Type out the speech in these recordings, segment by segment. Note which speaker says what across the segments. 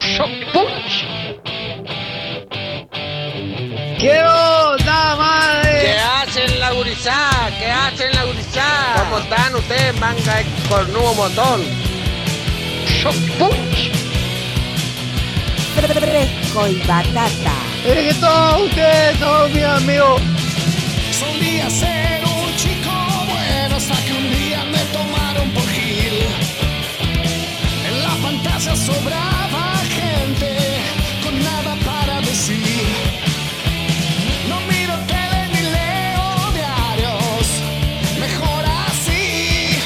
Speaker 1: Shock Punch.
Speaker 2: ¡Qué onda,
Speaker 3: ¿Qué
Speaker 2: madre!
Speaker 3: hacen la gurizada? ¿Qué hacen la gurizada? ¿Cómo están ustedes, manga de cornudo motón?
Speaker 1: Shock Punch.
Speaker 4: Fresco y batata.
Speaker 2: Es que todos ustedes son mis amigos.
Speaker 5: Solía ser un chico bueno hasta que un día me tomaron por Gil. En la fantasía sobraba gente con nada para decir. No miro tele ni leo diarios, mejor así.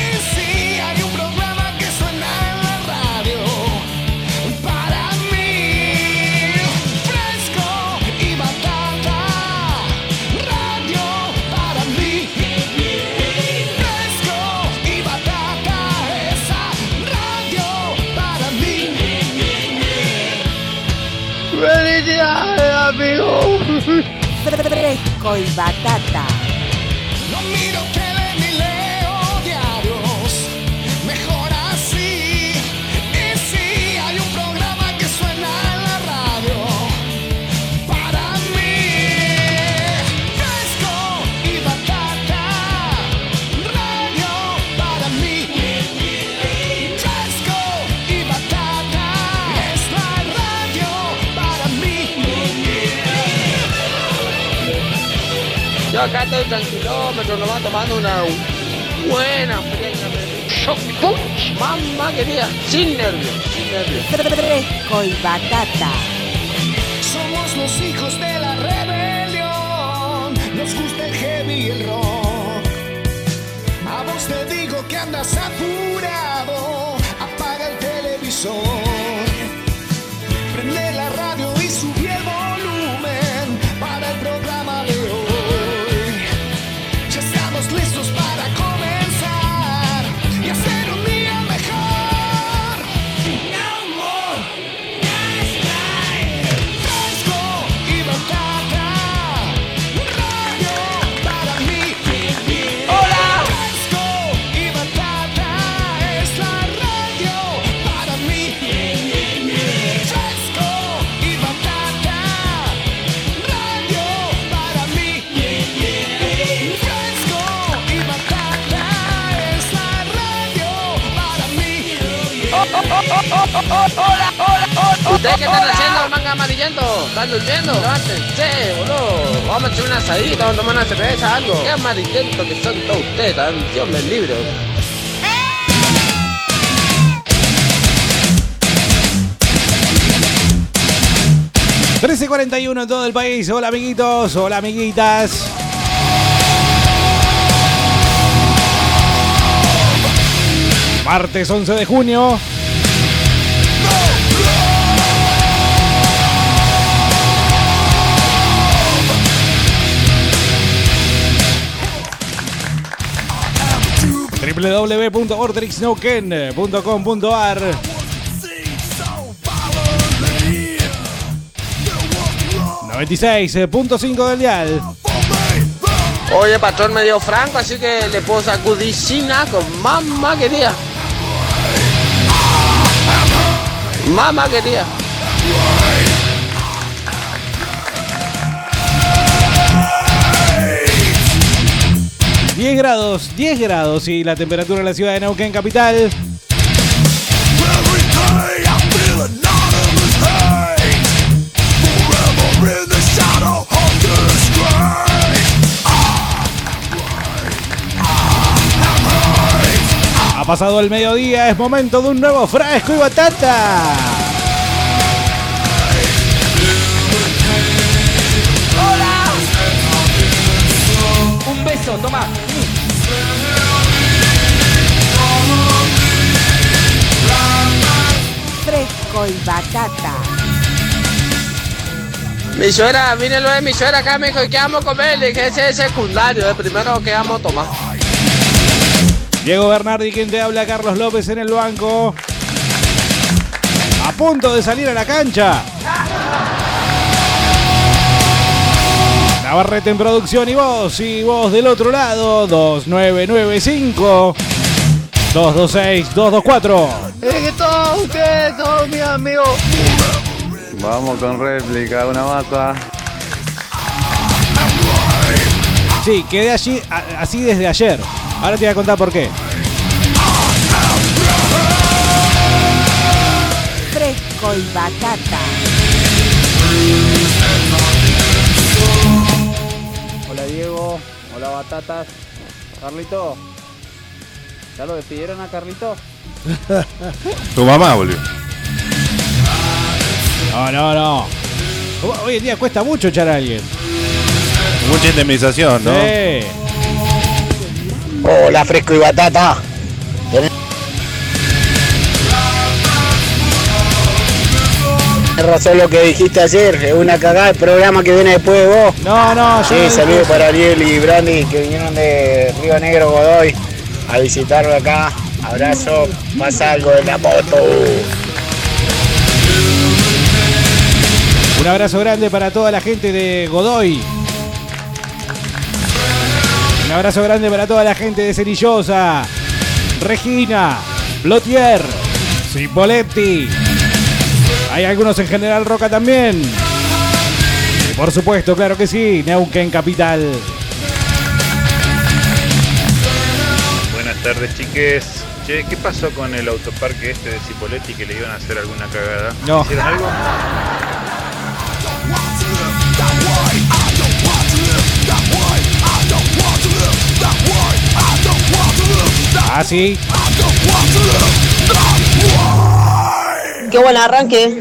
Speaker 5: Y si hay un programa que suena en la radio, para mí, fresco y batata. Radio para mí, fresco y batata. Esa radio para mí.
Speaker 2: ¡Felicidades, amigos!
Speaker 4: Fresco y batata.
Speaker 5: No miro tele ni leo diarios, mejor así. Y si hay un programa que suena en la radio, para mí, fresco y batata. Radio para mí, fresco y batata. Es la radio para mí.
Speaker 3: Yo acá estoy tranquilo, pero nomás tomando una buena pequeña bebida.
Speaker 1: Shock Punch.
Speaker 3: Mamá querida, sin nervios, sin nervios.
Speaker 4: Fresco y batata.
Speaker 5: Somos los hijos de la rebelión. Nos gusta el heavy y el rock. A vos te digo que andas apurado. Apaga el televisor. Prende la radio y subí el volumen para el programa de hoy. Ya estamos listos para comenzar y hacer un día mejor. No more. Fresco y batata, radio para mí. Hola. Fresco y batata es la radio para mí. Fresco y batata, radio para mí. Fresco y batata es la radio para mí.
Speaker 3: ¿Ustedes qué están haciendo, manga amarillento? ¿Están durmiendo? Levántense, boludo. Vamos a echar una asadita, vamos a tomar una cerveza, algo. Qué amarillento que son todos ustedes, tan- Dios me libre.
Speaker 6: en todo el país. Hola amiguitos, hola amiguitas. Martes 11 de junio. www.ortrixnauken.com.ar
Speaker 5: So violently,
Speaker 6: 96.5 del dial.
Speaker 3: Oye, patrón me dio franco, así que le puedo sacudir sin asco. Mamá querida. Mamá querida.
Speaker 6: Ay. 10 grados, 10 grados y la temperatura en la ciudad de Neuquén capital.
Speaker 5: every day I feel anonymous hate, forever in the shadow of disgrace.
Speaker 6: Ha pasado el mediodía, es momento de un nuevo fresco y batata.
Speaker 1: Un beso, toma.
Speaker 4: Fresco y batata.
Speaker 3: Mi suegra, mírenlo de mi suegra acá, me dijo, ¿y qué vamos a comer? Le dije, ese es secundario, el primero que vamos a tomar.
Speaker 6: Diego Bernardi, quien te habla, Carlos López en el banco. A punto de salir a la cancha. Navarrete en producción y vos, y vos del otro lado, 2995 226 224.
Speaker 2: Es que Eh, todos ustedes son mis amigos.
Speaker 7: Vamos con réplica, una masa.
Speaker 6: Sí, quedé allí a- así desde ayer. Ahora te voy a contar por qué.
Speaker 4: fresco y batata.
Speaker 8: Hola Diego, hola Batatas. Carlito, ¿ya lo despidieron a Carlito?
Speaker 9: Tu mamá, boludo.
Speaker 6: No, no, no. Ho- Hoy en día cuesta mucho echar a alguien.
Speaker 9: Mucha indemnización, ¿no?
Speaker 6: Sí.
Speaker 10: Hola, fresco y batata. Tenés razón lo que dijiste ayer, es una cagada el programa que viene después de vos.
Speaker 6: No, no, yo.
Speaker 10: Sí, saludos para Ariel y Brandy que vinieron de Río Negro Godoy a visitarlo acá. Abrazo, pasa algo de la moto.
Speaker 6: Un abrazo grande para toda la gente de Godoy. Un abrazo grande para toda la gente de Cerillosa, Regina, Blotier, Cipoletti. Hay algunos en General Roca también. Y por supuesto, claro que sí, Neuquén Capital.
Speaker 11: Buenas tardes, chiques. Che, ¿qué pasó con el autoparque este de Cipoletti que le iban a hacer alguna cagada?
Speaker 6: No.
Speaker 11: ¿Hicieron algo?
Speaker 6: Ah, sí.
Speaker 12: Qué buen arranque.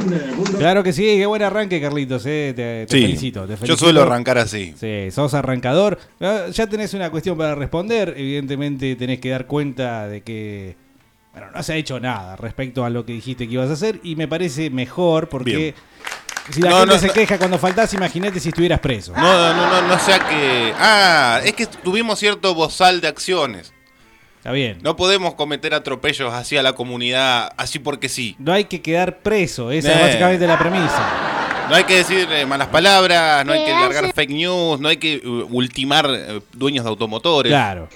Speaker 6: Claro que sí, qué buen arranque, Carlitos. eh, Te, te
Speaker 9: Sí.
Speaker 6: felicito, te
Speaker 9: Yo
Speaker 6: felicito.
Speaker 9: suelo arrancar así.
Speaker 6: Sí, sos arrancador. Ah, Ya tenés una cuestión para responder. Evidentemente tenés que dar cuenta de que bueno, no se ha hecho nada respecto a lo que dijiste que ibas a hacer. Y me parece mejor porque
Speaker 9: Bien.
Speaker 6: si la
Speaker 9: No,
Speaker 6: gente
Speaker 9: no,
Speaker 6: se
Speaker 9: no.
Speaker 6: queja cuando faltás, imagínate si estuvieras preso.
Speaker 9: No, no, no, no sea que. Ah, es que tuvimos cierto bozal de acciones.
Speaker 6: Está bien. No.
Speaker 9: No podemos cometer atropellos hacia la comunidad así porque sí.
Speaker 6: hay que quedar preso. Esa es
Speaker 9: Eh.
Speaker 6: básicamente la premisa.
Speaker 9: No hay que decir eh, malas palabras, no hay que largar fake news, no hay que uh, ultimar eh, dueños de automotores.
Speaker 6: Claro.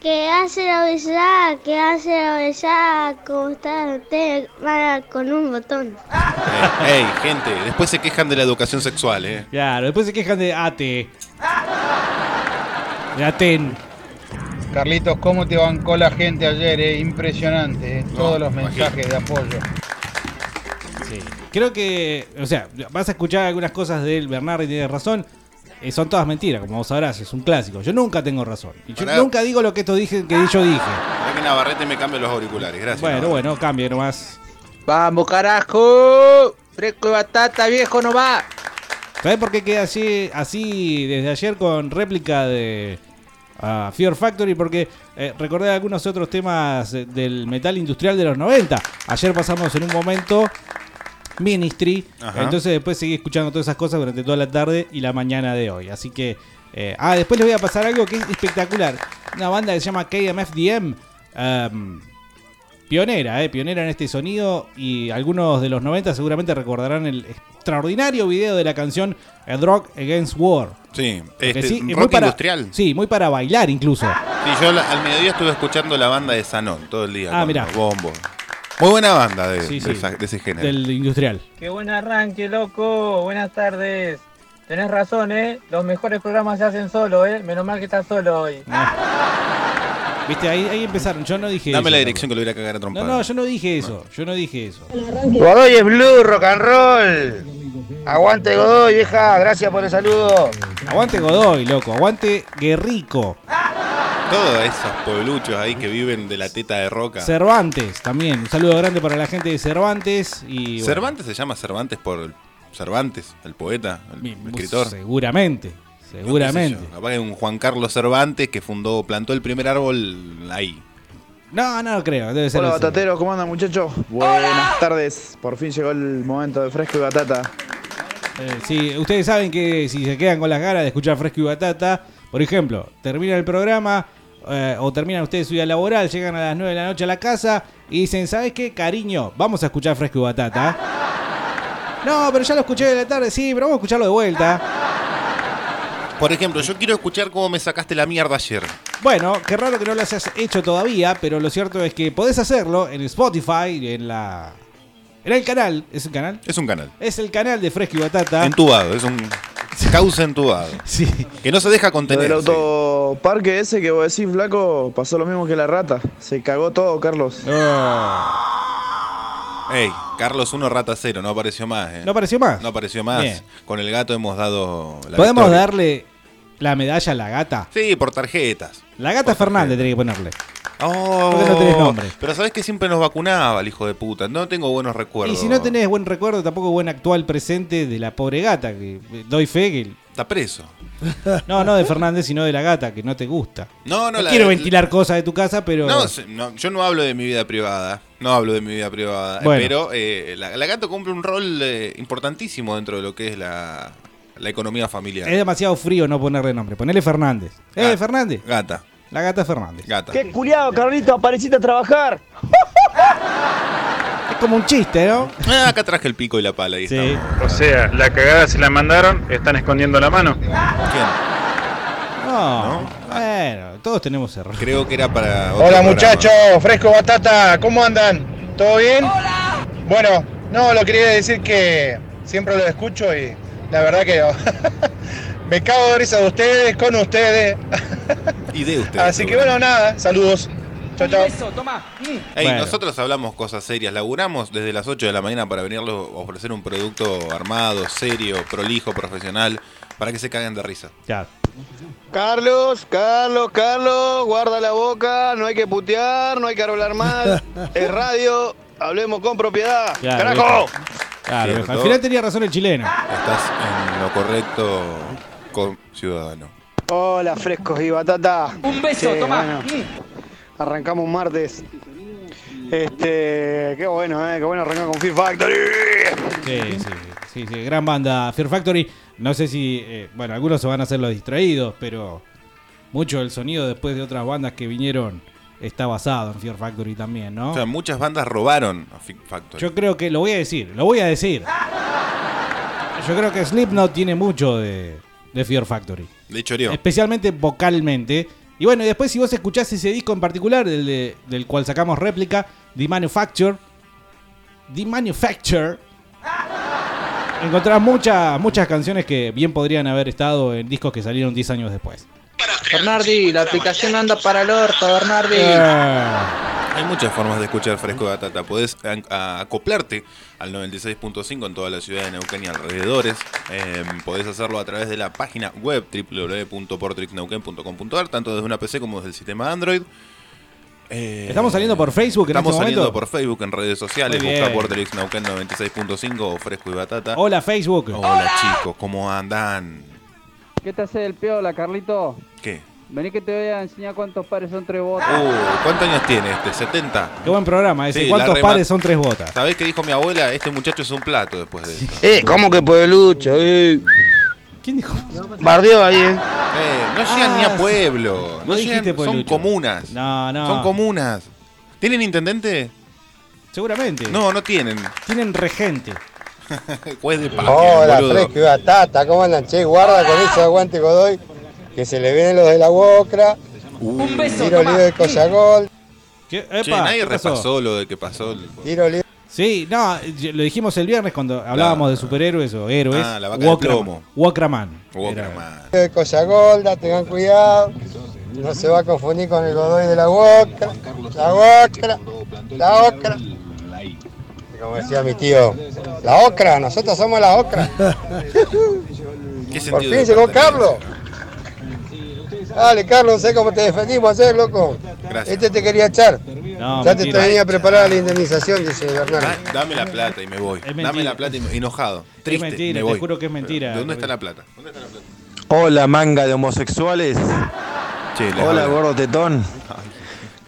Speaker 12: ¿Qué hace la obesidad? ¿Qué hace la obesidad? ¿Cómo está? Te van con un botón.
Speaker 9: Eh, ey, gente, después se quejan de la educación sexual, eh.
Speaker 6: Claro. Después se quejan de ATE. De ATEN.
Speaker 8: Carlitos, ¿cómo te bancó la gente ayer? eh? Impresionante, eh. todos los
Speaker 9: imagínate.
Speaker 8: mensajes de apoyo.
Speaker 6: Sí. Creo que, o sea, vas a escuchar algunas cosas de él, Bernardo, y tienes razón. Eh, son todas mentiras, como vos sabrás, es un clásico. Yo nunca tengo razón. Y yo
Speaker 9: Pará.
Speaker 6: nunca digo lo que esto dije, que yo dije.
Speaker 9: Mirá que Navarrete me cambia los auriculares, gracias.
Speaker 6: Bueno,
Speaker 9: Navarrete.
Speaker 6: bueno, cambie nomás.
Speaker 3: Vamos, carajo. Fresco y batata, viejo, no va.
Speaker 6: ¿Sabés por qué queda así, así desde ayer con réplica de ah, Fear Factory? Porque eh, recordé algunos otros temas eh, del metal industrial de los 90. Ayer pasamos en un momento Ministry,
Speaker 9: Ajá.
Speaker 6: entonces después seguí escuchando todas esas cosas durante toda la tarde y la mañana de hoy. Así que, eh, ah, después les voy a pasar algo que es espectacular. Una banda que se llama KMFDM. em, Pionera, eh, pionera en este sonido y algunos de los 90 seguramente recordarán el extraordinario video de la canción A Drug Against War.
Speaker 9: Sí,
Speaker 6: Que
Speaker 9: este,
Speaker 6: sí, es muy
Speaker 9: rock
Speaker 6: para-
Speaker 9: industrial. Sí,
Speaker 6: Sí, muy para bailar incluso.
Speaker 9: yo la- al mediodía estuve escuchando la banda de Sanón todo el día.
Speaker 6: Ah,
Speaker 9: con
Speaker 6: mirá.
Speaker 9: los bombos. Muy buena banda de,
Speaker 6: Sí,
Speaker 9: de
Speaker 6: sí.
Speaker 9: esa- de ese género.
Speaker 6: Del industrial.
Speaker 8: Qué buen arranque, loco. Buenas tardes. Tenés razón, ¿eh? Los mejores programas se hacen solo, ¿eh? Menos mal que estás solo hoy.
Speaker 6: Viste, ahí, ahí empezaron. Yo no dije
Speaker 9: Dame
Speaker 6: eso,
Speaker 9: la dirección que lo voy a cagar a
Speaker 6: No,
Speaker 9: trompada.
Speaker 6: no, yo no dije eso. Yo no dije eso.
Speaker 10: Godoy es blue, rock and roll. Aguante Godoy, vieja, gracias por el saludo.
Speaker 6: Aguante Godoy, loco. Aguante Guerrico.
Speaker 9: Todos esos puebluchos ahí que viven de la teta de roca.
Speaker 6: Cervantes también. Un saludo grande para la gente de Cervantes. Y, bueno,
Speaker 9: Cervantes se llama Cervantes por el- Cervantes, el poeta, el
Speaker 6: mi-
Speaker 9: escritor.
Speaker 6: Seguramente. Seguramente.
Speaker 9: No, qué sé yo. Capaz que un Juan Carlos Cervantes que fundó, plantó el primer árbol ahí.
Speaker 6: No, no, lo creo. Debe ser.
Speaker 2: Hola
Speaker 6: eso.
Speaker 2: batateros, ¿cómo andan muchachos? Buenas tardes, por fin llegó el momento de fresco y batata.
Speaker 6: Eh, sí, ustedes saben que si se quedan con las ganas de escuchar Fresco y Batata, por ejemplo, termina el programa eh, o terminan ustedes su día laboral, llegan a las 9 de la noche a la casa y dicen, ¿sabes qué, cariño? Vamos a escuchar Fresco y Batata. No, pero ya lo escuché de la tarde, sí, pero vamos a escucharlo de vuelta.
Speaker 9: Por ejemplo, yo quiero escuchar cómo me sacaste la mierda ayer.
Speaker 6: Bueno, qué raro que no lo hayas hecho todavía, pero lo cierto es que podés hacerlo en Spotify, en la. En el canal. ¿Es un canal?
Speaker 9: Es un canal.
Speaker 6: Es el canal de Fresco y Batata.
Speaker 9: Entubado, es un causa entubado.
Speaker 6: Ah. Sí.
Speaker 9: Que no se deja
Speaker 2: Lo
Speaker 9: contener.
Speaker 2: del autoparque ese que vos decís, flaco, pasó lo mismo que la rata. Se cagó todo, Carlos.
Speaker 6: Ah,
Speaker 9: Ey, Carlos 1, rata 0, no apareció más. eh.
Speaker 6: ¿No apareció más?
Speaker 9: No apareció más.
Speaker 6: Bien.
Speaker 9: Con el gato hemos dado la
Speaker 6: Podemos
Speaker 9: victoria.
Speaker 6: darle la medalla a la gata.
Speaker 9: Sí, por tarjetas.
Speaker 6: La gata Fernández tiene que ponerle.
Speaker 9: Oh,
Speaker 6: Porque no tenés nombre.
Speaker 9: Pero sabés que siempre nos vacunaba el hijo de puta. No tengo buenos recuerdos.
Speaker 6: Y si no tenés buen recuerdo, tampoco buen actual presente de la pobre gata, que eh, doy fe que.
Speaker 9: Está preso.
Speaker 6: No, no de Fernández, sino de la gata, que no te gusta.
Speaker 9: No, no, la-
Speaker 6: quiero
Speaker 9: la-
Speaker 6: ventilar cosas de tu casa, pero.
Speaker 9: No, se- no, yo no hablo de mi vida privada. No hablo de mi vida privada.
Speaker 6: Bueno.
Speaker 9: Pero eh, la, la gato cumple un rol eh, importantísimo dentro de lo que es la, la economía familiar.
Speaker 6: es demasiado frío no ponerle nombre. Ponele Fernández.
Speaker 9: Gata.
Speaker 6: ¡Eh, Fernández!
Speaker 9: Gata.
Speaker 6: La gata Fernández.
Speaker 9: Gata.
Speaker 13: ¡Qué culiado, Carlito! ¡Apareciste a trabajar!
Speaker 6: Es como un chiste, ¿no?
Speaker 9: Ah, acá traje el pico y la pala. Ahí
Speaker 11: O sea, la cagada se la mandaron, están escondiendo la mano.
Speaker 6: No. Bueno, todos tenemos errores.
Speaker 9: Creo que era para.
Speaker 10: Hola muchachos, Fresco Batata, ¿cómo andan? ¿Todo bien? Hola. Bueno, no, lo quería decir que siempre lo escucho y la verdad que me cago de risa de ustedes, con ustedes.
Speaker 9: Y de ustedes.
Speaker 10: Así que
Speaker 9: seguro.
Speaker 10: bueno, nada, saludos. Chao, chao.
Speaker 13: Mm.
Speaker 9: Ey,
Speaker 10: Bueno.
Speaker 9: Nosotros hablamos cosas serias, laburamos desde las 8 de la mañana para venirles a ofrecer un producto armado, serio, prolijo, profesional, para que se caguen de risa.
Speaker 6: Ya.
Speaker 2: Carlos, Carlos, Carlos, guarda la boca, no hay que putear, no hay que hablar mal. es radio, hablemos con propiedad.
Speaker 6: Claro,
Speaker 2: ¡Carajo!
Speaker 6: Claro,
Speaker 9: Cierto.
Speaker 6: al final tenía razón el chileno.
Speaker 9: Estás en lo correcto, con ciudadano.
Speaker 13: Hola, frescos y batata.
Speaker 1: Un beso,
Speaker 13: Che,
Speaker 1: toma.
Speaker 13: bueno, arrancamos un martes. Este, qué bueno, eh, qué bueno arrancar con Fear Factory.
Speaker 6: Sí, sí, sí, sí, gran banda Fear Factory. No sé si, eh, bueno, algunos se van a hacer los distraídos, pero mucho del sonido después de otras bandas que vinieron está basado en Fear Factory también, ¿no?
Speaker 9: O sea, muchas bandas robaron a Fit Factory.
Speaker 6: Yo creo que, lo voy a decir, lo voy a decir. Yo creo que Slipknot tiene mucho de, de Fear Factory.
Speaker 9: De choreo.
Speaker 6: Especialmente vocalmente. Y bueno, y después si vos escuchás ese disco en particular, del, de- del cual sacamos réplica, The Manufacture, The Manufacture, encontrás muchas muchas canciones que bien podrían haber estado en discos que salieron 10 años después.
Speaker 8: Bernardi, la aplicación anda para el orto, Bernardi.
Speaker 9: Ah. Hay muchas formas de escuchar Fresco de Batata. Podés an- a- acoplarte al 96.5 en toda la ciudad de Neuquén y alrededores. Eh, podés hacerlo a través de la página web www.portrixneuquén.com.ar, tanto desde una PC como desde el sistema Android. Eh,
Speaker 6: Estamos saliendo por Facebook en
Speaker 9: Estamos
Speaker 6: este
Speaker 9: saliendo
Speaker 6: momento.
Speaker 9: por Facebook en redes sociales.
Speaker 6: Muy bien.
Speaker 9: Busca Portrix Neuquén 96.5 o Fresco y Batata.
Speaker 6: Hola Facebook.
Speaker 9: Hola, chicos, ¿cómo andan?
Speaker 14: ¿Qué te hace el piola, Carlito?
Speaker 9: ¿Qué?
Speaker 14: Vení que te voy a enseñar cuántos pares son tres botas.
Speaker 9: Uh, ¿Cuántos años tiene este? ¿70?
Speaker 6: Qué buen programa ese.
Speaker 9: Sí, la
Speaker 6: ¿Cuántos
Speaker 9: rema-
Speaker 6: pares son tres botas?
Speaker 9: ¿Sabés qué dijo mi abuela? Este muchacho es un plato después de eso.
Speaker 15: Eh, ¿cómo que pueblucho? Eh.
Speaker 6: ¿Quién dijo?
Speaker 15: Bardeo ahí, eh.
Speaker 9: Eh, no llegan
Speaker 15: Ah,
Speaker 9: ni a
Speaker 15: sí.
Speaker 9: pueblo. No
Speaker 6: No
Speaker 9: llegan-
Speaker 6: dijiste
Speaker 9: son
Speaker 6: pueblucho.
Speaker 9: comunas.
Speaker 6: No, no.
Speaker 9: Son comunas. ¿Tienen intendente?
Speaker 6: Seguramente.
Speaker 9: No, no tienen.
Speaker 6: Tienen regente.
Speaker 9: Juez de patria,
Speaker 10: Hola,
Speaker 9: boludo.
Speaker 10: Fresco y Batata, ¿cómo andan? Che, guarda con eso, aguante Godoy, que se le vienen los de la Bocra.
Speaker 9: Un
Speaker 6: beso,
Speaker 10: Tiro
Speaker 6: tomá.
Speaker 10: libre de Collagol,
Speaker 6: ¿Qué?
Speaker 9: Che,
Speaker 6: Epa,
Speaker 9: nadie
Speaker 6: ¿qué pasó?
Speaker 9: repasó lo de que pasó. el-
Speaker 10: tiro libre.
Speaker 6: Sí, no, eh, lo dijimos el viernes cuando hablábamos de superhéroes o héroes.
Speaker 9: Ah, la vaca de
Speaker 6: Walkra-
Speaker 9: plomo.
Speaker 6: Walkraman.
Speaker 10: de Collagolda, tengan cuidado. No se va a confundir con el Godoy de la Boca. La Boca, la Ocra. Como decía mi tío, la Ocra, nosotros somos la Ocra.
Speaker 9: ¿Qué
Speaker 10: Por
Speaker 9: sentido?
Speaker 10: fin
Speaker 9: de
Speaker 10: llegó Carlos.
Speaker 9: pertenencia?
Speaker 10: Dale, Carlos, sé cómo te defendimos ayer, loco.
Speaker 9: Gracias.
Speaker 10: Este te quería echar.
Speaker 6: No,
Speaker 10: ya te
Speaker 6: mentira.
Speaker 10: tenía preparada la indemnización, dice Bernardo.
Speaker 9: Da- Dame la plata y me voy. Dame la plata y me enojado. Triste,
Speaker 6: es mentira,
Speaker 9: me voy.
Speaker 6: te juro que es mentira.
Speaker 9: ¿De dónde está la plata? ¿Dónde está la plata?
Speaker 15: Hola, manga de homosexuales.
Speaker 9: Che, les
Speaker 15: Hola,
Speaker 9: habla.
Speaker 15: gordo tetón.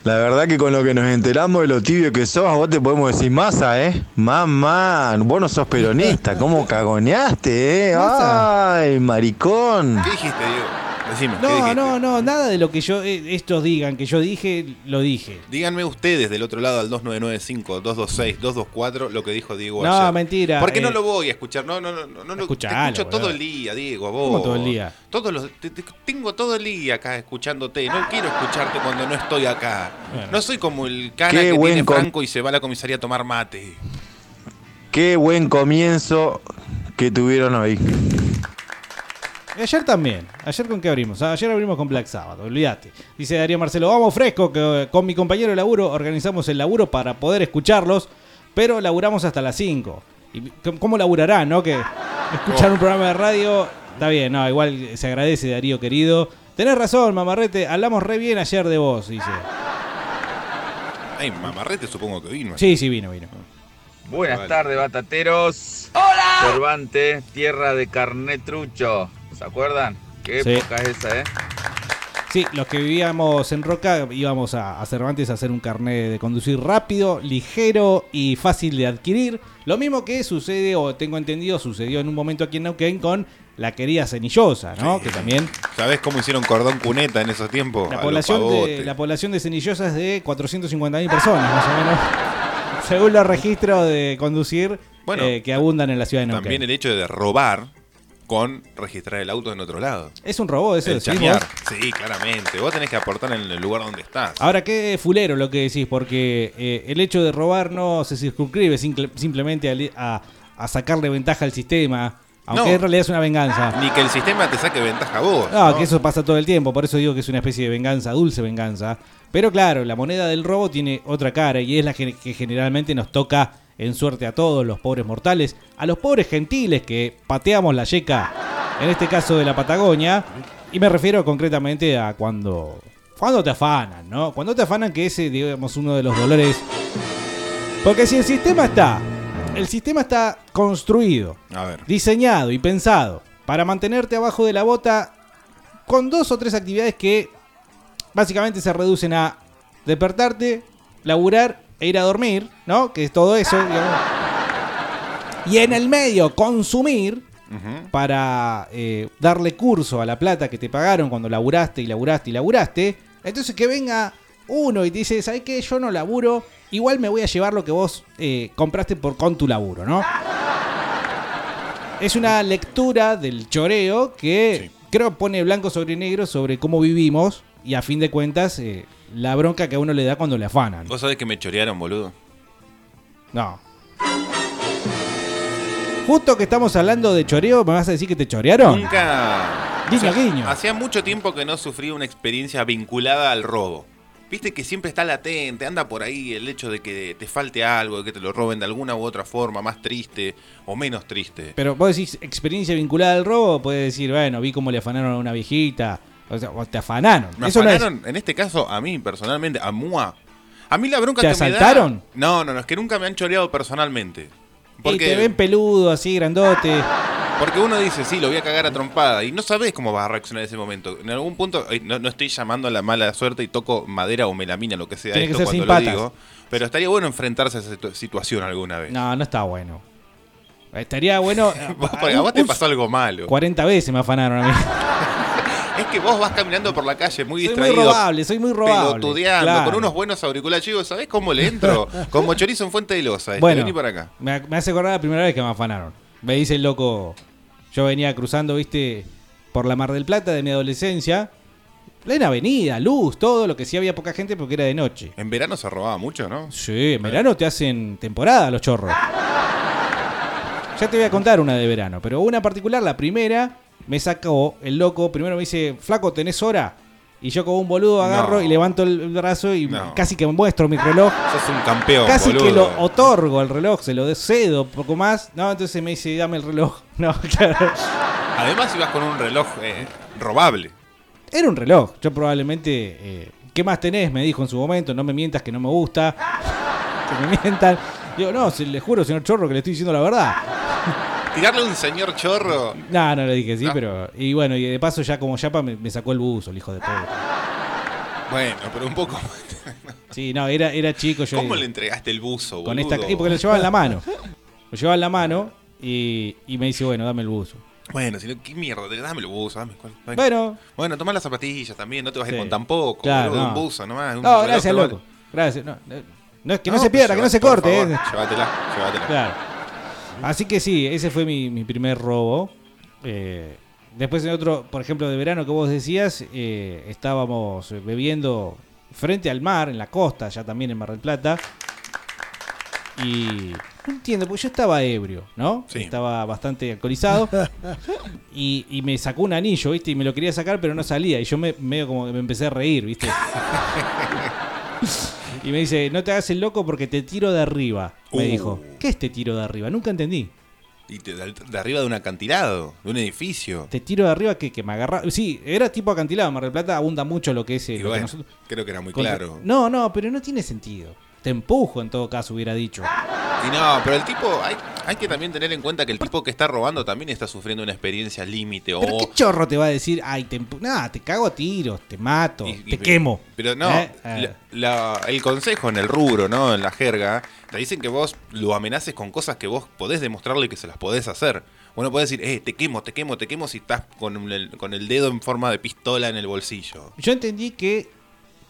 Speaker 15: La verdad que con lo que nos enteramos de lo tibio que sos, a vos te podemos decir masa, ¿eh? Mamá, vos no sos peronista, ¿cómo cagoneaste, eh?
Speaker 9: Massa.
Speaker 15: ¡Ay, maricón!
Speaker 9: ¿Qué dijiste, Diego? Decime, ¿qué
Speaker 6: No,
Speaker 9: dijiste?
Speaker 6: no, no, nada de lo que yo eh, estos digan, que yo dije, lo dije.
Speaker 9: Díganme ustedes del otro lado al 2995, 226, 224 lo que dijo Diego
Speaker 6: No,
Speaker 9: ayer.
Speaker 6: mentira,
Speaker 9: ¿Por qué
Speaker 6: eh.
Speaker 9: no lo voy a escuchar? No, no, no, no, no, no,
Speaker 6: Escuchalo,
Speaker 9: te escucho todo
Speaker 6: boludo.
Speaker 9: el día, Diego, a vos.
Speaker 6: ¿Cómo todo el día?
Speaker 9: Todos los, te- te- tengo todo el día acá escuchándote. No quiero escucharte cuando no estoy acá.
Speaker 6: Bueno.
Speaker 9: No soy como el cana
Speaker 15: Qué
Speaker 9: que
Speaker 15: buen
Speaker 9: tiene
Speaker 15: con-
Speaker 9: Franco y se va a la comisaría a tomar mate.
Speaker 15: Qué buen comienzo que tuvieron hoy.
Speaker 6: Ayer también. Ayer con qué abrimos? Ah, Ayer abrimos con Black Sabbath, olvídate. Dice Darío Marcelo, vamos fresco, que eh, con mi compañero de laburo organizamos el laburo para poder escucharlos, pero laburamos hasta las 5. ¿Y c- ¿Cómo laburará, no? Que escuchar un programa de radio, está bien, no, igual se agradece Darío querido. Tenés razón, mamarrete, hablamos re bien ayer de vos, dice.
Speaker 9: Ay, mamarrete supongo que vino.
Speaker 6: Sí, sí, vino, vino.
Speaker 16: Buenas tardes, batateros. ¡Hola! Cervantes, tierra de carnetrucho. ¿Se acuerdan? Qué
Speaker 6: Sí.
Speaker 16: época es esa, ¿eh?
Speaker 6: Sí, los que vivíamos en Roca íbamos a, a Cervantes a hacer un carnet de conducir rápido, ligero y fácil de adquirir. Lo mismo que sucede, o tengo entendido, sucedió en un momento aquí en Neuquén con la querida Cenillosa, ¿no? Que también
Speaker 9: ¿Sabés cómo hicieron cordón cuneta en esos tiempos? A
Speaker 6: la
Speaker 9: los
Speaker 6: población, de,
Speaker 9: pavotes.
Speaker 6: la población de Cenillosa es de 450.000 personas, más o menos. Según los registros de conducir
Speaker 9: Bueno,
Speaker 6: eh, que abundan en la ciudad de Neuquén.
Speaker 9: También el hecho de robar con registrar el auto en otro lado.
Speaker 6: Es un robo eso,
Speaker 9: El
Speaker 6: decís
Speaker 9: chamear.
Speaker 6: vos.
Speaker 9: Sí, claramente. Vos tenés que aportar en el lugar donde estás.
Speaker 6: Ahora, qué fulero lo que decís, porque eh, el hecho de robar no se circunscribe sincle- simplemente al- a, a sacarle ventaja al sistema, aunque
Speaker 9: No.
Speaker 6: en realidad es una venganza.
Speaker 9: Ni que el sistema te saque ventaja a vos.
Speaker 6: No,
Speaker 9: ¿no?
Speaker 6: Ah, que eso pasa todo el tiempo, por eso digo que es una especie de venganza, dulce venganza. Pero claro, la moneda del robo tiene otra cara y es la gen- que generalmente nos toca en suerte a todos los pobres mortales, a los pobres gentiles que pateamos la yeca, en este caso de la Patagonia, y me refiero concretamente a cuando cuando te afanan, ¿no? Cuando te afanan que ese digamos uno de los dolores porque si el sistema está, el sistema está construido,
Speaker 9: A ver.
Speaker 6: diseñado y pensado para mantenerte abajo de la bota con dos o tres actividades que básicamente se reducen a despertarte, laburar e ir a dormir, ¿no? Que es todo eso, digamos. Y en el medio, consumir
Speaker 9: Ujú.
Speaker 6: para eh, darle curso a la plata que te pagaron cuando laburaste y laburaste y laburaste. Entonces que venga uno y te dice, ¿sabes qué? Yo no laburo, igual me voy a llevar lo que vos eh, compraste por, con tu laburo, ¿no? Es una lectura del choreo que creo pone blanco sobre negro sobre cómo vivimos y a fin de cuentas eh, la bronca que a uno le da cuando le afanan.
Speaker 9: Vos sabés que me chorearon, boludo.
Speaker 6: No. Justo que estamos hablando de choreo, ¿me vas a decir que te chorearon?
Speaker 9: Nunca.
Speaker 6: Guiño, guiño.
Speaker 9: Hacía mucho tiempo que no sufrí una experiencia vinculada al robo. Viste que siempre está latente, anda por ahí el hecho de que te falte algo, de que te lo roben de alguna u otra forma, más triste o menos triste.
Speaker 6: Pero vos decís experiencia vinculada al robo, puedes decir, bueno, vi cómo le afanaron a una viejita. O sea, o te afanaron.
Speaker 9: Me
Speaker 6: Eso no es-
Speaker 9: afanaron, en este caso, a mí personalmente, a Mua. A mí la bronca
Speaker 6: ¿Te
Speaker 9: que me da-
Speaker 6: asaltaron?
Speaker 9: No, no, no, es que nunca me han choreado personalmente.
Speaker 6: Y te ven peludo, así, grandote.
Speaker 9: Porque uno dice, sí, lo voy a cagar a trompada. Y no sabes cómo vas a reaccionar en ese momento. En algún punto, eh, no, no estoy llamando a la mala suerte y toco madera o melamina, lo que sea
Speaker 6: Tiene que
Speaker 9: esto
Speaker 6: ser
Speaker 9: cuando
Speaker 6: sin
Speaker 9: lo
Speaker 6: patas.
Speaker 9: digo. Pero estaría bueno enfrentarse a esa situ- situación alguna vez.
Speaker 6: No, no está bueno. Estaría bueno.
Speaker 9: Porque a vos te pasó algo malo.
Speaker 6: 40 veces me afanaron a mí.
Speaker 9: Es que vos vas caminando por la calle muy
Speaker 6: Soy muy
Speaker 9: distraído.
Speaker 6: robable, soy muy robable.
Speaker 9: Pelotudeando,
Speaker 6: Claro.
Speaker 9: con unos buenos auriculares. Yo digo, ¿sabés cómo le entro? Como chorizo en Fuente de Loza. Este.
Speaker 6: Bueno.
Speaker 9: Vení para acá.
Speaker 6: Me, me hace acordar la primera vez que me afanaron. Me dice el loco. Yo venía cruzando, viste, por la Mar del Plata de mi adolescencia. Plena avenida, luz, todo lo que sí había poca gente porque era de noche.
Speaker 9: En verano se robaba mucho, ¿no?
Speaker 6: Sí, en verano te hacen temporada los chorros. Ya te voy a contar una de verano, pero una particular, la primera, me sacó el loco. Primero me dice, Flaco, ¿tenés hora? Y yo como un boludo agarro
Speaker 9: No.
Speaker 6: y levanto el brazo y casi que muestro mi reloj.
Speaker 9: Sos un campeón,
Speaker 6: Casi
Speaker 9: boludo.
Speaker 6: que lo otorgo al reloj, se lo cedo poco más. No, entonces me dice, dame el reloj. No, claro.
Speaker 9: Además ibas con un reloj eh, robable.
Speaker 6: Era un reloj. Yo probablemente. eh, ¿Qué más tenés? Me dijo en su momento. No me mientas que no me gusta. que me mientan. Digo, no, se, le juro, señor Chorro, que le estoy diciendo la verdad.
Speaker 9: Tirarle a un señor chorro.
Speaker 6: No, no le dije
Speaker 9: Ah.
Speaker 6: sí, pero. Y bueno, y de paso, ya como Yapa me, me sacó el buzo, el hijo de
Speaker 9: Ah.
Speaker 6: puta.
Speaker 9: Bueno, pero un poco.
Speaker 6: Sí, no, era, era chico. Yo
Speaker 9: ¿Cómo le entregaste el buzo, boludo?
Speaker 6: con esta. Y porque lo llevaba en la mano. Lo llevaba en la mano y, y me dice, bueno, dame el buzo.
Speaker 9: Bueno, si no, ¿qué mierda? Dámelo vos, dame cuál. dame.
Speaker 6: Bueno.
Speaker 9: Bueno, tomá las zapatillas también, no te vas a ir
Speaker 6: Sí.
Speaker 9: con tampoco,
Speaker 6: Claro,
Speaker 9: boludo, un
Speaker 6: no.
Speaker 9: buzo nomás. un
Speaker 6: No,
Speaker 9: reloj
Speaker 6: gracias,
Speaker 9: te vale.
Speaker 6: loco. Gracias. No, no, no, es que no, se pierda, que no se
Speaker 9: por
Speaker 6: corte.
Speaker 9: favor,
Speaker 6: eh.
Speaker 9: Llévatela, llévatela.
Speaker 6: Claro. Así que sí, ese fue mi, mi primer robo. Eh, después en otro, por ejemplo, de verano que vos decías, eh, estábamos bebiendo frente al mar, en la costa, ya también en Mar del Plata. Y no entiendo, porque yo estaba ebrio, ¿no? Estaba bastante alcoholizado.
Speaker 10: eh.
Speaker 6: y, y me sacó un anillo, ¿viste? Y me lo quería sacar, pero no salía. Y yo me, medio como que me empecé a reír, ¿viste? y me dice, no te hagas el loco porque te tiro de arriba. Me
Speaker 9: Uh.
Speaker 6: dijo, ¿qué es te tiro de arriba? Nunca entendí.
Speaker 9: Y te- de, de arriba de un acantilado, de un edificio.
Speaker 6: Te tiro de arriba que, que me agarra. Sí, era tipo acantilado. Mar del Plata abunda mucho lo que es. eh,
Speaker 9: Y
Speaker 6: lo que
Speaker 9: bueno,
Speaker 6: nosotros-
Speaker 9: creo que era muy
Speaker 6: contra-
Speaker 9: claro.
Speaker 6: No, no, pero no tiene sentido. Te empujo en todo caso, hubiera dicho.
Speaker 9: Y no, pero el tipo, hay, hay que también tener en cuenta que el tipo que está robando también está sufriendo una experiencia límite.
Speaker 6: Pero
Speaker 9: o-
Speaker 6: qué chorro te va a decir, ay, te empu- Nah, te cago a tiros, te mato, te quemo.
Speaker 9: Pero no,
Speaker 6: ¿Eh? Eh,
Speaker 9: la- la- el consejo en el rubro, ¿no? En la jerga, te dicen que vos lo amenaces con cosas que vos podés demostrarle que se las podés hacer. Uno puede decir, eh, te quemo, te quemo, te quemo si estás con el, con el dedo en forma de pistola en el bolsillo.
Speaker 6: Yo entendí que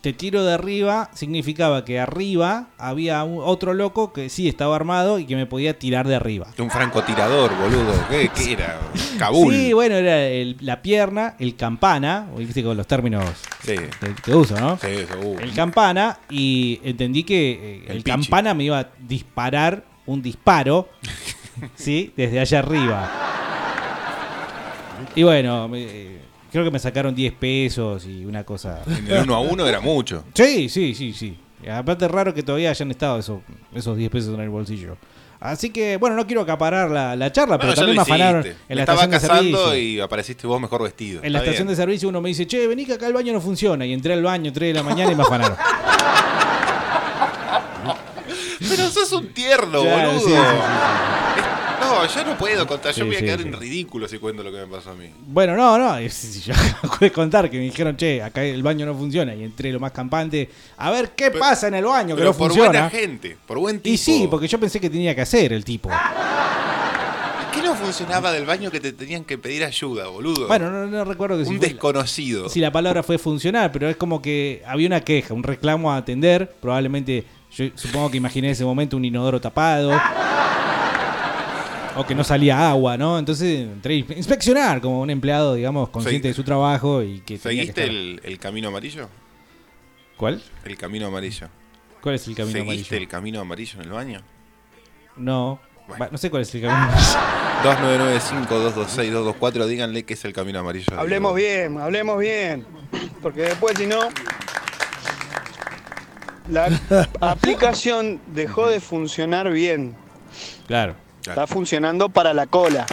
Speaker 6: te tiro de arriba significaba que arriba había un- otro loco que sí estaba armado y que me podía tirar de arriba.
Speaker 9: Un francotirador, boludo. ¿Qué, qué era? Kabul.
Speaker 6: Sí, bueno, era el- la pierna, el campana, viste con los términos que, que uso, ¿no? El campana, y entendí que eh, el, campana me iba a disparar un disparo, ¿sí? Desde allá arriba. Y bueno, me- eh, creo que me sacaron 10 pesos y una cosa.
Speaker 9: En el uno a uno era mucho.
Speaker 6: Sí, sí, sí, sí. Y Aparte raro que todavía hayan estado esos, esos 10 pesos en el bolsillo. Así que, bueno, no quiero acaparar la, la charla,
Speaker 9: Bueno,
Speaker 6: Ah, pero
Speaker 9: ya lo
Speaker 6: también me afanaron
Speaker 9: hiciste.
Speaker 6: en
Speaker 9: Me
Speaker 6: la
Speaker 9: estaba
Speaker 6: estación de servicio.
Speaker 9: casando y apareciste vos mejor vestido.
Speaker 6: En la
Speaker 9: Está
Speaker 6: estación
Speaker 9: bien.
Speaker 6: de servicio uno me dice, che, vení que acá el baño no funciona. Y entré al baño 3 de la mañana y me afanaron.
Speaker 9: Pero sos un tierno,
Speaker 6: Claro,
Speaker 9: boludo.
Speaker 6: sí, sí, sí,
Speaker 9: No, yo no puedo contar. Yo
Speaker 6: Sí,
Speaker 9: me voy a
Speaker 6: sí,
Speaker 9: quedar
Speaker 6: sí.
Speaker 9: en ridículo si cuento lo que me pasó a mí.
Speaker 6: bueno, no, no. es- Yo acabo de contar que me dijeron, che, acá el baño no funciona. Y entré lo más campante. A ver qué pasa en el baño que
Speaker 9: Pero
Speaker 6: no
Speaker 9: por
Speaker 6: funciona.
Speaker 9: buena gente, por buen tipo. Ah.
Speaker 6: Y sí, porque yo pensé que tenía que hacer el tipo.
Speaker 9: ¿Qué no funcionaba del baño que te tenían que pedir ayuda, boludo?
Speaker 6: Bueno, no, no recuerdo que si
Speaker 9: un
Speaker 6: fue-
Speaker 9: desconocido.
Speaker 6: si la palabra fue funcionar, pero es como que había una queja, un reclamo a atender. Probablemente, yo supongo que imaginé en ese momento un inodoro tapado. O que no salía agua, ¿no? Entonces entré a inspe- inspeccionar como un empleado, digamos, consciente
Speaker 9: Segui-
Speaker 6: de su trabajo y que tenía que
Speaker 9: ¿Seguiste
Speaker 6: estar.
Speaker 9: el, el camino amarillo?
Speaker 6: ¿Cuál?
Speaker 9: El camino amarillo.
Speaker 6: ¿Cuál es el camino
Speaker 9: ¿Seguiste
Speaker 6: amarillo?
Speaker 9: el camino amarillo en el baño?
Speaker 6: No. Va, No sé cuál es el camino amarillo.
Speaker 9: 2995-226-224, díganle que es el camino amarillo.
Speaker 13: Hablemos bien, hablemos bien. Porque después, si no. La aplicación dejó de funcionar bien.
Speaker 6: Claro.
Speaker 13: Está funcionando para la cola.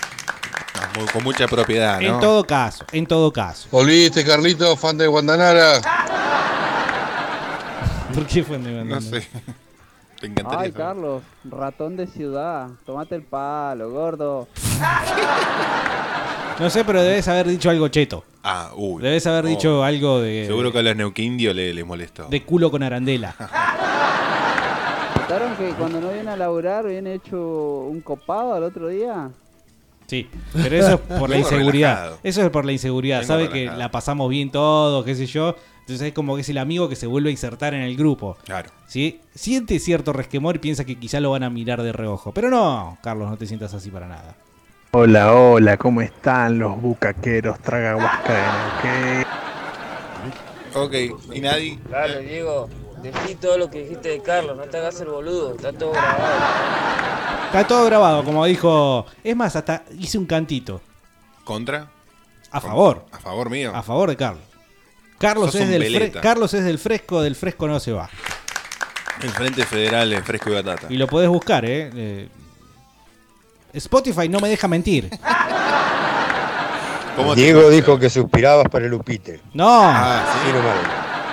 Speaker 9: Muy- con mucha propiedad, Ah, ¿no?
Speaker 6: En todo caso, en todo caso.
Speaker 17: Volviste, Carlito, fan de Guandanara.
Speaker 6: ¿Por qué fue donde
Speaker 9: No sé. Te encantaría.
Speaker 14: Ay,
Speaker 9: saber.
Speaker 14: Carlos, ratón de ciudad. Tomate el palo, gordo.
Speaker 6: No sé, pero debes haber dicho algo cheto.
Speaker 9: Ah, uy. Oh.
Speaker 6: Debes haber dicho algo de-
Speaker 9: Seguro que a los neuquindios le- les molestó.
Speaker 6: De culo con arandela.
Speaker 14: ¿Notaron que cuando no viene a laburar viene hecho un copado al otro día?
Speaker 6: Sí, pero eso es por la
Speaker 14: Vengo
Speaker 6: inseguridad.
Speaker 14: relajado.
Speaker 6: Eso es por la inseguridad.
Speaker 14: Vengo
Speaker 6: Sabe
Speaker 14: relajado.
Speaker 6: que la pasamos bien todos, qué sé yo. Entonces es como que es el amigo que se vuelve a insertar en el grupo.
Speaker 9: Claro.
Speaker 6: ¿Sí? Siente cierto resquemor y piensa que quizá lo van a mirar de reojo. Pero no, Carlos, no te sientas así para nada.
Speaker 18: Hola, hola, ¿cómo están los bucaqueros tragahuasca de Neuquén?
Speaker 9: Ok, y nadie.
Speaker 19: Claro, Diego, decí todo lo que dijiste de Carlos, no te hagas el boludo, está todo grabado.
Speaker 6: Está todo grabado, como dijo. Es más, hasta hice un cantito.
Speaker 9: ¿Contra?
Speaker 6: A favor.
Speaker 9: A favor mío.
Speaker 6: A favor de Carlos. Carlos
Speaker 9: Sos
Speaker 6: es,
Speaker 9: un
Speaker 6: del fre-
Speaker 9: veleta.
Speaker 6: Carlos es del fresco, del fresco no se va.
Speaker 9: El Frente Federal en Fresco y Batata.
Speaker 6: Y lo podés buscar, ¿eh? Eh, Spotify no me deja mentir.
Speaker 9: Ah, ¿Cómo te-
Speaker 10: Diego dijo que suspirabas para el Upite.
Speaker 6: No.
Speaker 9: Ah, sí.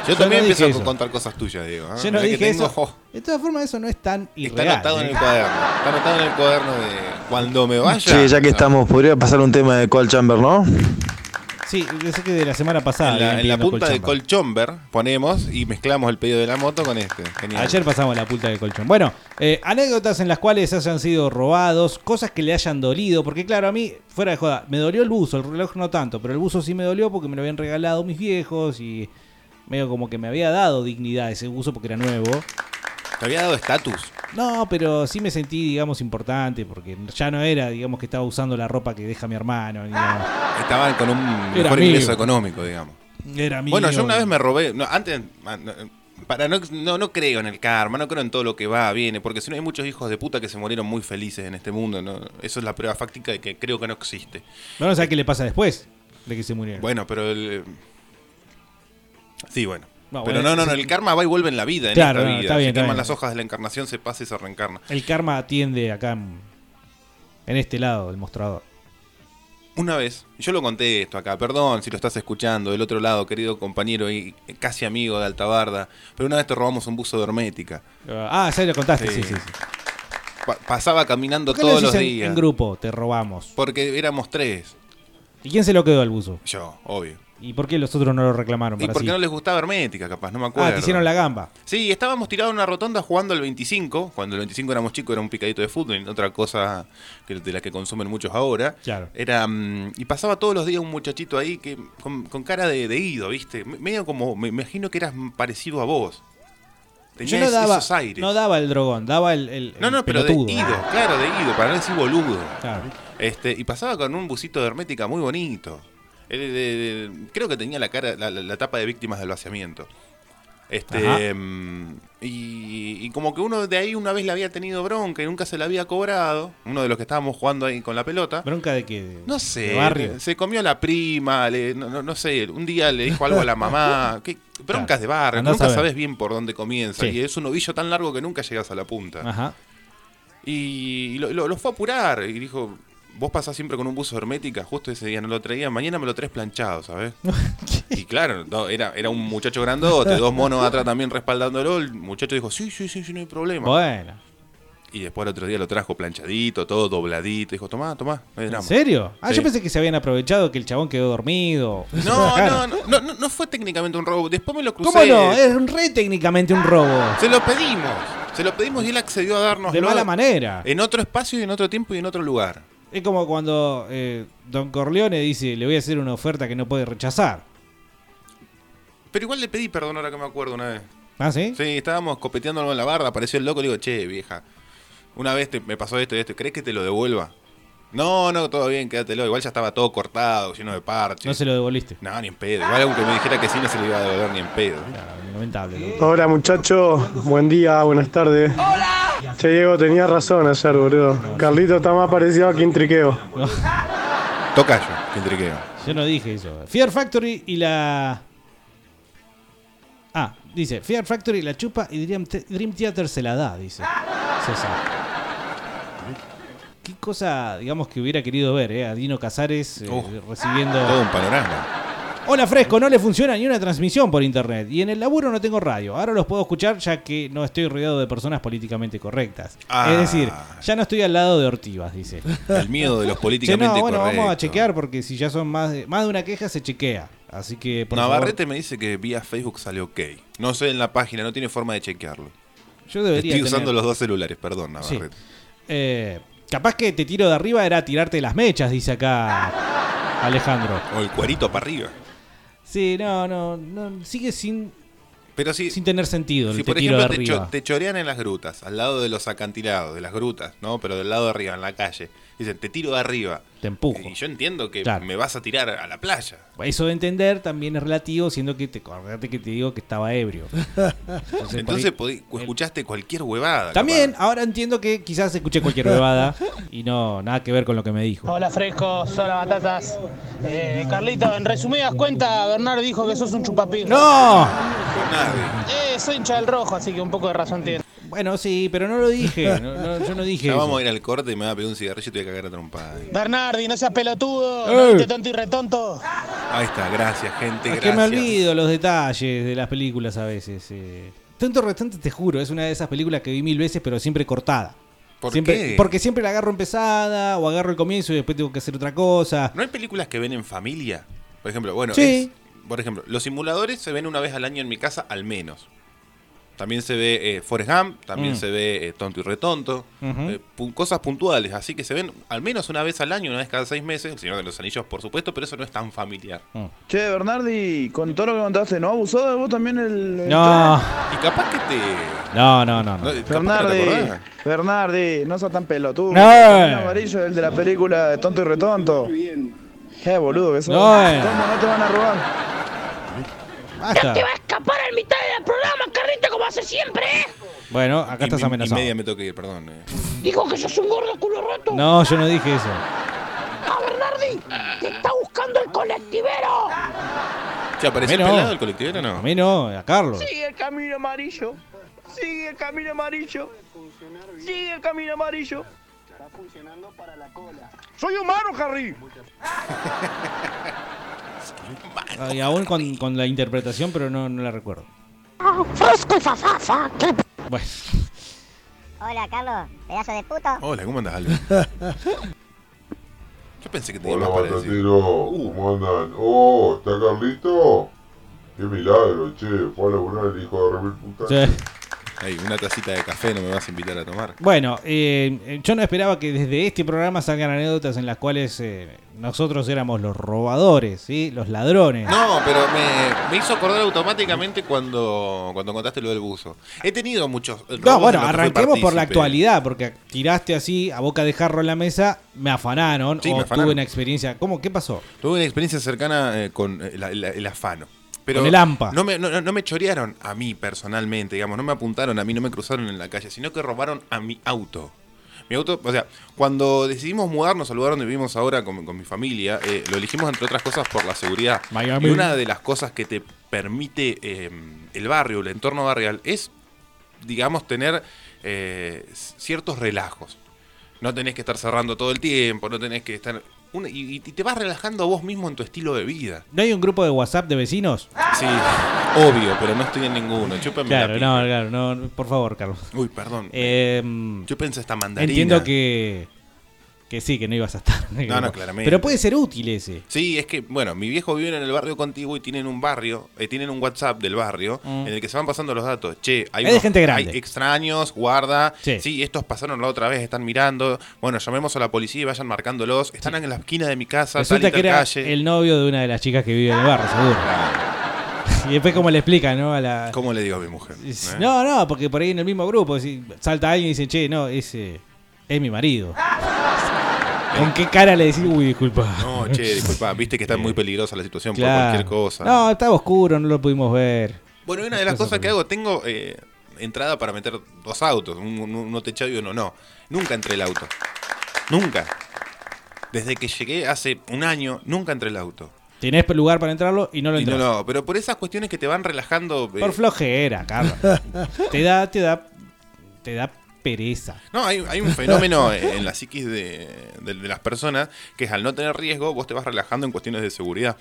Speaker 9: Yo,
Speaker 6: Yo
Speaker 9: también
Speaker 6: no dije
Speaker 9: empiezo
Speaker 6: eso.
Speaker 9: a contar cosas tuyas, Diego. ¿eh?
Speaker 6: Yo no
Speaker 9: Mirá que
Speaker 6: dije
Speaker 9: tengo-
Speaker 6: eso. De todas formas, eso no es tan
Speaker 9: Está
Speaker 6: irreal. eh.
Speaker 9: anotado en el cuaderno. Está anotado en el cuaderno de cuando me vaya.
Speaker 15: Che, ya que estamos, podría pasar un tema de Cole Chamber, ¿no?
Speaker 6: Sí, yo sé que de la semana pasada. eh,
Speaker 9: en la,
Speaker 6: vienen
Speaker 9: en la
Speaker 6: pidiendo
Speaker 9: punta de
Speaker 6: colchón.
Speaker 9: colchomber ponemos y mezclamos el pedido de la moto con este. Genial.
Speaker 6: Ayer pasamos la punta del colchón. Bueno, eh, anécdotas en las cuales hayan sido robados, cosas que le hayan dolido, porque claro, a mí, fuera de joda, me dolió el buzo, el reloj no tanto, pero el buzo sí me dolió porque me lo habían regalado mis viejos y medio como que me había dado dignidad ese buzo porque era nuevo.
Speaker 9: Te había dado estatus.
Speaker 6: No, pero sí me sentí, digamos, importante porque ya no era, digamos, que estaba usando la ropa que deja mi hermano. ni nada.
Speaker 9: Estaban con un
Speaker 6: Era
Speaker 9: mejor
Speaker 6: mío.
Speaker 9: ingreso económico, digamos.
Speaker 6: Era mío.
Speaker 9: Bueno, yo una vez me robé. no, antes. ah, no, Para, no, no, no creo en el karma, no creo en todo lo que va, viene, porque si no hay muchos hijos de puta que se murieron muy felices en este mundo. ¿no? Eso es la prueba fáctica de que creo que no existe.
Speaker 6: No, no sé qué le pasa después de que se murieron.
Speaker 9: Bueno, pero el. eh, Sí, bueno.
Speaker 6: No,
Speaker 9: pero
Speaker 6: bueno,
Speaker 9: no, no, no,
Speaker 6: sí.
Speaker 9: el karma va y vuelve en la vida, en
Speaker 6: Claro,
Speaker 9: esta
Speaker 6: no,
Speaker 9: vida.
Speaker 6: está bien,
Speaker 9: se
Speaker 6: está
Speaker 9: queman
Speaker 6: bien.
Speaker 9: las hojas de la encarnación, se pasa y se reencarna.
Speaker 6: El karma atiende acá en, en este lado del mostrador.
Speaker 9: Una vez, yo lo conté esto acá, perdón si lo estás escuchando del otro lado, querido compañero y eh, casi amigo de Altabarda, pero una vez te robamos un buzo de hermética.
Speaker 6: Ah, ya lo contaste, sí, sí. sí.
Speaker 9: Pa- pasaba caminando
Speaker 6: ¿Por qué lo
Speaker 9: todos los
Speaker 6: decís en-
Speaker 9: días.
Speaker 6: En grupo, te robamos.
Speaker 9: Porque éramos tres,
Speaker 6: ¿Y quién se lo quedó al buzo?
Speaker 9: yo, obvio.
Speaker 6: ¿Y por qué los otros no lo reclamaron?
Speaker 9: Y
Speaker 6: Para
Speaker 9: porque
Speaker 6: sí?
Speaker 9: no les gustaba hermética, capaz, no me acuerdo.
Speaker 6: ah, te hicieron la gamba.
Speaker 9: Sí, estábamos tirados en una rotonda jugando al 25. Cuando el 25 éramos chicos era un picadito de fútbol, y otra cosa que, de la que consumen muchos ahora.
Speaker 6: Claro.
Speaker 9: Era, mm, y pasaba todos los días un muchachito ahí que con, con cara de, de ido, ¿viste? Me- Medio como, me imagino que eras parecido a vos.
Speaker 6: Yo
Speaker 9: Tenías
Speaker 6: no daba,
Speaker 9: esos aires.
Speaker 6: no daba el drogón, daba el, el-
Speaker 9: no,
Speaker 6: el
Speaker 9: no, pero de
Speaker 6: pelotudo.
Speaker 9: ido, claro, de ido, para no decir boludo.
Speaker 6: Claro.
Speaker 9: Este, y pasaba con un busito de hermética muy bonito. Él, eh, creo que tenía la cara, la, la- la tapa de víctimas del vaciamiento. Este
Speaker 6: Ajá.
Speaker 9: mm, y, y como que uno de ahí una vez le había tenido bronca y nunca se la había cobrado. Uno de los que estábamos jugando ahí con la pelota.
Speaker 6: ¿Bronca de qué? De-
Speaker 9: No sé.
Speaker 6: de barrio.
Speaker 9: Se comió a la prima, le- no, no- no sé, un día le dijo algo a la mamá. ¿Qué? Broncas de barrio,
Speaker 6: Andá a
Speaker 9: nunca
Speaker 6: saber.
Speaker 9: sabes bien por dónde comienza.
Speaker 6: Sí.
Speaker 9: Y es un ovillo tan largo que nunca llegas a la punta.
Speaker 6: Ajá.
Speaker 9: Y lo, lo- lo fue a apurar. Y dijo, vos pasás siempre con un buzo de hermética, justo ese día no lo traía, mañana me lo traes planchado, ¿sabes? y claro, no, era, era un muchacho grandote, dos monos atrás también respaldándolo. El muchacho dijo, sí, sí, sí, sí, no hay problema.
Speaker 6: Bueno.
Speaker 9: Y después el otro día lo trajo planchadito, todo dobladito. Dijo, tomá, tomá, no hay
Speaker 6: ¿En
Speaker 9: drama".
Speaker 6: serio? Ah,
Speaker 9: Sí.
Speaker 6: yo pensé que se habían aprovechado, que el chabón quedó dormido.
Speaker 9: No, no, no, no, no, no fue técnicamente un robo. Después me lo crucé.
Speaker 6: ¿Cómo no? Es un re técnicamente un robo.
Speaker 9: Se lo pedimos. Se lo pedimos y él accedió a darnos.
Speaker 6: De mala manera.
Speaker 9: En otro espacio y en otro tiempo y en otro lugar.
Speaker 6: Es como cuando eh, Don Corleone dice, le voy a hacer una oferta que no puede rechazar.
Speaker 9: Pero igual le pedí perdón ahora que me acuerdo una vez.
Speaker 6: ¿Ah, sí?
Speaker 9: Sí, estábamos copeteando algo en la barra, apareció el loco y le digo, che, vieja, una vez te- me pasó esto y esto, ¿crees que te lo devuelva? No, no, todo bien, quédatelo. Igual ya estaba todo cortado, lleno de parches.
Speaker 6: No se lo devolviste.
Speaker 9: No, ni en pedo. Igual aunque me dijera que sí, no se lo iba a devolver ni en pedo.
Speaker 6: Lamentable.
Speaker 20: Hola muchachos, buen día, buenas tardes. Che Diego, tenías razón ayer, boludo. Carlito está más parecido a Quintriqueo.
Speaker 9: Toca yo, que intriqueo.
Speaker 6: Yo no dije eso. Fear Factory y la. Ah, dice, Fear Factory la chupa y Dream, Te- Dream Theater se la da, dice César. Qué cosa, digamos, que hubiera querido ver, ¿eh? A Dino Casares eh, recibiendo.
Speaker 9: Oh. Todo un panorama.
Speaker 6: Hola Fresco, no le funciona ni una transmisión por internet. Y en el laburo no tengo radio. Ahora los puedo escuchar ya que no estoy rodeado de personas políticamente correctas.
Speaker 9: Ah.
Speaker 6: Es decir, ya no estoy al lado de Ortivas, dice.
Speaker 9: El miedo de los
Speaker 6: Che,
Speaker 9: políticamente
Speaker 6: no, bueno,
Speaker 9: correctos.
Speaker 6: vamos a chequear porque si ya son más de, más de una queja se chequea. Así que por
Speaker 9: Navarrete me dice que vía Facebook sale ok. No sé en la página, no tiene forma de chequearlo.
Speaker 6: favor, yo debería
Speaker 9: Estoy
Speaker 6: tener-
Speaker 9: usando los dos celulares, perdón,
Speaker 6: Sí.
Speaker 9: Navarrete.
Speaker 6: Eh, capaz que te tiro de arriba era tirarte las mechas, dice acá Alejandro.
Speaker 9: O el cuerito para arriba.
Speaker 6: Sí, no, no, no sigue sin
Speaker 9: Pero si,
Speaker 6: sin tener sentido. el
Speaker 9: Si
Speaker 6: te
Speaker 9: por
Speaker 6: tiro
Speaker 9: ejemplo
Speaker 6: de
Speaker 9: te,
Speaker 6: arriba.
Speaker 9: cho- te chorean en las grutas, al lado de los acantilados, de las grutas, ¿no? Pero del lado de arriba, en la calle. Dicen, te tiro de arriba.
Speaker 6: Te empujo.
Speaker 9: Y yo entiendo que
Speaker 6: Claro.
Speaker 9: me vas a tirar a la playa.
Speaker 6: Eso de entender también es relativo, siendo que te acordate que te digo que estaba ebrio.
Speaker 9: Entonces,
Speaker 6: por ahí-
Speaker 9: podí- escuchaste cualquier huevada.
Speaker 6: También, ahora entiendo que quizás escuché cualquier bebada y no, nada que ver con lo que me dijo.
Speaker 21: Hola frescos, hola batatas. Eh, Carlito, en resumidas cuentas, Bernardo dijo que sos un chupapín.
Speaker 6: ¡No!
Speaker 21: Eh, soy hincha del rojo, así que un poco de razón tiene.
Speaker 6: Bueno, sí, pero no lo dije. no, no, yo no dije.
Speaker 9: Ya
Speaker 6: eso.
Speaker 9: vamos a ir al corte y me va a pedir un cigarrillo y te voy a cagar a trompada.
Speaker 21: Bernardi, no seas pelotudo,
Speaker 6: Eh.
Speaker 21: no viste tonto y retonto.
Speaker 9: Ahí está, gracias, gente,
Speaker 6: Es
Speaker 9: gracias.
Speaker 6: que me olvido los detalles de las películas a veces. eh. Tanto restante, te juro, es una de esas películas que vi mil veces, pero siempre cortada.
Speaker 9: ¿Por
Speaker 6: Siempre-
Speaker 9: qué?
Speaker 6: Porque siempre la agarro empezada o agarro el comienzo y después tengo que hacer otra cosa.
Speaker 9: ¿No hay películas que ven en familia? Por ejemplo, bueno,
Speaker 6: Sí.
Speaker 9: es- por ejemplo, los simuladores se ven una vez al año en mi casa al menos. También se ve eh, Forrest Gump, también
Speaker 6: Mm.
Speaker 9: se ve eh, Tonto y Retonto,
Speaker 6: Ujú.
Speaker 9: eh, pu- cosas puntuales, así que se ven al menos una vez al año, una vez cada seis meses, el Señor de los Anillos, por supuesto, pero eso no es tan familiar.
Speaker 6: Mm.
Speaker 5: Che, Bernardi, con todo lo que contaste, ¿no abusó de vos también el.
Speaker 6: No.
Speaker 9: Y capaz que te...
Speaker 6: No, no, no. no.
Speaker 9: No, capaz
Speaker 5: Bernardi,
Speaker 9: que te
Speaker 16: eh.
Speaker 9: acordás.
Speaker 5: Bernardi, no seas tan pelotudo.
Speaker 6: No.
Speaker 5: El amarillo el de la película de Tonto y Retonto. Qué boludo que sos.
Speaker 6: No, eh.
Speaker 5: ¿Cómo no te van a robar?
Speaker 6: Basta.
Speaker 22: escapar en mitad del programa, Carrito, como hace siempre, ¿eh?
Speaker 6: Bueno, acá estás
Speaker 9: y, y
Speaker 6: amenazado.
Speaker 9: media me toca ir, perdón. eh.
Speaker 22: Dijo que sos un gordo culo roto.
Speaker 6: No, yo no dije eso.
Speaker 22: ¡Ah, Bernardi! ¡Te está buscando el colectivero!
Speaker 9: Che, ¿apareció
Speaker 6: Menos.
Speaker 9: pelado el colectivo o no?
Speaker 6: A mí no, a Carlos.
Speaker 5: Sigue el camino amarillo. Sigue el camino amarillo. Sigue el camino amarillo. Está funcionando para la cola. Soy humano, Harry.
Speaker 6: Ah, Y aún con, con la interpretación, pero no, no la recuerdo.
Speaker 22: Ah,
Speaker 23: ¡Fresco y fafafa!
Speaker 6: Bueno,
Speaker 23: Hola, Carlos, pedazo de puto.
Speaker 9: Hola, ¿cómo andás, Aldo? Yo pensé que tenía
Speaker 24: Hola,
Speaker 9: más para decir.
Speaker 24: Batatero,
Speaker 9: Uh.
Speaker 24: ¿cómo andan? Oh, ¿está Carlito? Qué milagro, che, fue a laburar el hijo de remil puta.
Speaker 9: Ey, una tacita de café no me vas a invitar a tomar.
Speaker 6: bueno eh, yo no esperaba que desde este programa salgan anécdotas en las cuales eh, nosotros éramos los robadores, ¿sí? Los ladrones.
Speaker 9: No, pero me, me hizo acordar automáticamente cuando, cuando contaste lo del buzo. He tenido muchos. eh, robos
Speaker 6: No, bueno,
Speaker 9: en los que fui
Speaker 6: arranquemos por la
Speaker 9: partícipe.
Speaker 6: actualidad, porque tiraste así a boca de jarro en la mesa, me afanaron
Speaker 9: Sí,
Speaker 6: o
Speaker 9: me afanaron.
Speaker 6: tuve una experiencia. ¿Cómo? ¿Qué pasó?
Speaker 9: Tuve una experiencia cercana eh, con eh, la- la- el afano. Pero
Speaker 6: Con el AMPA.
Speaker 9: No me, no, no- no me chorearon a mí personalmente, digamos, no me apuntaron a mí, no me cruzaron en la calle, sino que robaron a mi auto. Mi auto, o sea, cuando decidimos mudarnos al lugar donde vivimos ahora con, con mi familia, eh, lo elegimos entre otras cosas por la seguridad.
Speaker 6: Miami.
Speaker 9: Y una de las cosas que te permite eh, el barrio, el entorno barrial, es, digamos, tener eh, ciertos relajos. No tenés que estar cerrando todo el tiempo, no tenés que estar... una- y, y te vas relajando a vos mismo en tu estilo de vida.
Speaker 6: ¿No hay un grupo de WhatsApp de vecinos?
Speaker 9: Sí, obvio, pero no estoy en ninguno. Chúpame Ah. la
Speaker 6: Claro,
Speaker 9: pija.
Speaker 6: no, claro, no, por favor, Carlos.
Speaker 9: Uy, perdón. Yo pensé esta mandarina.
Speaker 6: em, Entiendo que, que sí, que no ibas a estar. en el
Speaker 9: No,
Speaker 6: grupo.
Speaker 9: no, claramente.
Speaker 6: Pero puede ser útil ese.
Speaker 9: Sí, es que, bueno, mi viejo vive en el barrio contigo y tienen un barrio, eh, tienen un WhatsApp del barrio
Speaker 6: Mm.
Speaker 9: en el que se van pasando los datos. Che, hay,
Speaker 6: Es de gente grande.
Speaker 9: hay extraños, guarda.
Speaker 6: Sí.
Speaker 9: Sí. estos pasaron la otra vez, están mirando. Bueno, llamemos a la policía y vayan marcándolos. Están en la esquina de mi casa,
Speaker 6: Resulta
Speaker 9: tal y
Speaker 6: que
Speaker 9: tal
Speaker 6: era
Speaker 9: calle.
Speaker 6: el novio de una de las chicas que vive en el barrio, seguro. Y después, ¿cómo le explican, no? A la...
Speaker 9: ¿Cómo le digo a mi mujer? ¿Eh?
Speaker 6: No, no, porque por ahí en el mismo grupo si salta alguien y dice, che, no, ese es mi marido. ¿Con qué cara le decís, uy, disculpa?
Speaker 9: No, che, disculpa, viste que está muy peligrosa la situación
Speaker 6: Claro.
Speaker 9: por cualquier cosa.
Speaker 6: No, estaba oscuro, no lo pudimos ver.
Speaker 9: Bueno, y una de las cosas que hago, tengo eh, entrada para meter dos autos, un- un- uno techado y uno no. Nunca entré el auto. Nunca. Desde que llegué hace un año, nunca entré el auto.
Speaker 6: Tenés lugar para entrarlo y no lo
Speaker 9: Y no,
Speaker 6: entras.
Speaker 9: no, pero por esas cuestiones que te van relajando. eh,
Speaker 6: Por flojera, Carlos. te da, te da, te da pereza.
Speaker 9: no, hay, hay un fenómeno eh, en la psiquis de, de- de las personas que es al no tener riesgo, vos te vas relajando en cuestiones de seguridad.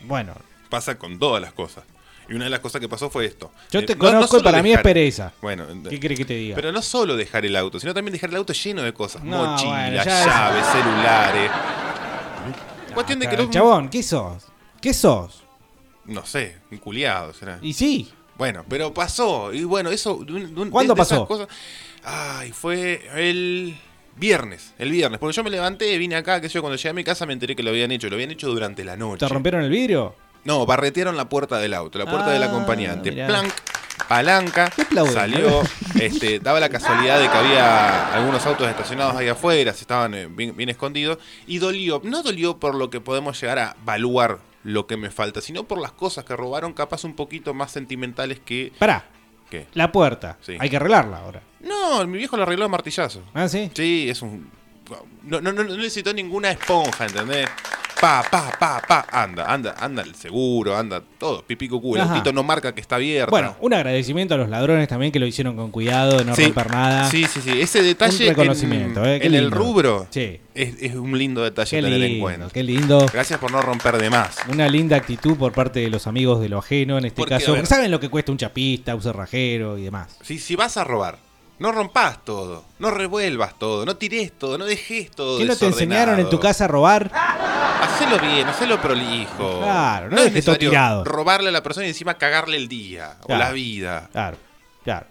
Speaker 6: Bueno,
Speaker 9: Pasa con todas las cosas. Y una de las cosas que pasó fue esto.
Speaker 6: Yo
Speaker 9: Eh,
Speaker 6: te
Speaker 9: no- no
Speaker 6: conozco y
Speaker 9: solo
Speaker 6: para mí es
Speaker 9: dejar-
Speaker 6: pereza.
Speaker 9: Bueno,
Speaker 6: ¿Qué crees que te diga?
Speaker 9: Pero no solo dejar el auto, sino también dejar el auto lleno de cosas.
Speaker 6: No,
Speaker 9: Mochilas,
Speaker 6: bueno, ya es-
Speaker 9: llaves, celulares. Cuestión de que los-
Speaker 6: Ah, Chabón, ¿qué sos? ¿Qué sos?
Speaker 9: No sé, un culiado será.
Speaker 6: Y sí.
Speaker 9: Bueno, pero pasó. Y bueno, eso... de un- de un-
Speaker 6: ¿Cuándo
Speaker 9: de esas
Speaker 6: pasó?
Speaker 9: cosas- Ay, fue el viernes. El viernes. Porque yo me levanté, vine acá, que yo cuando llegué a mi casa me enteré que lo habían hecho. Lo habían hecho durante la noche.
Speaker 6: ¿Te rompieron el vidrio?
Speaker 9: No, barretearon la puerta del auto, la puerta
Speaker 6: Ah,
Speaker 9: del acompañante.
Speaker 6: mirá.
Speaker 9: Plank, palanca,
Speaker 6: aplauden,
Speaker 9: salió.
Speaker 6: ¿no?
Speaker 9: Este, daba la casualidad de que había algunos autos estacionados ahí afuera, se estaban eh, bien, bien escondidos. Y dolió, no dolió por lo que podemos llegar a evaluar lo que me falta, sino por las cosas que robaron, capaz un poquito más sentimentales que.
Speaker 6: Pará,
Speaker 9: ¿Qué?
Speaker 6: la puerta.
Speaker 9: Sí.
Speaker 6: Hay que arreglarla ahora.
Speaker 9: No, mi viejo lo arregló a martillazo.
Speaker 6: ¿Ah, sí?
Speaker 9: Sí, es un. No, no, no, no necesitó ninguna esponja, ¿entendés? Pa, pa, pa, pa. Anda, anda, anda el seguro, anda todo. Pipi cucú. El
Speaker 6: Ajá.
Speaker 9: autito no marca que está abierto.
Speaker 6: Bueno, un agradecimiento a los ladrones también que lo hicieron con cuidado, de no
Speaker 9: Sí.
Speaker 6: romper nada.
Speaker 9: Sí, sí, sí. Ese detalle.
Speaker 6: Un reconocimiento,
Speaker 9: en,
Speaker 6: eh, qué
Speaker 9: en el
Speaker 6: lindo.
Speaker 9: rubro.
Speaker 6: Sí.
Speaker 9: Es, es un lindo detalle
Speaker 6: Qué
Speaker 9: tener en
Speaker 6: lindo,
Speaker 9: cuenta.
Speaker 6: qué lindo.
Speaker 9: Gracias por no romper de más.
Speaker 6: Una linda actitud por parte de los amigos de lo ajeno, en este
Speaker 9: Porque,
Speaker 6: caso.
Speaker 9: a ver-
Speaker 6: Saben lo que cuesta un chapista, un cerrajero y demás.
Speaker 9: Si, si vas a robar, no rompas todo. No revuelvas todo. No tires todo. No dejes todo.
Speaker 6: ¿Qué no te
Speaker 9: desordenado.
Speaker 6: enseñaron en tu casa a robar?
Speaker 9: Hacelo bien, hacelo prolijo.
Speaker 6: Claro, no dejes todo tirado.
Speaker 9: robarle a la persona y encima cagarle el día
Speaker 6: Claro.
Speaker 9: o la vida.
Speaker 6: Claro, claro.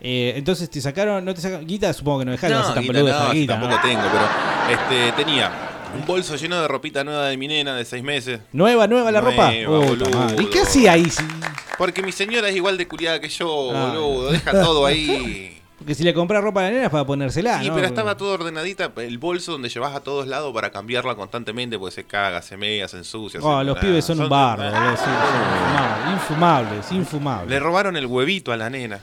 Speaker 6: Eh, entonces te sacaron, no te sacaron. Guita, supongo que no dejaron
Speaker 9: No,
Speaker 6: hacer tan
Speaker 9: guita,
Speaker 6: peludo esa
Speaker 9: no, yo
Speaker 6: guita,
Speaker 9: tampoco
Speaker 6: ¿no?
Speaker 9: tengo, pero este, tenía un bolso lleno de ropita nueva de mi nena de seis meses.
Speaker 6: Nueva, nueva la ropa.
Speaker 9: Nueva,
Speaker 6: Puta
Speaker 9: boludo.
Speaker 6: madre. ¿Y qué hacía ahí? Si-
Speaker 9: Porque mi señora es igual de curiada que yo,
Speaker 6: Ah.
Speaker 9: boludo. Deja todo ahí.
Speaker 6: Porque si le compras ropa a la nena es para ponérsela.
Speaker 9: Sí,
Speaker 6: Ah, ¿no?
Speaker 9: pero estaba todo ordenadita. El bolso donde llevas a todos lados para cambiarla constantemente porque se caga, se mea, se ensucia.
Speaker 6: Oh,
Speaker 9: se-
Speaker 6: los
Speaker 9: nah,
Speaker 6: pibes son un barro, boludo. sí, son infumables, infumables,
Speaker 9: Le
Speaker 6: infumables.
Speaker 9: robaron el huevito a la nena.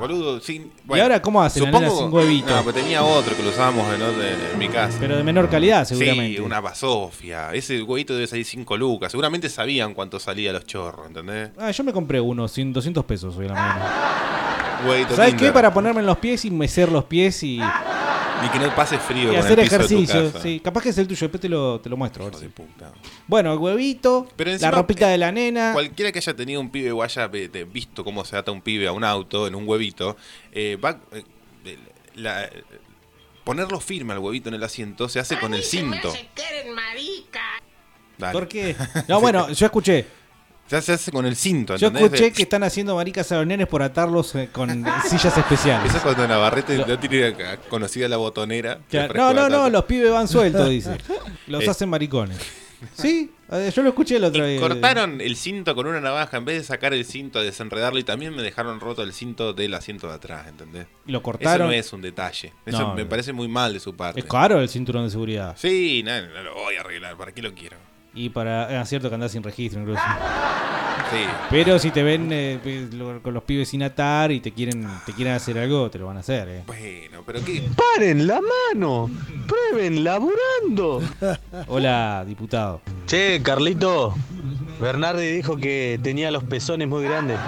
Speaker 9: Boludo, sin. bueno,
Speaker 6: ahora cómo hace la nena sin huevito?
Speaker 9: No, pues tenía otro que lo usábamos en, otro- en mi casa.
Speaker 6: Pero de menor calidad, seguramente.
Speaker 9: Sí, una basofia. Ese huevito debe salir 5 lucas. Seguramente sabían cuánto salía los chorros, ¿entendés?
Speaker 6: Ah, yo me compré uno, 100, 200 pesos hoy a la mañana.
Speaker 9: Huevito
Speaker 6: ¿Sabes
Speaker 9: Kinder.
Speaker 6: qué? Para ponerme en los pies y mecer los pies y,
Speaker 9: Y que no pases frío.
Speaker 6: y
Speaker 9: con
Speaker 6: hacer
Speaker 9: el piso de tu
Speaker 6: ejercicio.
Speaker 9: casa.
Speaker 6: Sí, capaz que es el tuyo, después te lo, te lo muestro. a ver si- Bueno, el huevito,
Speaker 9: Pero
Speaker 6: la
Speaker 9: encima, eh,
Speaker 6: ropita de la nena.
Speaker 9: Cualquiera que haya tenido un pibe o haya ve- te- visto cómo se ata un pibe a un auto en un huevito, eh, va, eh, eh, la- eh, ponerlo firme al huevito en el asiento se hace con el cinto. Dale.
Speaker 6: ¿Por qué? No, bueno, yo escuché.
Speaker 9: Ya se hace con el cinto,
Speaker 6: Yo
Speaker 9: ¿entendés?
Speaker 6: escuché
Speaker 9: Eh,
Speaker 6: que están haciendo maricas a los nenes por atarlos eh, con sillas especiales.
Speaker 9: Eso es cuando Navarrete no, tiene acá conocida la botonera.
Speaker 6: Claro,
Speaker 9: que
Speaker 6: No,
Speaker 9: fresco
Speaker 6: no,
Speaker 9: la
Speaker 6: no,
Speaker 9: tata.
Speaker 6: los pibes van sueltos, dice. Los
Speaker 9: Eh.
Speaker 6: hacen maricones. Sí, eh, yo lo escuché el otro día.
Speaker 9: Cortaron el cinto con una navaja en vez de sacar el cinto, desenredarlo y también me dejaron roto el cinto del asiento de atrás, ¿entendés?
Speaker 6: Lo
Speaker 9: Eso
Speaker 6: cortaron.
Speaker 9: no es un detalle. Eso
Speaker 6: No,
Speaker 9: me
Speaker 6: no.
Speaker 9: parece muy mal de su parte.
Speaker 6: Es caro el cinturón de seguridad.
Speaker 9: Sí, no, no lo voy a arreglar. ¿Para qué lo quiero?
Speaker 6: Y para. Es cierto que andás sin registro incluso.
Speaker 9: Sí.
Speaker 6: Pero si te ven eh, pe- lo- con los pibes sin atar y te quieren, te quieren hacer algo, te lo van a hacer. eh.
Speaker 9: Bueno, pero qué.
Speaker 21: ¡Paren la mano! ¡Prueben laburando!
Speaker 6: Hola, diputado.
Speaker 21: Che, Carlito, Bernardi dijo que tenía los pezones muy grandes.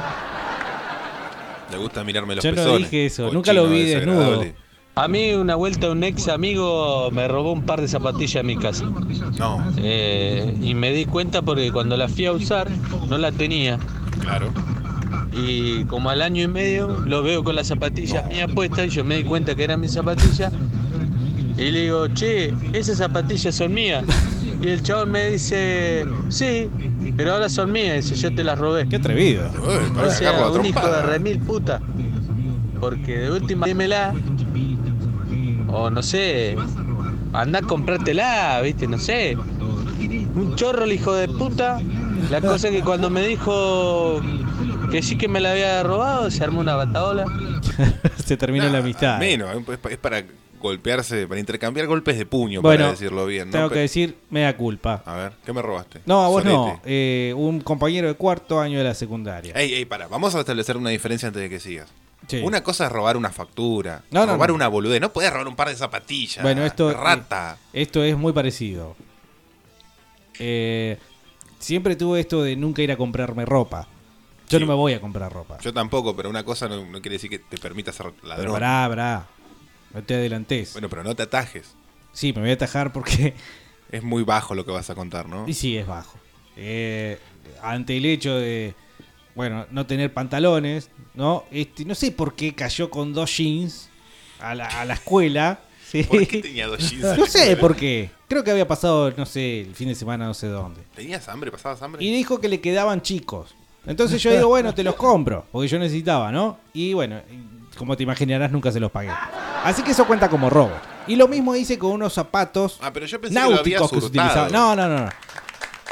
Speaker 9: Le gusta mirarme los
Speaker 6: Yo no
Speaker 9: pezones.
Speaker 6: dije eso, nunca lo vi
Speaker 9: Cochino desagradable.
Speaker 21: A mí una vuelta un ex amigo me robó un par de zapatillas a mi casa. Eh,
Speaker 9: No.
Speaker 21: y me di cuenta porque cuando las fui a usar no la tenía.
Speaker 9: Claro.
Speaker 21: Y como al año y medio lo veo con las zapatillas mías puestas y yo me di cuenta que eran mis zapatillas. Y le digo, che, esas zapatillas son mías. Y el chabón me dice, sí, pero ahora son mías. Dice, yo te las robé. Qué
Speaker 6: atrevido.
Speaker 9: Uy, para
Speaker 21: o sea,
Speaker 9: cagarlo a
Speaker 21: un hijo de
Speaker 9: trompada.
Speaker 21: remil puta. Porque de última, dímela. O no sé, anda a comprártela, viste, no sé. Un chorro el hijo de puta. La cosa que cuando me dijo que sí que me la había robado, se armó una bataola.
Speaker 6: Se terminó la amistad.
Speaker 9: Menos, es pa- es para golpearse, para intercambiar golpes de puño, para decirlo bien. ¿no?
Speaker 6: tengo
Speaker 9: Pe-
Speaker 6: que decir, me da culpa.
Speaker 9: A ver, ¿qué me robaste?
Speaker 6: No, a vos no.
Speaker 9: Sorete.
Speaker 6: eh, un compañero de cuarto año de la secundaria.
Speaker 9: Ey, ey, para, vamos a establecer una diferencia antes de que sigas.
Speaker 6: Sí.
Speaker 9: Una cosa es robar una factura,
Speaker 6: No, no,
Speaker 9: robar
Speaker 6: no.
Speaker 9: una boludez, no podés robar un par de zapatillas.
Speaker 6: Bueno, esto,
Speaker 9: Rata.
Speaker 6: eh, esto es muy parecido. Eh, siempre tuve esto de nunca ir a comprarme ropa. Yo
Speaker 9: Sí.
Speaker 6: no me voy a comprar ropa.
Speaker 9: Yo tampoco, pero una cosa no, no quiere decir que te permita ser ladrón.
Speaker 6: Pero pará, pará. No te adelantes.
Speaker 9: Bueno, pero no te atajes.
Speaker 6: Sí, me voy a atajar porque.
Speaker 9: Es muy bajo lo que vas a contar, ¿no?
Speaker 6: Y sí, es bajo. Eh, ante el hecho de. Bueno, no tener pantalones, ¿no? Este, no sé por qué cayó con dos jeans a la, a la escuela. ¿sí?
Speaker 9: ¿Por qué tenía dos jeans en la
Speaker 6: No sé
Speaker 9: escuela?
Speaker 6: por qué. Creo que había pasado, no sé, el fin de semana, no sé dónde.
Speaker 9: ¿Tenías hambre? ¿Pasabas hambre?
Speaker 6: Y dijo que le quedaban chicos. Entonces yo digo, bueno, te los compro, porque yo necesitaba, ¿no? Y bueno, y como te imaginarás, nunca se los pagué. Así que eso cuenta como robo. Y lo mismo hice con unos zapatos
Speaker 9: Ah, pero yo pensé que lo
Speaker 6: náuticos que,
Speaker 9: habías
Speaker 6: se
Speaker 9: hurtado.
Speaker 6: utilizaban. No, no, no, no.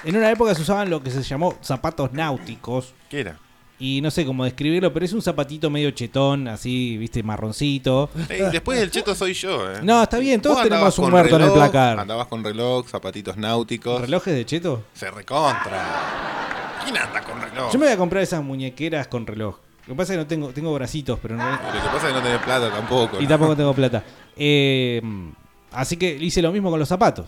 Speaker 6: En una época se usaban lo que se llamó zapatos náuticos.
Speaker 9: ¿Qué era?
Speaker 6: Y no sé cómo describirlo, pero es un zapatito medio chetón, así, viste, marroncito.
Speaker 9: Ey, después del cheto soy yo, ¿eh?
Speaker 6: No, está bien, todos
Speaker 9: Vos
Speaker 6: tenemos
Speaker 9: andabas
Speaker 6: un
Speaker 9: con
Speaker 6: muerto en el
Speaker 9: reloj,
Speaker 6: placar.
Speaker 9: Andabas con reloj, zapatitos náuticos.
Speaker 6: ¿Relojes de cheto?
Speaker 9: Se recontra. ¿Quién anda con reloj?
Speaker 6: Yo me voy a comprar esas muñequeras con reloj. Lo que pasa es que no tengo, tengo bracitos, pero no,
Speaker 9: Lo que pasa es que no tenés plata Ah, tampoco.
Speaker 6: Y
Speaker 9: ¿no?
Speaker 6: tampoco tengo plata. Eh, así que hice lo mismo con los zapatos.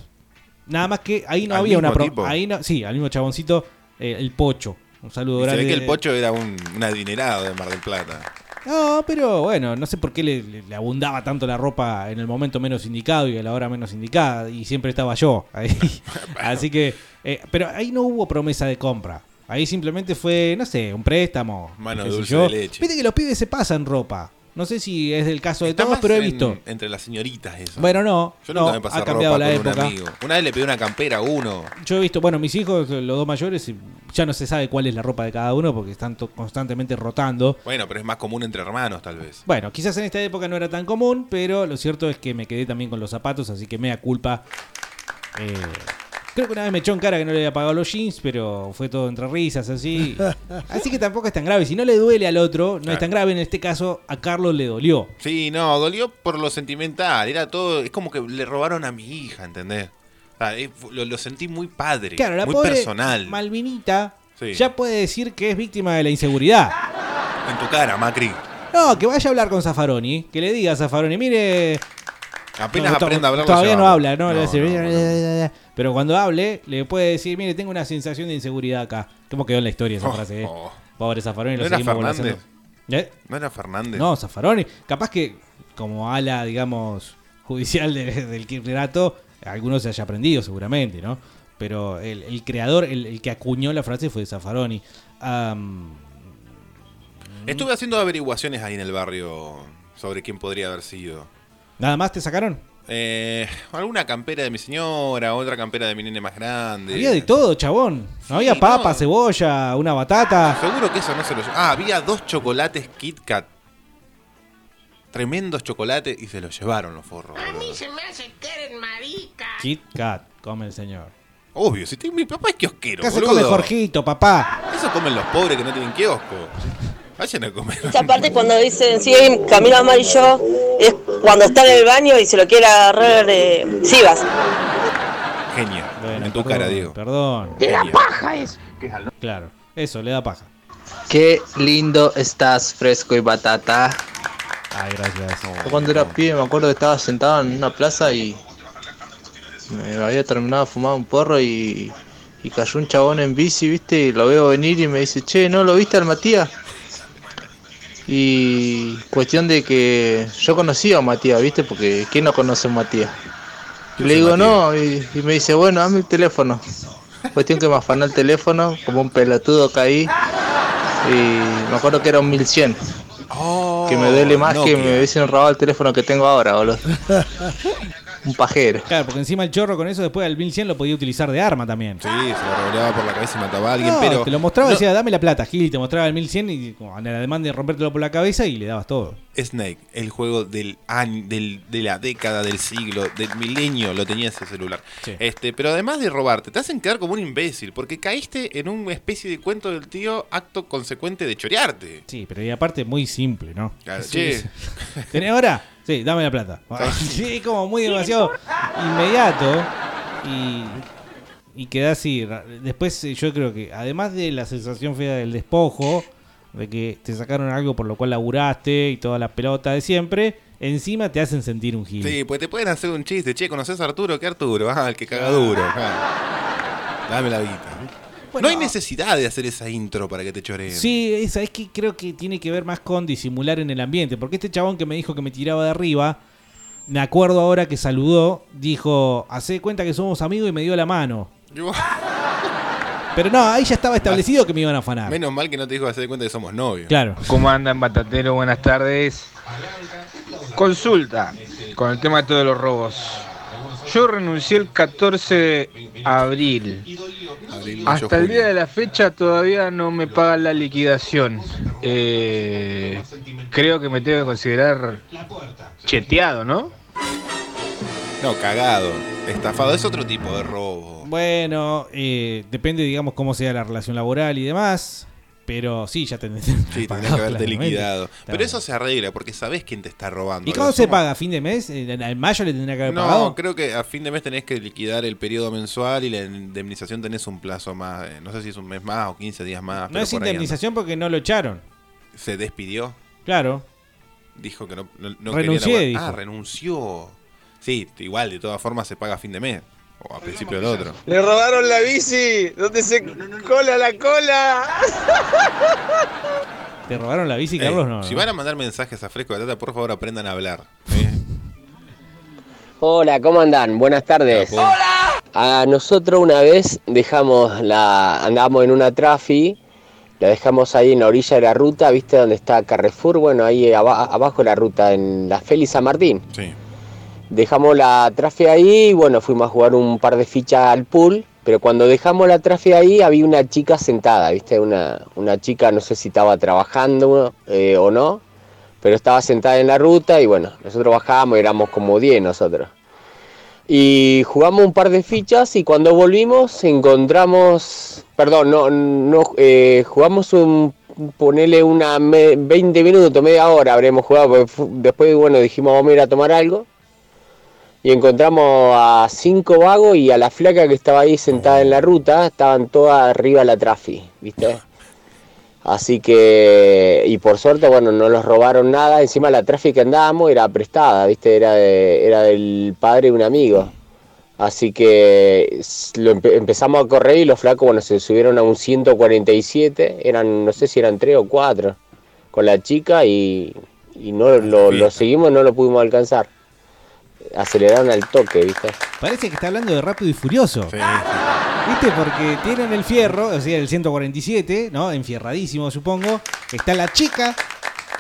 Speaker 6: Nada más que ahí no
Speaker 9: ¿Al
Speaker 6: había una
Speaker 9: mismo
Speaker 6: pro-
Speaker 9: tipo?
Speaker 6: Ahí no, sí, al mismo chaboncito, eh, el pocho. Un saludo
Speaker 9: Y se
Speaker 6: grande.
Speaker 9: ve que el pocho era un, un adinerado de Mar del Plata.
Speaker 6: No, pero bueno, no sé por qué le, le- le abundaba tanto la ropa en el momento menos indicado y a la hora menos indicada. Y siempre estaba yo ahí. así que. eh, pero ahí no hubo promesa de compra. Ahí simplemente fue, no sé, un préstamo.
Speaker 9: Mano
Speaker 6: qué sé
Speaker 9: dulce
Speaker 6: yo.
Speaker 9: de leche.
Speaker 6: Viste que los pibes se pasan ropa. No sé si es del caso de
Speaker 9: Está
Speaker 6: todos,
Speaker 9: más
Speaker 6: pero he
Speaker 9: en-
Speaker 6: visto.
Speaker 9: entre las señoritas eso.
Speaker 6: Bueno, no,
Speaker 9: Yo nunca
Speaker 6: no,
Speaker 9: me pasé
Speaker 6: ha
Speaker 9: ropa
Speaker 6: cambiado la
Speaker 9: con
Speaker 6: época.
Speaker 9: un amigo. Una vez le pedí una campera a uno.
Speaker 6: Yo he visto, bueno, mis hijos, los dos mayores, ya no se sabe cuál es la ropa de cada uno porque están to- constantemente rotando.
Speaker 9: Bueno, pero es más común entre hermanos, tal vez.
Speaker 6: Bueno, quizás en esta época no era tan común, pero lo cierto es que me quedé también con los zapatos, así que mea culpa. Eh, creo que una vez me echó en cara que no le había pagado los jeans, pero fue todo entre risas, así. Así que tampoco es tan grave. Si no le duele al otro, no es tan grave. En este caso, a Carlos le dolió.
Speaker 9: Sí, no, dolió por lo sentimental. Era todo. Es como que le robaron a mi hija, ¿entendés? O sea, es- lo, lo sentí muy padre.
Speaker 6: Claro, la
Speaker 9: muy
Speaker 6: pobre
Speaker 9: personal.
Speaker 6: Malvinita
Speaker 9: Sí.
Speaker 6: ya puede decir que es víctima de la inseguridad.
Speaker 9: En tu cara, Macri.
Speaker 6: No, que vaya a hablar con Zaffaroni, que le diga a Zaffaroni, mire.
Speaker 9: Apenas
Speaker 6: No, to-
Speaker 9: aprenda a hablar, lo
Speaker 6: Todavía no
Speaker 9: llevamos.
Speaker 6: habla, ¿no? Le
Speaker 9: No,
Speaker 6: hace- Pero cuando hable, le puede decir, mire, tengo una sensación de inseguridad acá. ¿Cómo quedó en la historia esa
Speaker 9: Oh,
Speaker 6: frase? eh?
Speaker 9: oh.
Speaker 6: Pobre Zaffaroni, lo
Speaker 9: ¿No era
Speaker 6: seguimos
Speaker 9: Fernández?
Speaker 6: conociendo. ¿Eh?
Speaker 9: No era Fernández.
Speaker 6: No, Zaffaroni. Capaz que, como ala, digamos, judicial de- del kirchnerato, algunos se haya aprendido seguramente, ¿no? Pero el, el creador, el, el que acuñó la frase fue Zaffaroni. Am, Mm.
Speaker 9: Estuve haciendo averiguaciones ahí en el barrio sobre quién podría haber sido.
Speaker 6: ¿Nada más te sacaron?
Speaker 9: Eh, alguna campera de mi señora, otra campera de mi nene más grande.
Speaker 6: Había de todo, chabón. No había papa, cebolla, una batata.
Speaker 9: Seguro que eso no se lo llevó. Ah, había dos chocolates Kit Kat. Tremendos chocolates y se los llevaron los forros. boludo.
Speaker 6: Kit Kat, come el señor.
Speaker 9: Obvio, si te- mi papá es kiosquero.
Speaker 6: Acá se
Speaker 9: boludo.
Speaker 6: come Jorgito, papá.
Speaker 9: Eso comen los pobres que no tienen kiosco. Vayan a comer.
Speaker 11: Esa parte cuando dicen, sí, camino amarillo, es cuando está en el baño y se lo quiere agarrar eh, Sivas.
Speaker 9: Genio. en tu
Speaker 6: perdón,
Speaker 9: cara, Diego.
Speaker 6: Perdón.
Speaker 11: ¡Te da paja eso!
Speaker 6: Claro, eso, le da paja.
Speaker 8: Qué lindo estás, fresco y batata.
Speaker 6: Ay, gracias.
Speaker 8: Yo cuando era pibe me acuerdo que estaba sentado en una plaza y me había terminado de fumar un porro y, y cayó un chabón en bici, viste, y lo veo venir y me dice, che, ¿no lo viste al Matías? Y cuestión de que yo conocía a Matías, viste, porque ¿quién no conoce a un Matías? Y le digo, no, y, y me dice, bueno, dame el teléfono. Cuestión que me afanó el teléfono, como un pelotudo caí. Y me acuerdo que era un 1100. que me duele más que
Speaker 6: Nokia.
Speaker 8: me hubiesen robado el teléfono que tengo ahora, boludo. un pajero.
Speaker 6: Claro, porque encima el chorro con eso después del 1100 lo podía utilizar de arma también.
Speaker 9: Sí, se lo revoleaba por la cabeza y mataba a alguien,
Speaker 6: No,
Speaker 9: pero.
Speaker 6: te lo mostraba y
Speaker 9: no-
Speaker 6: decía, dame la plata, Gil, te mostraba el 1100 y como, en el ademán de rompértelo por la cabeza y le dabas todo.
Speaker 9: Snake, el juego del año, del- de la década, del siglo, del milenio, lo tenía ese celular. Este, pero además de robarte, te hacen quedar como un imbécil, porque caíste en una especie de cuento del tío, acto consecuente de chorearte.
Speaker 6: Sí, pero y aparte muy simple, ¿no?
Speaker 9: Claro,
Speaker 6: Sí,
Speaker 9: che.
Speaker 6: sí. ¿Tenés ahora? Sí, dame la plata. Sí, como muy demasiado inmediato y, y queda así. Ra- Después eh, yo creo que, además de la sensación fea del despojo, de que te sacaron algo por lo cual laburaste y toda la pelota de siempre, encima te hacen sentir un gil.
Speaker 9: Sí, pues te pueden hacer un chiste, che, ¿conoces a Arturo? ¿Qué Arturo? Ah, el que caga duro. Ah. Dame la guita. no hay necesidad de hacer esa intro para que te choreen.
Speaker 6: Sí, esa es que creo que tiene que ver más con disimular en el ambiente. Porque este chabón que me dijo que me tiraba de arriba, me acuerdo ahora que saludó, dijo, hace cuenta que somos amigos y me dio la mano. Pero no, ahí ya estaba establecido que me iban a afanar.
Speaker 9: Menos mal que no te dijo hacer de cuenta que somos novios.
Speaker 6: Claro.
Speaker 19: ¿Cómo andan, Batatero? Buenas tardes. Consulta con el tema de todos los robos. Yo renuncié el 14 de abril.
Speaker 9: Abril, mayo,
Speaker 19: Hasta el
Speaker 9: junio.
Speaker 19: día de la fecha todavía no me pagan la liquidación. Eh, creo que me tengo que considerar cheteado, ¿no?
Speaker 9: No, cagado. Estafado es otro tipo de robo.
Speaker 6: Bueno, eh, depende, digamos, cómo sea la relación laboral y demás. Pero sí, ya tenés,
Speaker 9: Sí, tendrías
Speaker 6: pagado,
Speaker 9: que haberte
Speaker 6: claramente.
Speaker 9: liquidado. Pero
Speaker 6: Claro.
Speaker 9: eso se arregla porque sabés quién te está robando.
Speaker 6: ¿Y cómo
Speaker 9: Los
Speaker 6: se
Speaker 9: humos-
Speaker 6: paga? ¿Fin de mes? ¿En en mayo le tendría que haber
Speaker 9: No,
Speaker 6: pagado?
Speaker 9: creo que a fin de mes tenés que liquidar el periodo mensual y la indemnización tenés un plazo más. eh, no sé si es un mes más o 15 días más.
Speaker 6: No
Speaker 9: Ah, pero
Speaker 6: es
Speaker 9: por ahí
Speaker 6: indemnización porque no lo echaron.
Speaker 9: anda. Se despidió.
Speaker 6: Claro.
Speaker 9: Dijo que no, no, no
Speaker 6: Renuncié,
Speaker 9: quería.
Speaker 6: dijo.
Speaker 9: Ah, renunció. Sí, igual, de todas formas se paga a fin de mes. O a principio del otro.
Speaker 25: Le robaron la bici. ¿Dónde se cola la cola?
Speaker 6: ¿Te robaron la bici,
Speaker 9: Eh,
Speaker 6: Carlos? No.
Speaker 9: si
Speaker 6: no.
Speaker 9: van a mandar mensajes a Fresco de Tata, por favor aprendan a hablar.
Speaker 12: Hola, ¿cómo andan? Buenas tardes. A nosotros una vez dejamos la. andamos en una trafi La dejamos ahí en la orilla de la ruta, ¿viste dónde está Carrefour? Bueno, ahí aba- abajo de la ruta, en la Félix San Martín.
Speaker 9: Sí.
Speaker 12: Dejamos la trafe ahí y bueno, fuimos a jugar un par de fichas al pool. Pero cuando dejamos la trafe ahí había una chica sentada, ¿viste? Una, una chica, no sé si estaba trabajando eh, o no, pero estaba sentada en la ruta y bueno, nosotros bajábamos, éramos como 10 nosotros. Y jugamos un par de fichas y cuando volvimos encontramos, perdón, no, no eh, jugamos un, ponele una me- 20 minutos, media hora habremos jugado, porque fu- después bueno dijimos vamos a ir a tomar algo y encontramos a cinco vagos y a la flaca que estaba ahí sentada en la ruta, estaban todas arriba de la trafi, ¿viste? Así que, y por suerte, bueno, no los robaron nada, encima la trafi que andábamos era prestada, ¿viste? Era, de- era del padre de un amigo. Así que s- lo empe- empezamos a correr y los flacos, bueno, se subieron a un 147, eran, no sé si eran tres o cuatro, con la chica y, y no lo, lo seguimos, no lo pudimos alcanzar. Aceleraron al toque, ¿viste?
Speaker 6: Parece que está hablando de Rápido y Furioso. ¿Viste? Porque tienen el fierro, o sea, el 147, ¿no? Enfierradísimo, supongo. Está la chica,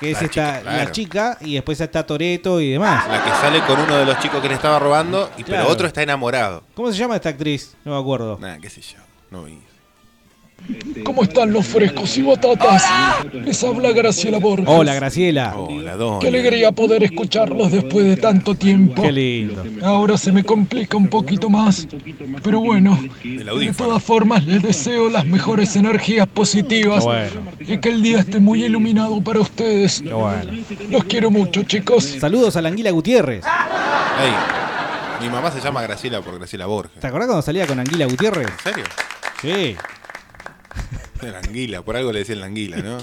Speaker 6: que es
Speaker 9: La
Speaker 6: esta,
Speaker 9: chica, claro.
Speaker 6: la chica, y después está Toreto y demás.
Speaker 9: La que sale con uno de los chicos que le estaba robando, y
Speaker 6: Claro.
Speaker 9: pero otro está enamorado.
Speaker 6: ¿Cómo se llama esta actriz? No me acuerdo.
Speaker 9: Nah, qué sé yo. No vi.
Speaker 26: ¿Cómo están los frescos y batatas? Les habla Graciela Borges.
Speaker 6: Hola, Graciela.
Speaker 9: Hola, don.
Speaker 26: Qué alegría poder escucharlos después de tanto tiempo.
Speaker 6: Qué lindo.
Speaker 26: Ahora se me complica un poquito más. Pero bueno, de todas formas les deseo las mejores energías positivas
Speaker 6: Bueno.
Speaker 26: y que el día esté muy iluminado para ustedes.
Speaker 6: bueno.
Speaker 26: Los quiero mucho, chicos.
Speaker 6: Saludos a la Anguila Gutiérrez.
Speaker 9: Ey, mi mamá se llama Graciela por Graciela Borges.
Speaker 6: ¿Te acordás cuando salía con Anguila Gutiérrez?
Speaker 9: ¿En serio?
Speaker 6: Sí.
Speaker 9: La anguila, por algo le decían la anguila, ¿no?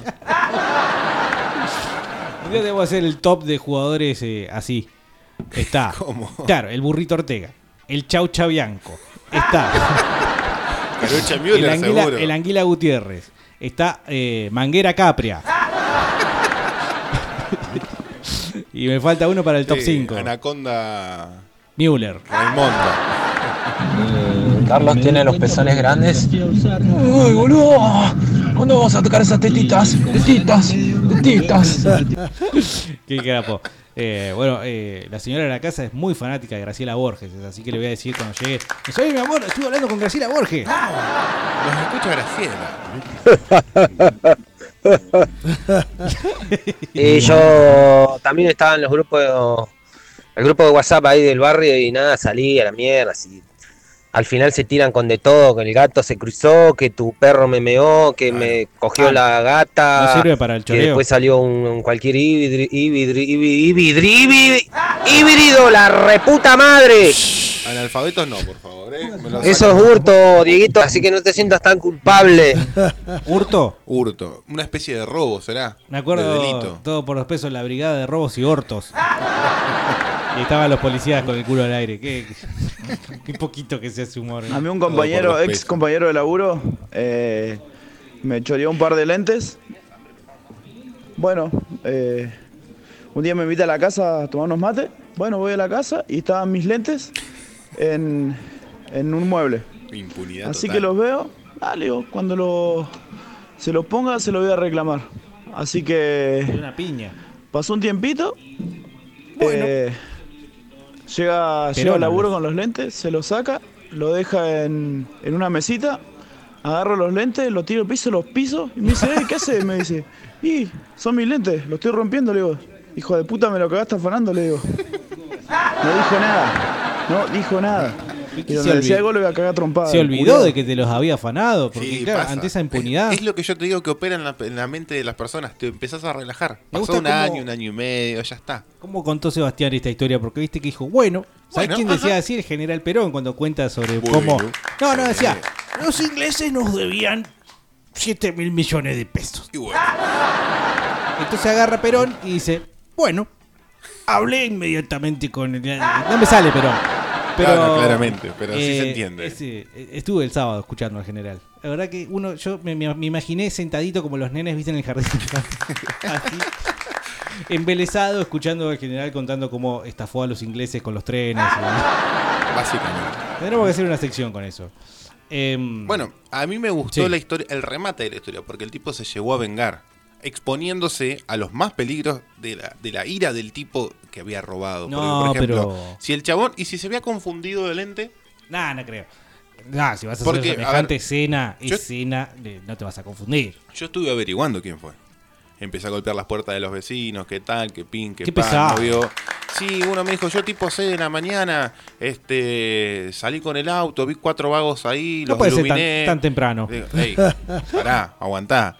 Speaker 6: Un día debo hacer el top de jugadores eh, así. Está. Claro, el burrito Ortega. El Chau Chabianco. Está.
Speaker 9: Carucha Müller,
Speaker 6: el, anguila,
Speaker 9: seguro.
Speaker 6: el Anguila Gutiérrez. Está eh, Manguera Capria. y me falta uno para el top
Speaker 9: Sí,
Speaker 6: 5.
Speaker 9: Anaconda
Speaker 6: Müller.
Speaker 21: Carlos tiene los pezones grandes.
Speaker 26: Uy, boludo. ¿Cuándo vamos a tocar esas tetitas? Tetitas, tetitas.
Speaker 6: Qué capo. Eh, bueno, eh, la señora de la casa es muy fanática de Graciela Borges, así que le voy a decir cuando llegue. Soy mi amor, estuve hablando con Graciela Borges.
Speaker 9: Los escucho a Graciela.
Speaker 5: Y yo también estaba en los grupos, el grupo de WhatsApp ahí del barrio y nada, salí a la mierda. Así. Al final se tiran con de todo, que el gato se cruzó, que tu perro me meó, que me cogió
Speaker 6: Ah.
Speaker 5: la gata.
Speaker 6: No sirve para el
Speaker 5: Que
Speaker 6: choreo.
Speaker 5: después salió un, un cualquier híbrido, híbrido, híbrido, híbrido, la reputa madre.
Speaker 9: Analfabetos no, por favor. ¿eh? Me lo
Speaker 5: Eso
Speaker 9: saco.
Speaker 5: es hurto, Dieguito, así que no te sientas tan culpable.
Speaker 6: ¿Hurto?
Speaker 9: Hurto. Una especie de robo, ¿será?
Speaker 6: Me
Speaker 9: De
Speaker 6: acuerdo
Speaker 9: delito.
Speaker 6: todo por los pesos la brigada de robos y hortos. y estaban los policías con el culo al aire. Qué, qué poquito que se hace humor. ¿eh?
Speaker 16: A mí un compañero, ex compañero de laburo, eh, me choreó un par de lentes. Bueno, eh, un día me invita a la casa a tomar unos mates. Bueno, voy a la casa y estaban mis lentes en, en un mueble.
Speaker 9: Impunidad.
Speaker 16: Así
Speaker 9: total.
Speaker 16: que los veo. Ah, le digo, cuando lo, se los ponga se los voy a reclamar. Así que...
Speaker 6: Una piña.
Speaker 16: Pasó un tiempito. eh, llega, llega
Speaker 6: Perón,
Speaker 16: al laburo
Speaker 6: hablas.
Speaker 16: con los lentes, se los saca, lo deja en, en una mesita. Agarro los lentes, los tiro al piso, los piso. Y me dice, "Eh, ¿qué haces? Me dice, y son mis lentes, los estoy rompiendo. Le digo, hijo de puta, me lo cagaste afanando. Le digo, no dijo nada, no dijo nada. Y donde
Speaker 6: Se
Speaker 16: decía
Speaker 6: olvidó.
Speaker 16: algo, le voy a cagar trompada.
Speaker 6: Se
Speaker 16: el
Speaker 6: olvidó
Speaker 16: culiao.
Speaker 6: de que te los había afanado. Porque
Speaker 9: Sí,
Speaker 6: claro,
Speaker 9: pasa.
Speaker 6: ante esa impunidad.
Speaker 9: Es lo que yo te digo que opera en la, en la mente de las personas. Te empezás a relajar.
Speaker 6: Me
Speaker 9: Pasó
Speaker 6: gusta
Speaker 9: un
Speaker 6: cómo-
Speaker 9: año, un año y medio, ya está.
Speaker 6: ¿Cómo contó Sebastián esta historia? Porque viste que dijo, bueno, ¿sabes
Speaker 9: Bueno,
Speaker 6: quién
Speaker 9: ajá.
Speaker 6: decía así? El general Perón cuando cuenta sobre
Speaker 9: Bueno.
Speaker 6: cómo... No, no, decía,
Speaker 27: Los ingleses nos debían 7 mil millones de pesos.
Speaker 6: entonces agarra Perón y dice, bueno,
Speaker 27: Hablé inmediatamente con el...
Speaker 6: no me sale Perón. Pero,
Speaker 9: Claro, claramente, pero sí se
Speaker 6: eh,
Speaker 9: entiende.
Speaker 6: ese- eh, estuve el sábado escuchando al general. La verdad que uno, yo me, me- me imaginé sentadito como los nenes viste en el jardín. Así, embelesado, escuchando al general contando cómo estafó a los ingleses con los trenes. y demás.
Speaker 9: Básicamente.
Speaker 6: Tenemos que hacer una sección con eso. Em,
Speaker 9: Bueno, a mí me gustó la historia, el remate de la historia, porque el tipo se llegó a vengar, exponiéndose a los más peligros de la, de la ira del tipo que había robado.
Speaker 6: No,
Speaker 9: Porque, por ejemplo,
Speaker 6: pero-
Speaker 9: si el chabón, y si se había confundido de lente.
Speaker 6: Nah, no creo. Nah, ah, si vas a
Speaker 9: Porque, a
Speaker 6: hacer
Speaker 9: ver,
Speaker 6: semejante escena,
Speaker 9: yo-
Speaker 6: escena, eh, no te vas a confundir.
Speaker 9: Yo estuve averiguando quién fue. Empecé a golpear las puertas de los vecinos, qué tal, qué pin, qué,
Speaker 6: Qué
Speaker 9: pan,
Speaker 6: pesado.
Speaker 9: no vio. Sí, uno me dijo, yo tipo 6 de la mañana, este, salí con el auto, vi cuatro vagos ahí,
Speaker 6: No
Speaker 9: los
Speaker 6: puede ser tan-
Speaker 9: iluminé.
Speaker 6: tan temprano.
Speaker 9: Digo, "Ey, pará, aguantá.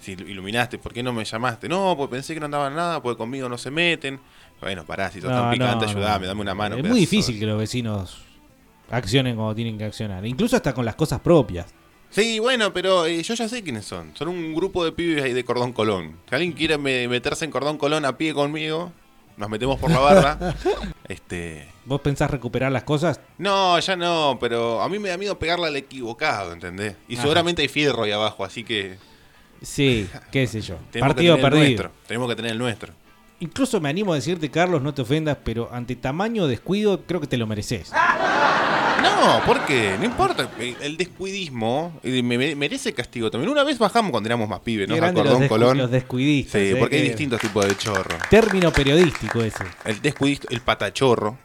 Speaker 9: Si ilu- iluminaste, ¿por qué no me llamaste? No, pues pensé que no andaban nada, porque conmigo no se meten. Bueno, pará, si sos
Speaker 6: No,
Speaker 9: tan picante,
Speaker 6: no, no.
Speaker 9: ayudame, dame una mano.
Speaker 6: Es
Speaker 9: pedazo
Speaker 6: muy
Speaker 9: de-
Speaker 6: difícil que los vecinos accionen como tienen que accionar. Incluso hasta con las cosas propias.
Speaker 9: Sí, bueno, pero eh, yo ya sé quiénes son. Son un grupo de pibes ahí de Cordón Colón. Si alguien quiere me- meterse en Cordón Colón a pie conmigo, nos metemos por la barra. este,
Speaker 6: ¿Vos pensás recuperar las cosas?
Speaker 9: no, ya no, pero a mí me da miedo pegarle al equivocado, ¿entendés? Y
Speaker 6: Ajá.
Speaker 9: seguramente hay fierro ahí abajo, así que
Speaker 6: Sí, qué sé yo.
Speaker 9: tenemos
Speaker 6: Partido
Speaker 9: que tener
Speaker 6: perdido.
Speaker 9: el nuestro. Tenemos que tener el nuestro.
Speaker 6: Incluso me animo a decirte, Carlos, no te ofendas, pero ante tamaño descuido creo que te lo mereces.
Speaker 9: No, porque no importa. El, el descuidismo eh, me- me- merece castigo también. Una vez bajamos cuando éramos más pibes,
Speaker 6: Qué
Speaker 9: ¿no? A
Speaker 6: grande
Speaker 9: Cordón
Speaker 6: los, descu- los
Speaker 9: Colón.
Speaker 6: descuidistas.
Speaker 9: Sí,
Speaker 6: eh,
Speaker 9: porque hay
Speaker 6: que-
Speaker 9: distintos tipos de chorro.
Speaker 6: Término periodístico ese.
Speaker 9: El descuidista, el patachorro.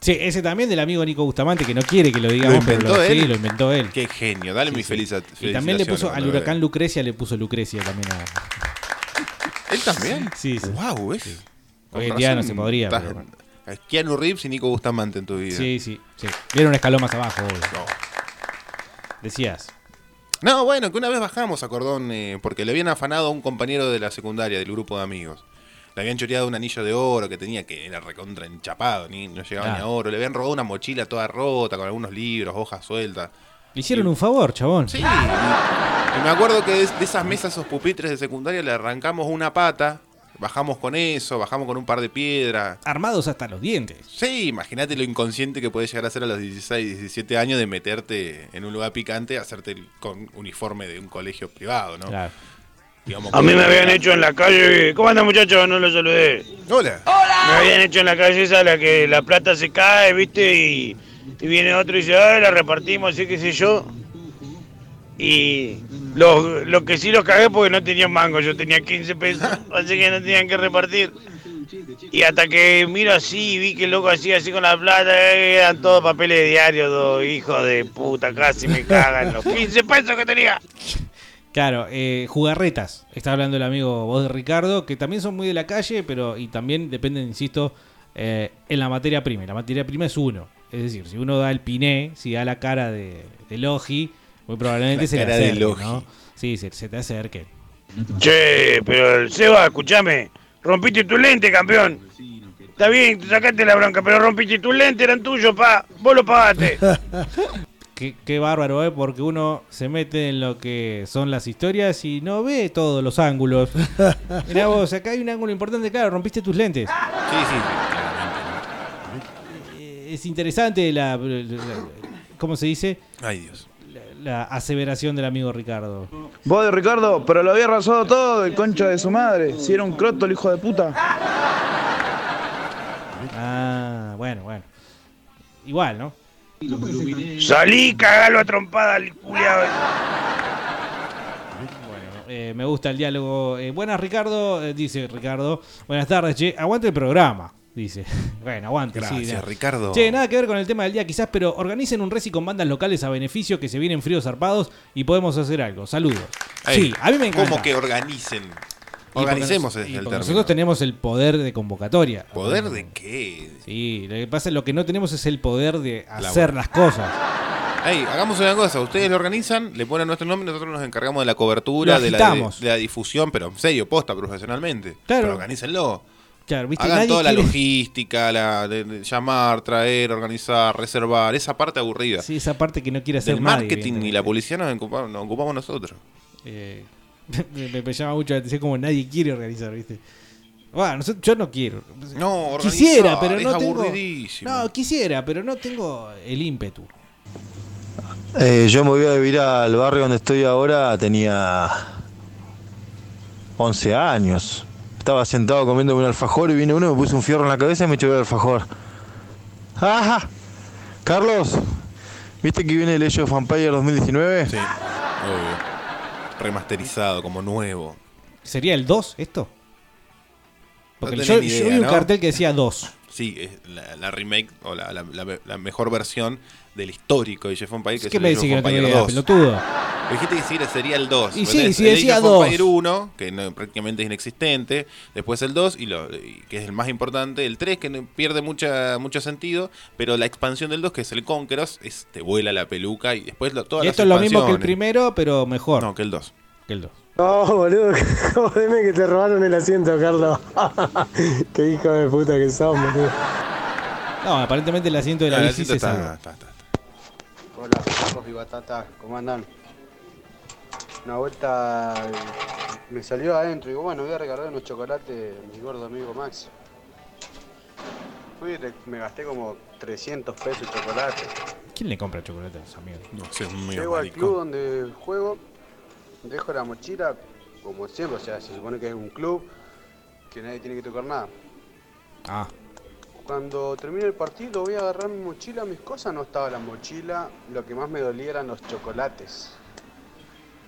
Speaker 6: Sí, ese también del amigo Nico Bustamante que no quiere que lo digamos, pero
Speaker 9: inventó
Speaker 6: sí,
Speaker 9: él?
Speaker 6: lo inventó él.
Speaker 9: Qué genio, dale mi felicidad.
Speaker 6: Y también le puso al huracán Lucrecia, le puso Lucrecia también a.
Speaker 9: ¿Él también?
Speaker 6: Sí, sí.
Speaker 9: Wow, ¿ves? Con
Speaker 6: Hoy en día no
Speaker 9: razón
Speaker 6: se podría,
Speaker 9: estás-
Speaker 6: pero
Speaker 9: Keanu Reeves y Nico Bustamante en tu vida.
Speaker 6: Sí, sí, sí. Vieron un escalón más abajo, obvio. Decías.
Speaker 9: No, bueno, que una vez bajamos a Cordón eh, porque le habían afanado a un compañero de la secundaria, del grupo de amigos. Le habían choreado un anillo de oro que tenía que era recontra enchapado, ni, no llegaba ni
Speaker 6: Ah.
Speaker 9: a oro. Le habían robado una mochila toda rota con algunos libros, hojas sueltas.
Speaker 6: Le hicieron un favor, chabón.
Speaker 9: Sí. Y me acuerdo que de, de esas mesas, esos pupitres de secundaria, le arrancamos una pata, bajamos con eso, bajamos con un par de piedras.
Speaker 6: Armados hasta los dientes.
Speaker 9: Sí, imagínate lo inconsciente que puedes llegar a ser a los 16, 17 años de meterte en un lugar picante, hacerte el- con uniforme de un colegio privado, ¿no? Digamos
Speaker 13: A
Speaker 9: que-
Speaker 13: mí me habían hecho en la calle. ¿Cómo andan, muchachos? No los saludé.
Speaker 9: Hola.
Speaker 13: Me habían hecho en la calle esa la que la plata se cae, ¿viste? Y, y viene otro y dice, ah, la repartimos, así que sé yo. Y los, los que sí los cagué porque no tenían mango, yo tenía 15 pesos, así que no tenían que repartir. Y hasta que miro así y vi que el loco hacía así con la plata, eh, eran todos papeles de diario, dos hijos de puta, casi me cagan los 15 pesos que tenía.
Speaker 6: Claro, eh, jugarretas. Está hablando el amigo vos de Ricardo, que también son muy de la calle, pero y también dependen, insisto, eh, en la materia prima. Y La materia prima es uno. Es decir, si uno da el piné, si da la cara de, de Logi, muy probablemente
Speaker 13: La
Speaker 6: se le
Speaker 13: cara de
Speaker 6: acerque,
Speaker 13: Logi.
Speaker 6: ¿no? Sí, se, se te acerque.
Speaker 13: Che, pero el Seba, escúchame, rompiste tu lente, campeón. Está bien, sacaste la bronca, pero rompiste tu lente, eran tuyos, pa. Vos lo pagaste.
Speaker 6: Qué, qué bárbaro, ¿eh? Porque uno se mete en lo que son las historias y no ve todos los ángulos. Mirá vos, acá hay un ángulo importante, claro, rompiste tus lentes.
Speaker 9: Sí, sí, claramente.
Speaker 6: Eh, Es interesante la, la- la- ¿Cómo se dice?
Speaker 9: Ay, Dios.
Speaker 6: La aseveración del amigo Ricardo.
Speaker 16: Vos de Ricardo, pero lo había arrasado todo el concha de su madre. Si era un croto el hijo de puta.
Speaker 6: Ah, bueno, bueno. Igual, ¿no?
Speaker 13: Salí, cagalo a trompada al culiao ese.
Speaker 6: Eh, me gusta el diálogo. Eh, buenas, Ricardo. eh, dice Ricardo. Buenas tardes, che. Aguante el programa. Dice. bueno, aguante. sí,
Speaker 9: Gracias,
Speaker 6: nada.
Speaker 9: Ricardo.
Speaker 6: Che, nada que ver con el tema del día, quizás, pero organicen un reci con bandas locales a beneficio que se vienen fríos zarpados y podemos hacer algo. Saludos.
Speaker 9: Ey,
Speaker 6: sí, a mí me encanta.
Speaker 9: Como que organicen.
Speaker 6: Y porque
Speaker 9: Organicemos
Speaker 6: nos-
Speaker 9: es el
Speaker 6: y porque
Speaker 9: término.
Speaker 6: Nosotros tenemos el poder de convocatoria.
Speaker 9: ¿Poder de qué?
Speaker 6: Sí, lo que pasa es lo que no tenemos es el poder de
Speaker 9: Laboral.
Speaker 6: hacer las cosas.
Speaker 9: Ey, hagamos una cosa, ustedes lo organizan, le ponen nuestro nombre, nosotros nos encargamos de la cobertura,
Speaker 6: Lo
Speaker 9: de la,
Speaker 6: agitamos.
Speaker 9: de la difusión, pero en serio, posta profesionalmente.
Speaker 6: Claro.
Speaker 9: Pero organícenlo.
Speaker 6: Claro, ¿viste?
Speaker 9: Hagan
Speaker 6: Nadie
Speaker 9: toda la
Speaker 6: quiere-
Speaker 9: logística, la de- de llamar, traer, organizar, reservar, esa parte aburrida.
Speaker 6: Sí, esa parte que no quiere hacer
Speaker 9: Del
Speaker 6: nadie,
Speaker 9: marketing y la publicidad nos ocupamos, nos ocupamos nosotros.
Speaker 6: Eh, me, me- me llama mucho la atención como nadie quiere organizar, ¿viste? Bueno, nosotros- yo no quiero.
Speaker 9: No, organizar
Speaker 6: Quisiera, pero no
Speaker 9: es
Speaker 6: tengo.
Speaker 9: aburridísimo.
Speaker 6: No, quisiera, pero no tengo el ímpetu.
Speaker 15: Eh, yo me voy a vivir al barrio donde estoy ahora, tenía 11 años. Estaba sentado comiendo un alfajor y vino uno, me puso un fierro en la cabeza y me echó el alfajor. ¡Ajá! Carlos, ¿Viste que viene el Age of Empires 2019?
Speaker 9: Sí. Obvio. Remasterizado, como nuevo.
Speaker 6: ¿Sería el 2 esto? Porque
Speaker 9: No
Speaker 6: yo,
Speaker 9: tenés ni
Speaker 6: yo
Speaker 9: idea,
Speaker 6: vi un
Speaker 9: ¿no?
Speaker 6: cartel que decía 2.
Speaker 9: Sí, es la, la remake o la, la- la- la mejor versión del histórico Age of Empires.
Speaker 6: ¿Qué
Speaker 9: es el
Speaker 6: me
Speaker 9: Age of
Speaker 6: decís que no tengo
Speaker 9: Empires
Speaker 6: idea,
Speaker 9: 2.
Speaker 6: pelotudo?
Speaker 9: Me Dijiste que sí, sería el 2.
Speaker 6: Y
Speaker 9: ¿verdad?
Speaker 6: sí, sí,
Speaker 9: el
Speaker 6: decía
Speaker 9: Age of Empires
Speaker 6: 2.
Speaker 9: 1, que no- prácticamente es inexistente. Después el 2, y, lo, y que es el más importante. El 3, que no- pierde mucha, mucho sentido. Pero la expansión del 2, que es el Conqueros, es, te vuela la peluca. Y después lo, todas
Speaker 6: Y
Speaker 9: las
Speaker 6: esto es lo mismo que el
Speaker 9: expansiones.
Speaker 6: primero, pero mejor. No,
Speaker 9: que el 2.
Speaker 6: Que el 2.
Speaker 20: No, boludo, jodeme que te robaron el asiento, Carlos. Qué hijo de puta que son, boludo.
Speaker 6: No, aparentemente el asiento de la
Speaker 20: Ah, el
Speaker 6: bici
Speaker 20: asiento
Speaker 6: se
Speaker 20: está-
Speaker 6: salva.
Speaker 10: Hola, Carlos y Batata, ¿cómo andan? Una vuelta eh, me salió adentro y digo, bueno, voy a recargar unos chocolates a mi gordo amigo Max. Fui y re- me gasté como 300 pesos en chocolate.
Speaker 6: ¿Quién le compra chocolate a los amigos?
Speaker 9: No sé, muy
Speaker 10: Llego al club donde juego, dejo la mochila, como siempre, o sea, se supone que es un club, que nadie tiene que tocar nada.
Speaker 6: Ah.
Speaker 10: Cuando termine el partido voy a agarrar mi mochila, mis cosas, no estaba la mochila, lo que más me dolía eran los chocolates.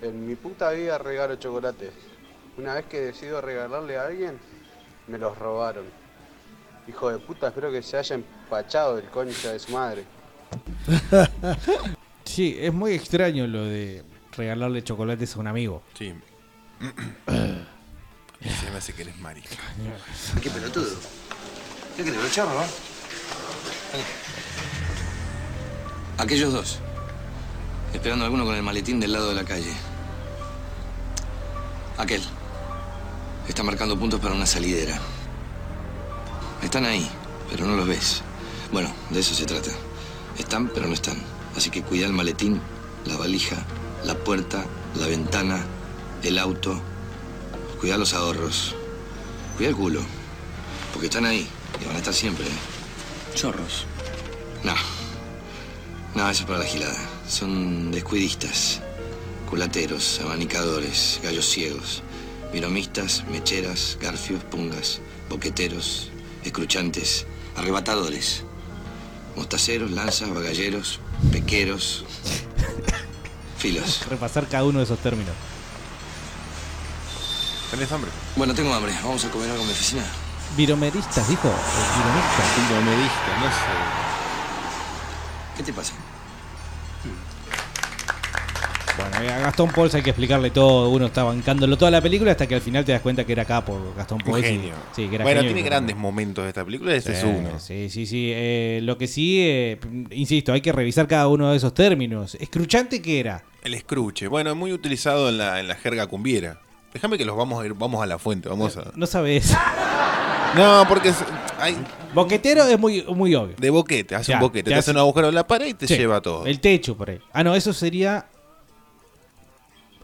Speaker 10: En mi puta vida regalo chocolates. Una vez que decido regalarle a alguien, me los robaron. Hijo de puta, espero que se haya empachado el concha de su madre.
Speaker 6: Sí, es muy extraño lo de regalarle chocolates a un amigo.
Speaker 9: Sí. Se me hace que eres marica.
Speaker 14: Qué pelotudo. ¿Qué querés, los charros, no? Aquellos dos. Esperando a alguno con el maletín del lado de la calle. Aquel. Está marcando puntos para una salidera. Están ahí, pero no los ves. Bueno, de eso se trata. Están, pero no están. Así que cuida el maletín, la valija, la puerta, la ventana, el auto. Cuida los ahorros. Cuida el culo. Porque están ahí y van a estar siempre. Chorros. No. No, eso es para la gilada. Son descuidistas, culateros, abanicadores, gallos ciegos, viromistas, mecheras, garfios, pungas, boqueteros, escruchantes, arrebatadores, mostaceros, lanzas, bagalleros, pequeros, filos.
Speaker 6: Repasar cada uno de esos términos.
Speaker 9: ¿Tenés hambre?
Speaker 14: Bueno, tengo hambre. Vamos a comer algo en mi oficina.
Speaker 6: Viromeristas, dijo. o Viromistas.
Speaker 9: Viromeristas, no sé.
Speaker 14: ¿Qué te pasa?
Speaker 6: Bueno, y a Gastón Pauls hay que explicarle todo. Uno está bancándolo toda la película hasta que al final te das cuenta que era acá por Gastón
Speaker 9: Un
Speaker 6: Pauls. y-
Speaker 9: genio.
Speaker 6: Sí, que era
Speaker 9: bueno,
Speaker 6: genio y
Speaker 9: tiene
Speaker 6: que-
Speaker 9: grandes momentos esta película, ese es
Speaker 6: Sí,
Speaker 9: uno.
Speaker 6: Sí, sí, sí. Eh, lo que sí, eh, insisto, hay que revisar cada uno de esos términos. Escruchante que era.
Speaker 9: El escruche. Bueno, es muy utilizado en la, en la jerga cumbiera. Déjame que los vamos a ir, vamos a la fuente, vamos a.
Speaker 6: No sabes.
Speaker 9: No, porque es- hay.
Speaker 6: Boquetero es muy, muy obvio.
Speaker 9: De boquete, hace
Speaker 6: Ya,
Speaker 9: un boquete,
Speaker 6: te
Speaker 9: te, hace
Speaker 6: hace-
Speaker 9: un agujero en la pared y te
Speaker 6: Sí,
Speaker 9: lleva todo.
Speaker 6: El techo por ahí. Ah, no, eso sería.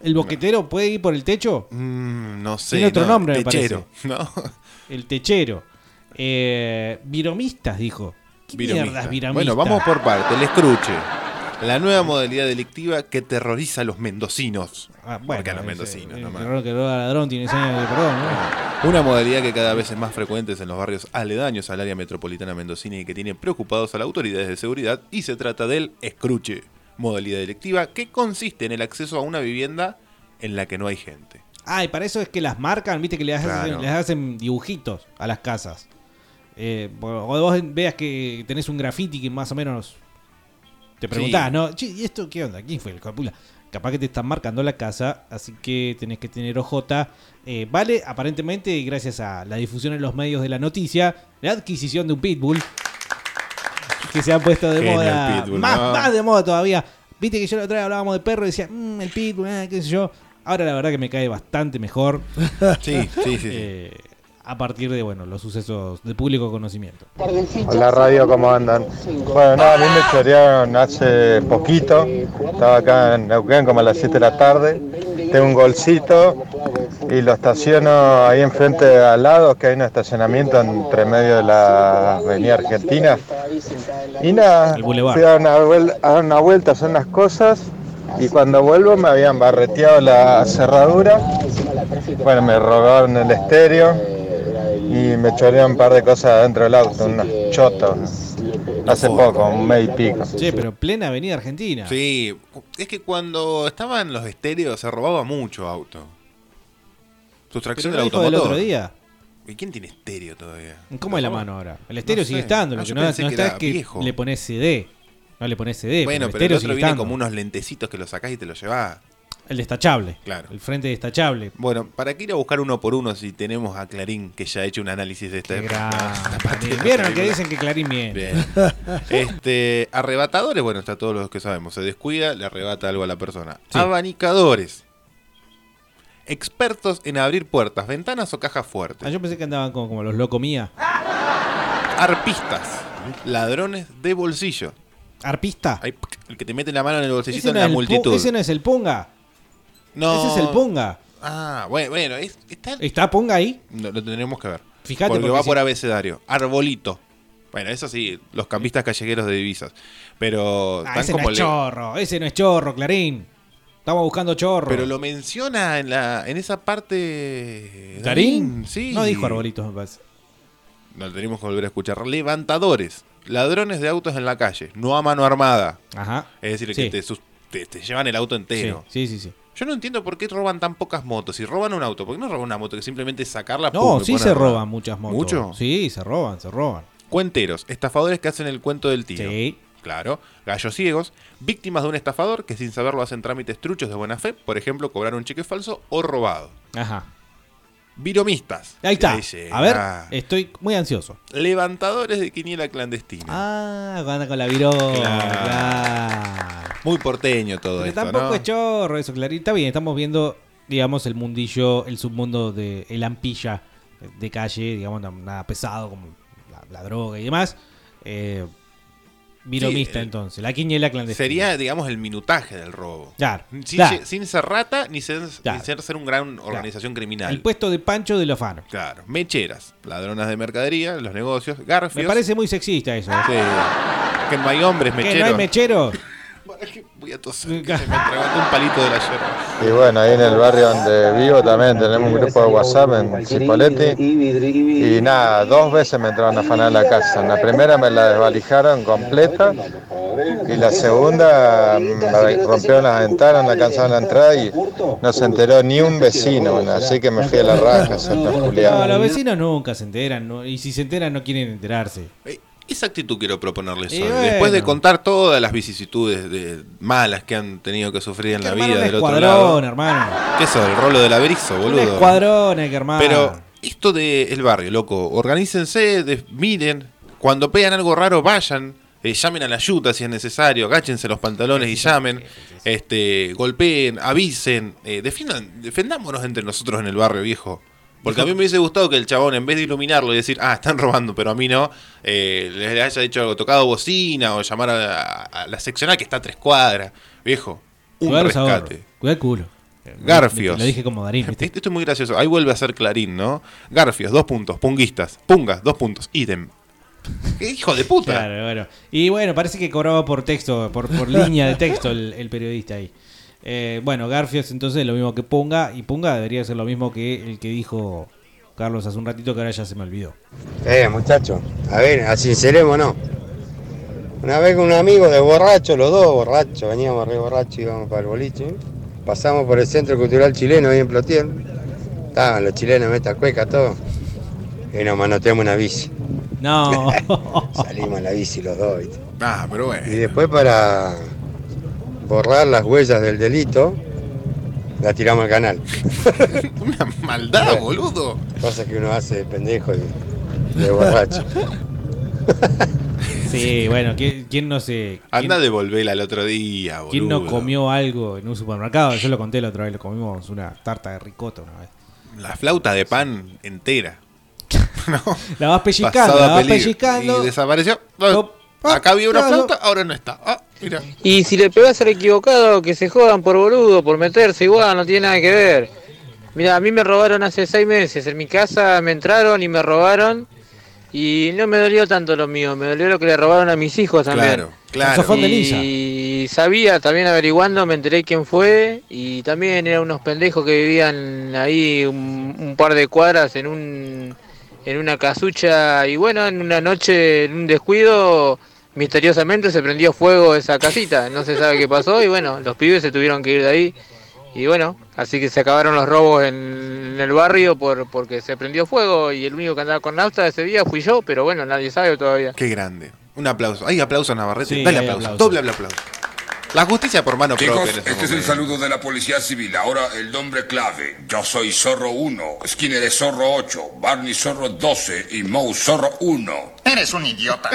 Speaker 6: ¿El boquetero puede ir por el techo?
Speaker 9: Mm, no sé,
Speaker 6: Tiene otro
Speaker 9: no,
Speaker 6: nombre, me
Speaker 9: techero,
Speaker 6: parece. El techero. Eh, viromistas, dijo. ¿Qué
Speaker 9: Viromista.
Speaker 6: mierda es viromista?
Speaker 9: Bueno, vamos por parte. El escruche. La nueva modalidad delictiva que terroriza a los mendocinos.
Speaker 6: Ah, bueno,
Speaker 9: Porque a los
Speaker 6: ese-
Speaker 9: mendocinos,
Speaker 6: el
Speaker 9: nomás.
Speaker 6: ladrón que roba al ladrón tiene ese año de perdón, ¿no?
Speaker 9: Una modalidad que cada vez es más frecuente en los barrios aledaños al área metropolitana mendocina y que tiene preocupados a las autoridades de seguridad y se trata del escruche, modalidad delictiva que consiste en el acceso a una vivienda en la que no hay gente.
Speaker 6: Ah, y para eso es que las marcan, viste que les hacen,
Speaker 9: Claro.
Speaker 6: les hacen dibujitos a las casas. Eh, bueno, cuando vos veas que tenés un graffiti que más o menos te preguntás,
Speaker 9: Sí.
Speaker 6: ¿no? Che, ¿y esto qué onda? ¿Quién fue el capula? Capaz que te están marcando la casa, así que tenés que tener OJ. Eh, vale, aparentemente, gracias a la difusión en los medios de la noticia, la adquisición de un pitbull que se ha puesto de
Speaker 9: Genio el
Speaker 6: moda.
Speaker 9: pitbull,
Speaker 6: más,
Speaker 9: ¿no?
Speaker 6: más de moda todavía. Viste que yo la otra vez hablábamos de perro y decía, "Mm, el pitbull, eh, qué sé yo. Ahora la verdad que me cae bastante mejor.
Speaker 9: Sí, sí, sí, sí.
Speaker 6: Eh, a partir de bueno, los sucesos de público conocimiento.
Speaker 17: Hola radio, ¿cómo andan? Bueno, no, a mí me chorearon hace poquito, estaba acá en Neuquén como a las 7 de la tarde, tengo un golcito y lo estaciono ahí enfrente al lado, que hay un estacionamiento entre medio de la avenida Argentina. Y nada,
Speaker 6: bulevar.
Speaker 17: fui a dar una, vuel- a dar una vuelta, son las cosas, y cuando vuelvo me habían barreteado la cerradura, bueno, me robaron el estéreo y me chorearon un par de cosas dentro del auto, unos chotos. Hace poco, un mes y pico.
Speaker 6: Che, pero plena avenida argentina.
Speaker 9: Sí, es que cuando estaban los estéreos se robaba mucho auto. Sustracción
Speaker 6: Pero
Speaker 9: del
Speaker 6: dijo del
Speaker 9: automotor.
Speaker 6: otro día.
Speaker 9: ¿Y quién tiene estéreo todavía?
Speaker 6: ¿Cómo es la mano ahora? El estéreo
Speaker 9: No
Speaker 6: sigue
Speaker 9: sé.
Speaker 6: estando,
Speaker 9: Ah,
Speaker 6: lo que
Speaker 9: yo
Speaker 6: no,
Speaker 9: pensé
Speaker 6: no
Speaker 9: que
Speaker 6: está es
Speaker 9: era
Speaker 6: que
Speaker 9: viejo.
Speaker 6: le pones CD. No le pones CD.
Speaker 9: bueno, pero el
Speaker 6: estéreo
Speaker 9: otro
Speaker 6: sigue
Speaker 9: viene
Speaker 6: estando.
Speaker 9: como unos lentecitos que lo sacás y te lo llevás.
Speaker 6: El destachable.
Speaker 9: Claro.
Speaker 6: El frente destachable.
Speaker 9: Bueno, ¿para qué ir a buscar uno por uno si tenemos a Clarín que ya ha hecho un análisis de esta época?
Speaker 6: Bien, Vieron que dicen que Clarín bien.
Speaker 9: Bien. Este, arrebatadores, bueno, está todos los que sabemos. Se descuida, le arrebata algo a la persona. Abanicadores. Expertos en abrir puertas, ventanas o cajas fuertes.
Speaker 6: Ah, yo pensé que andaban como, como los locos mía.
Speaker 9: Arpistas. Ladrones de bolsillo.
Speaker 6: ¿Arpista?
Speaker 9: el que te mete la mano en el bolsillito
Speaker 6: Ese
Speaker 9: en
Speaker 6: no,
Speaker 9: la
Speaker 6: es el pu-
Speaker 9: multitud.
Speaker 6: ese no es el punga.
Speaker 9: No.
Speaker 6: Ese es el punga.
Speaker 9: Ah, bueno, bueno es- está...
Speaker 6: ¿Está punga ahí?
Speaker 9: no, lo tenemos que ver.
Speaker 6: Fíjate
Speaker 9: porque,
Speaker 6: porque
Speaker 9: va
Speaker 6: si-
Speaker 9: por abecedario. Arbolito. Bueno, eso sí, los campistas callejeros de divisas. Pero
Speaker 6: Ah,
Speaker 9: tan
Speaker 6: ese no es
Speaker 9: le-
Speaker 6: chorro. Ese no es chorro, Clarín. Estamos buscando chorro.
Speaker 9: Pero lo menciona en la en esa parte.
Speaker 6: ¿Clarín?
Speaker 9: Sí.
Speaker 6: No dijo arbolitos, me parece.
Speaker 9: No, lo tenemos que volver a escuchar. Levantadores. Ladrones de autos en la calle. No a mano armada.
Speaker 6: Ajá.
Speaker 9: Es decir,
Speaker 6: Sí.
Speaker 9: que te, sus- te- te llevan el auto entero.
Speaker 6: Sí, sí, sí.
Speaker 9: Yo no entiendo por qué roban tan pocas motos. Si roban un auto, ¿por qué no roban una moto? Que simplemente es sacarla
Speaker 6: No,
Speaker 9: pum, y
Speaker 6: sí
Speaker 9: poner
Speaker 6: se
Speaker 9: a rodar?
Speaker 6: roban muchas motos.
Speaker 9: ¿Mucho?
Speaker 6: Sí, se roban, se roban.
Speaker 9: Cuenteros, estafadores que hacen el cuento del tío. Claro. Gallos ciegos, víctimas de un estafador que sin saberlo hacen trámites truchos de buena fe, por ejemplo, cobrar un cheque falso o robado.
Speaker 6: Ajá.
Speaker 9: Viromistas.
Speaker 6: Ahí está.
Speaker 9: Ese,
Speaker 6: A ver,
Speaker 9: ah.
Speaker 6: estoy muy ansioso.
Speaker 9: Levantadores de quiniela clandestina.
Speaker 6: Ah, anda con la viró. Ah.
Speaker 9: Muy porteño Ah, todo
Speaker 6: Pero
Speaker 9: esto,
Speaker 6: tampoco
Speaker 9: ¿no?
Speaker 6: es chorro eso, Clarín. Está bien, estamos viendo, digamos, el mundillo, el submundo de el ampilla de calle, digamos, na- nada pesado como la, la droga y demás. Eh, viromista,
Speaker 9: Sí, eh, el-
Speaker 6: entonces. La quiniela clandestina.
Speaker 9: Sería, digamos, el minutaje del robo.
Speaker 6: Claro,
Speaker 9: Sin,
Speaker 6: claro.
Speaker 9: se- sin ser rata ni ser,
Speaker 6: Claro.
Speaker 9: ni ser, ser un gran organización criminal.
Speaker 6: El puesto de Pancho de Lofano.
Speaker 9: Claro. Mecheras, ladronas de mercadería, los negocios, garfios.
Speaker 6: Me parece muy sexista eso. ¿eh?
Speaker 9: Sí. Que no hay hombres
Speaker 6: ¿Que no hay
Speaker 9: mecheros.
Speaker 6: mechero?
Speaker 9: Voy a toser, que se me atragantó un palito de la yerba.
Speaker 17: Y bueno, ahí en el barrio donde vivo también tenemos un grupo de WhatsApp en Cipolletti. Y nada, dos veces me entraron a afanar la casa. En la primera me la desvalijaron completa. Y la segunda mm, rompieron las ventanas, me alcanzaron la entrada y no se enteró ni un vecino. ¿no? Así que me fui a la raja,
Speaker 6: No,
Speaker 17: Santa
Speaker 6: los
Speaker 17: Julián.
Speaker 6: vecinos nunca se enteran, no- y si se enteran no quieren enterarse.
Speaker 9: Eh, Esa actitud quiero proponerles
Speaker 6: Y
Speaker 9: hoy. Después de
Speaker 6: bueno.
Speaker 9: contar todas las vicisitudes de- malas que han tenido que sufrir en la
Speaker 6: Armar
Speaker 9: vida
Speaker 6: un
Speaker 9: del otro
Speaker 6: escuadrón,
Speaker 9: lado.
Speaker 6: hermano.
Speaker 9: ¿Qué es el rolo del averizo,
Speaker 6: Un
Speaker 9: boludo?
Speaker 6: escuadrón hay que armar.
Speaker 9: Pero esto del barrio, loco, organícense, des- miren, cuando vean algo raro, vayan, eh, llamen a la yuta si es necesario, agáchense los pantalones y llamen, este, golpeen, avisen, eh, defiendan- defendámonos entre nosotros en el barrio, viejo. Porque a mí me hubiese gustado que el chabón, en vez de iluminarlo y decir, ah, están robando, pero a mí no, eh, les haya dicho algo, tocado bocina o llamar a la, a la seccional que está a tres cuadras. Viejo, un
Speaker 6: Cuidado los
Speaker 9: rescate.
Speaker 6: ahorros, Cuidado el culo.
Speaker 9: Garfios.
Speaker 6: Lo dije como Darín. ¿viste?
Speaker 9: Este- Esto es muy gracioso. Ahí vuelve a ser Clarín, ¿no? Garfios, dos puntos. Punguistas. Pungas, dos puntos. Idem. ¡Qué hijo de puta!
Speaker 6: Claro, bueno. Y bueno, parece que cobraba por texto, por, por línea de texto el, el periodista ahí. Eh, bueno, Garfios entonces lo mismo que Punga, y Punga debería ser lo mismo que el que dijo Carlos hace un ratito, que ahora ya se me olvidó.
Speaker 18: Eh, muchacho, a ver, así seremos, ¿no? Una vez con un amigo de borracho, los dos borrachos, veníamos re borrachos, íbamos para el boliche. Pasamos por el Centro Cultural Chileno, ahí en Plotier. Estaban los chilenos, meta cueca, todo. Y nos manoteamos una bici.
Speaker 6: No.
Speaker 18: Salimos a la bici los dos, ¿viste?
Speaker 9: Ah, pero bueno.
Speaker 18: Y después para borrar las huellas del delito, la tiramos al canal.
Speaker 9: Una maldad, boludo.
Speaker 18: Pasa que uno hace de pendejo y de borracho.
Speaker 6: Sí, bueno, ¿quién, quién no se.
Speaker 9: Anda
Speaker 6: quién-
Speaker 9: a devolverla el otro día, Ah, boludo.
Speaker 6: ¿Quién no comió algo en un supermercado? Yo lo conté la otra vez, lo comimos una tarta de ricota una vez.
Speaker 9: La flauta de pan entera.
Speaker 6: La vas pellizcando,
Speaker 9: Pasado
Speaker 6: la
Speaker 9: a
Speaker 6: vas
Speaker 9: peligro.
Speaker 6: pellizcando.
Speaker 9: Y desapareció. Ah, Acá había una flauta, ahora no está. Ah, mira.
Speaker 19: Y si le pegás al equivocado, que se jodan por boludo, por meterse, igual, no tiene nada que ver. Mira, a mí me robaron hace seis meses. En mi casa me entraron y me robaron. Y no me dolió tanto lo mío, me dolió lo que le robaron a mis hijos también.
Speaker 9: Claro, claro. Un sofón de lisa.
Speaker 19: Y sabía, también averiguando, me enteré quién fue. Y también eran unos pendejos que vivían ahí un, un par de cuadras en un en una casucha y bueno, en una noche, en un descuido, misteriosamente se prendió fuego esa casita, no se sabe qué pasó y bueno, los pibes se tuvieron que ir de ahí y bueno, así que se acabaron los robos en, en el barrio por, porque se prendió fuego y el único que andaba con nafta ese día fui yo, pero bueno, nadie sabe todavía.
Speaker 9: Qué grande. Un aplauso. Hay aplauso, Navarrete.
Speaker 19: Sí,
Speaker 9: Dale
Speaker 19: hay
Speaker 9: aplauso.
Speaker 19: aplauso.
Speaker 9: Doble aplauso. La justicia por mano
Speaker 3: Chicos,
Speaker 9: propia. en este
Speaker 3: este es el
Speaker 9: momento.
Speaker 3: saludo de la Policía Civil. Ahora el nombre clave. Yo soy Zorro 1, Skinner es Zorro 8, Barney Zorro 12 y Moe Zorro 1. Eres un idiota.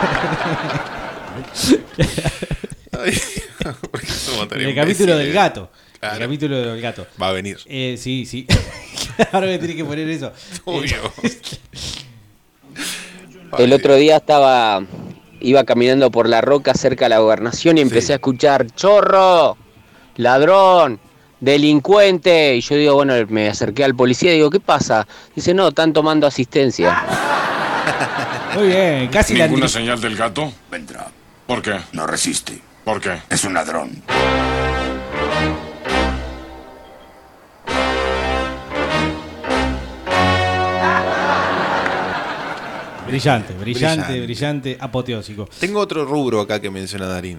Speaker 9: Porque es un montón
Speaker 6: En el
Speaker 9: de
Speaker 6: capítulo del
Speaker 9: imbéciles.
Speaker 6: gato.
Speaker 9: Claro.
Speaker 6: El capítulo del gato.
Speaker 9: Va a venir.
Speaker 6: Eh, sí, sí. Ahora me tiene que poner eso. Eh,
Speaker 9: Obvio.
Speaker 12: El otro día estaba, iba caminando por la roca cerca de la gobernación y empecé a escuchar chorro, ladrón, delincuente. Y yo digo, bueno, me acerqué al policía y digo, ¿qué pasa? Dice, no, están tomando asistencia.
Speaker 6: Muy bien, casi la
Speaker 3: ¿Ninguna
Speaker 6: anti-
Speaker 3: señal del gato? Vendrá. ¿Por qué? No resiste. ¿Por qué? Es un ladrón.
Speaker 6: Brillante, brillante,
Speaker 9: Brillante.
Speaker 6: brillante, apoteósico.
Speaker 9: Tengo otro rubro acá que menciona Darín.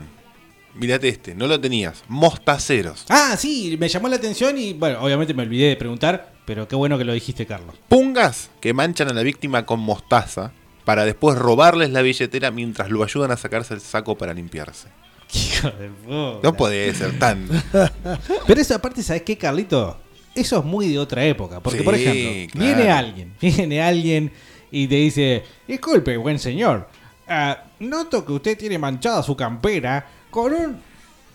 Speaker 9: Mirate este, no lo tenías. Mostaceros.
Speaker 6: Ah, sí, me llamó la atención y, bueno, obviamente me olvidé de preguntar, pero qué bueno que lo dijiste, Carlos.
Speaker 9: Pungas que manchan a la víctima con mostaza para después robarles la billetera mientras lo ayudan a sacarse el saco para limpiarse. No puede ser tan.
Speaker 6: Pero eso aparte, ¿sabes qué, Carlito? Eso es muy de otra época. Porque,
Speaker 9: Sí,
Speaker 6: por ejemplo,
Speaker 9: claro.
Speaker 6: viene alguien, viene alguien y te dice, disculpe, buen señor, ah, noto que usted tiene manchada su campera con un...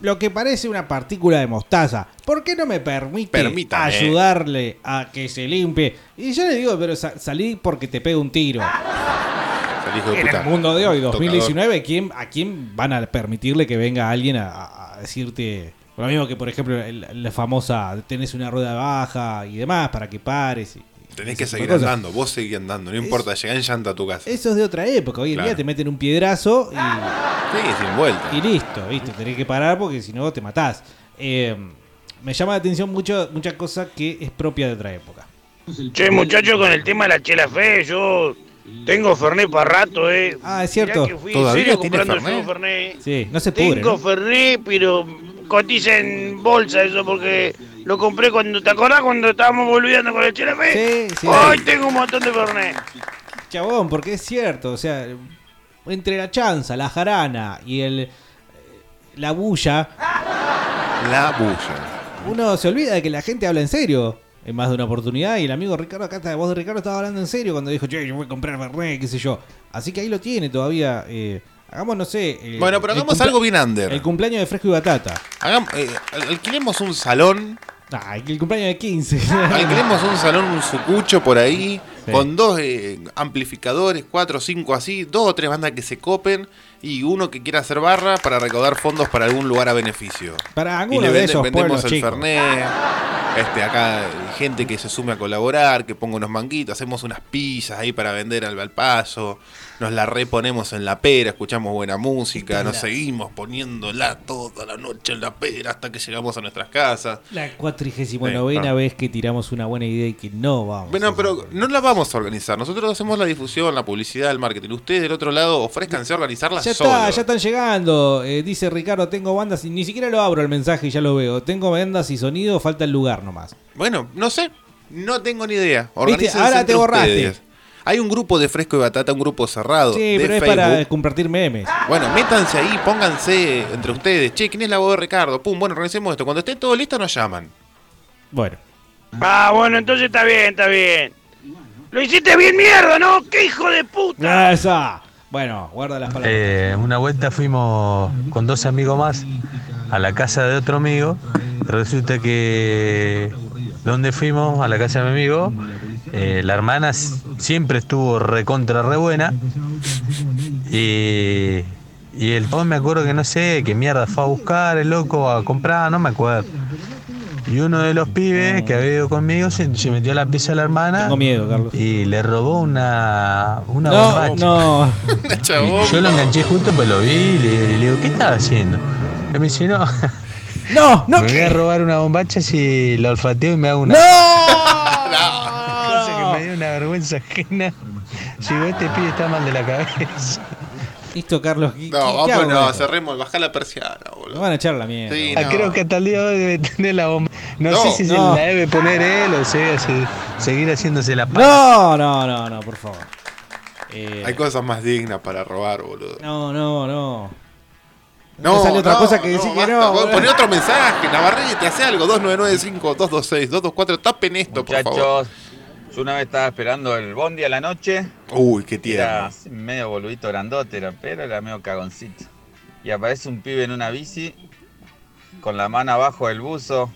Speaker 6: Lo que parece una partícula de mostaza. ¿Por qué no me permite
Speaker 9: Permítame.
Speaker 6: ayudarle a que se limpie? Y yo le digo, pero sa- salí porque te pego un tiro.
Speaker 9: Salí, hijo de
Speaker 6: En
Speaker 9: puta.
Speaker 6: el mundo de hoy,
Speaker 9: Tocador.
Speaker 6: 2019, ¿quién, ¿a quién van a permitirle que venga alguien a- a, a decirte lo mismo que, por ejemplo, el- la famosa tenés una rueda baja y demás para que pares? y-
Speaker 9: Tenés
Speaker 6: ese
Speaker 9: que
Speaker 6: tipo de
Speaker 9: seguir
Speaker 6: cosas?
Speaker 9: andando, vos seguís andando, no importa, llegá en llanta a tu casa.
Speaker 6: Eso es de otra época. Hoy en
Speaker 9: Claro.
Speaker 6: día te meten un piedrazo y.
Speaker 9: Sí, sin vuelta.
Speaker 6: Y listo, ¿viste? Tenés que parar porque si no te matás. Eh, me llama la atención mucho, mucha cosa que es propia de otra época.
Speaker 13: Che, muchachos, con el tema de la chela fe, yo tengo Fernet para rato, eh.
Speaker 6: Ah, es cierto.
Speaker 13: Mirá que fui en
Speaker 6: ¿Todavía
Speaker 13: serio
Speaker 6: tiene
Speaker 13: comprando
Speaker 6: Fernet?
Speaker 13: yo Fernet.
Speaker 6: Sí, no se pudre.
Speaker 13: Tengo
Speaker 6: ¿no?
Speaker 13: Fernet, pero cotiza en bolsa eso porque lo compré cuando, ¿te acordás cuando estábamos volviendo con el chela fe?
Speaker 6: Sí, sí.
Speaker 13: Hoy tengo un montón de Fernet.
Speaker 6: Chabón, porque es cierto, o sea, entre la chanza, la jarana y el eh, la bulla,
Speaker 9: La bulla.
Speaker 6: uno se olvida de que la gente habla en serio en más de una oportunidad y el amigo Ricardo acá está, voz de Ricardo estaba hablando en serio cuando dijo, "Che, yo voy a comprar Fernet, qué sé yo." Así que ahí lo tiene todavía eh, hagamos no sé, el-
Speaker 9: Bueno, pero
Speaker 6: el
Speaker 9: hagamos
Speaker 6: cumpla-
Speaker 9: algo bien under.
Speaker 6: El cumpleaños de Fresco y Batata.
Speaker 9: Hagamos, eh, al- alquilemos un salón.
Speaker 6: Ay, el cumpleaños de 15.
Speaker 9: Alquilemos un salón, un sucucho por ahí, con dos eh, amplificadores, cuatro o cinco así, dos o tres bandas que se copen y uno que quiera hacer barra para recaudar fondos para algún lugar a beneficio.
Speaker 6: Para
Speaker 9: Y
Speaker 6: alguno
Speaker 9: le
Speaker 6: de
Speaker 9: vende-
Speaker 6: esos
Speaker 9: vendemos
Speaker 6: pueblos
Speaker 9: el
Speaker 6: chicos.
Speaker 9: Fernet. Este, acá hay gente que se sume a colaborar, que ponga unos manguitos, hacemos unas pizzas ahí para vender al, al paso, nos la reponemos en la pera, escuchamos buena música, nos seguimos poniéndola toda la noche en la pera hasta que llegamos a nuestras casas.
Speaker 6: La cuatrigésima
Speaker 9: Sí,
Speaker 6: novena
Speaker 9: claro.
Speaker 6: vez que tiramos una buena idea y que no vamos.
Speaker 9: Bueno, pero no la vamos a organizar. Nosotros hacemos la difusión, la publicidad, el marketing. Ustedes del otro lado ofrezcanse a organizarla
Speaker 6: Ya
Speaker 9: solos.
Speaker 6: está, ya están llegando. Eh, dice Ricardo, tengo bandas y ni siquiera lo abro el mensaje y ya lo veo. Tengo bandas y sonido, falta el lugar nomás.
Speaker 9: Bueno, no sé, no tengo ni idea.
Speaker 6: ¿Viste?
Speaker 9: Organícense
Speaker 6: Ahora
Speaker 9: entre
Speaker 6: te borraste.
Speaker 9: ustedes. Hay un grupo de fresco y batata, un grupo cerrado.
Speaker 6: Sí,
Speaker 9: de
Speaker 6: pero es
Speaker 9: Facebook.
Speaker 6: para compartir memes.
Speaker 9: Bueno, métanse ahí, pónganse entre ustedes. Che, ¿quién es la voz de Ricardo? Pum, bueno, organicemos esto. Cuando esté todo listo, nos llaman.
Speaker 6: Bueno.
Speaker 13: Ah, bueno, entonces está bien, está bien. Lo hiciste bien mierda, ¿no? ¡Qué hijo de puta!
Speaker 6: Ah, Esa. Bueno, guarda las palabras.
Speaker 21: Eh, una vuelta fuimos con dos amigos más a la casa de otro amigo. Resulta que donde fuimos, a la casa de mi amigo, eh, la hermana s- siempre estuvo recontra re buena. Y, y el pon me acuerdo que no sé qué mierda fue a buscar, el loco a comprar, no me acuerdo. Y uno de los pibes que había ido conmigo se, se metió a la pieza de la hermana. Y le robó una, una
Speaker 6: No,
Speaker 21: bombacha.
Speaker 6: no.
Speaker 21: Y Yo lo enganché justo, pues lo vi y le, le digo, ¿qué estás haciendo? Y me dice, no.
Speaker 6: No,
Speaker 21: no. Me voy a robar una bombacha si la olfateo y me hago una.
Speaker 6: ¡No!
Speaker 21: Cosa que me dio una vergüenza ajena. Llegó este pibe, está mal de la cabeza.
Speaker 6: Listo, Carlos.
Speaker 9: No,
Speaker 6: qué hago con
Speaker 9: vámonos,
Speaker 6: esto?
Speaker 9: cerremos, bajá la persiana, boludo.
Speaker 6: Nos van a echar la mierda.
Speaker 9: Sí,
Speaker 21: Ah,
Speaker 9: no.
Speaker 21: Creo que hasta el día de hoy debe tener la bomba. No,
Speaker 9: No,
Speaker 21: sé si
Speaker 6: no.
Speaker 21: se la debe poner él o sea, se- seguir haciéndose la paja.
Speaker 6: No, no, no, no, por favor. Eh,
Speaker 9: Hay cosas más dignas para robar, boludo.
Speaker 6: No, no, no.
Speaker 9: No,
Speaker 6: Me sale otra
Speaker 9: no,
Speaker 6: cosa que decir que
Speaker 9: basta,
Speaker 6: no.
Speaker 9: vos
Speaker 6: boludo.
Speaker 9: Poné otro mensaje, Navarrete, hace algo. 2995-226-224. Tapen esto, por favor.
Speaker 4: Muchachos, yo una vez estaba esperando el bondi a la noche.
Speaker 9: Uy, qué tierno.
Speaker 4: Era así medio boludito grandote, era, pero era medio cagoncito. Y aparece un pibe en una bici con la mano abajo del buzo,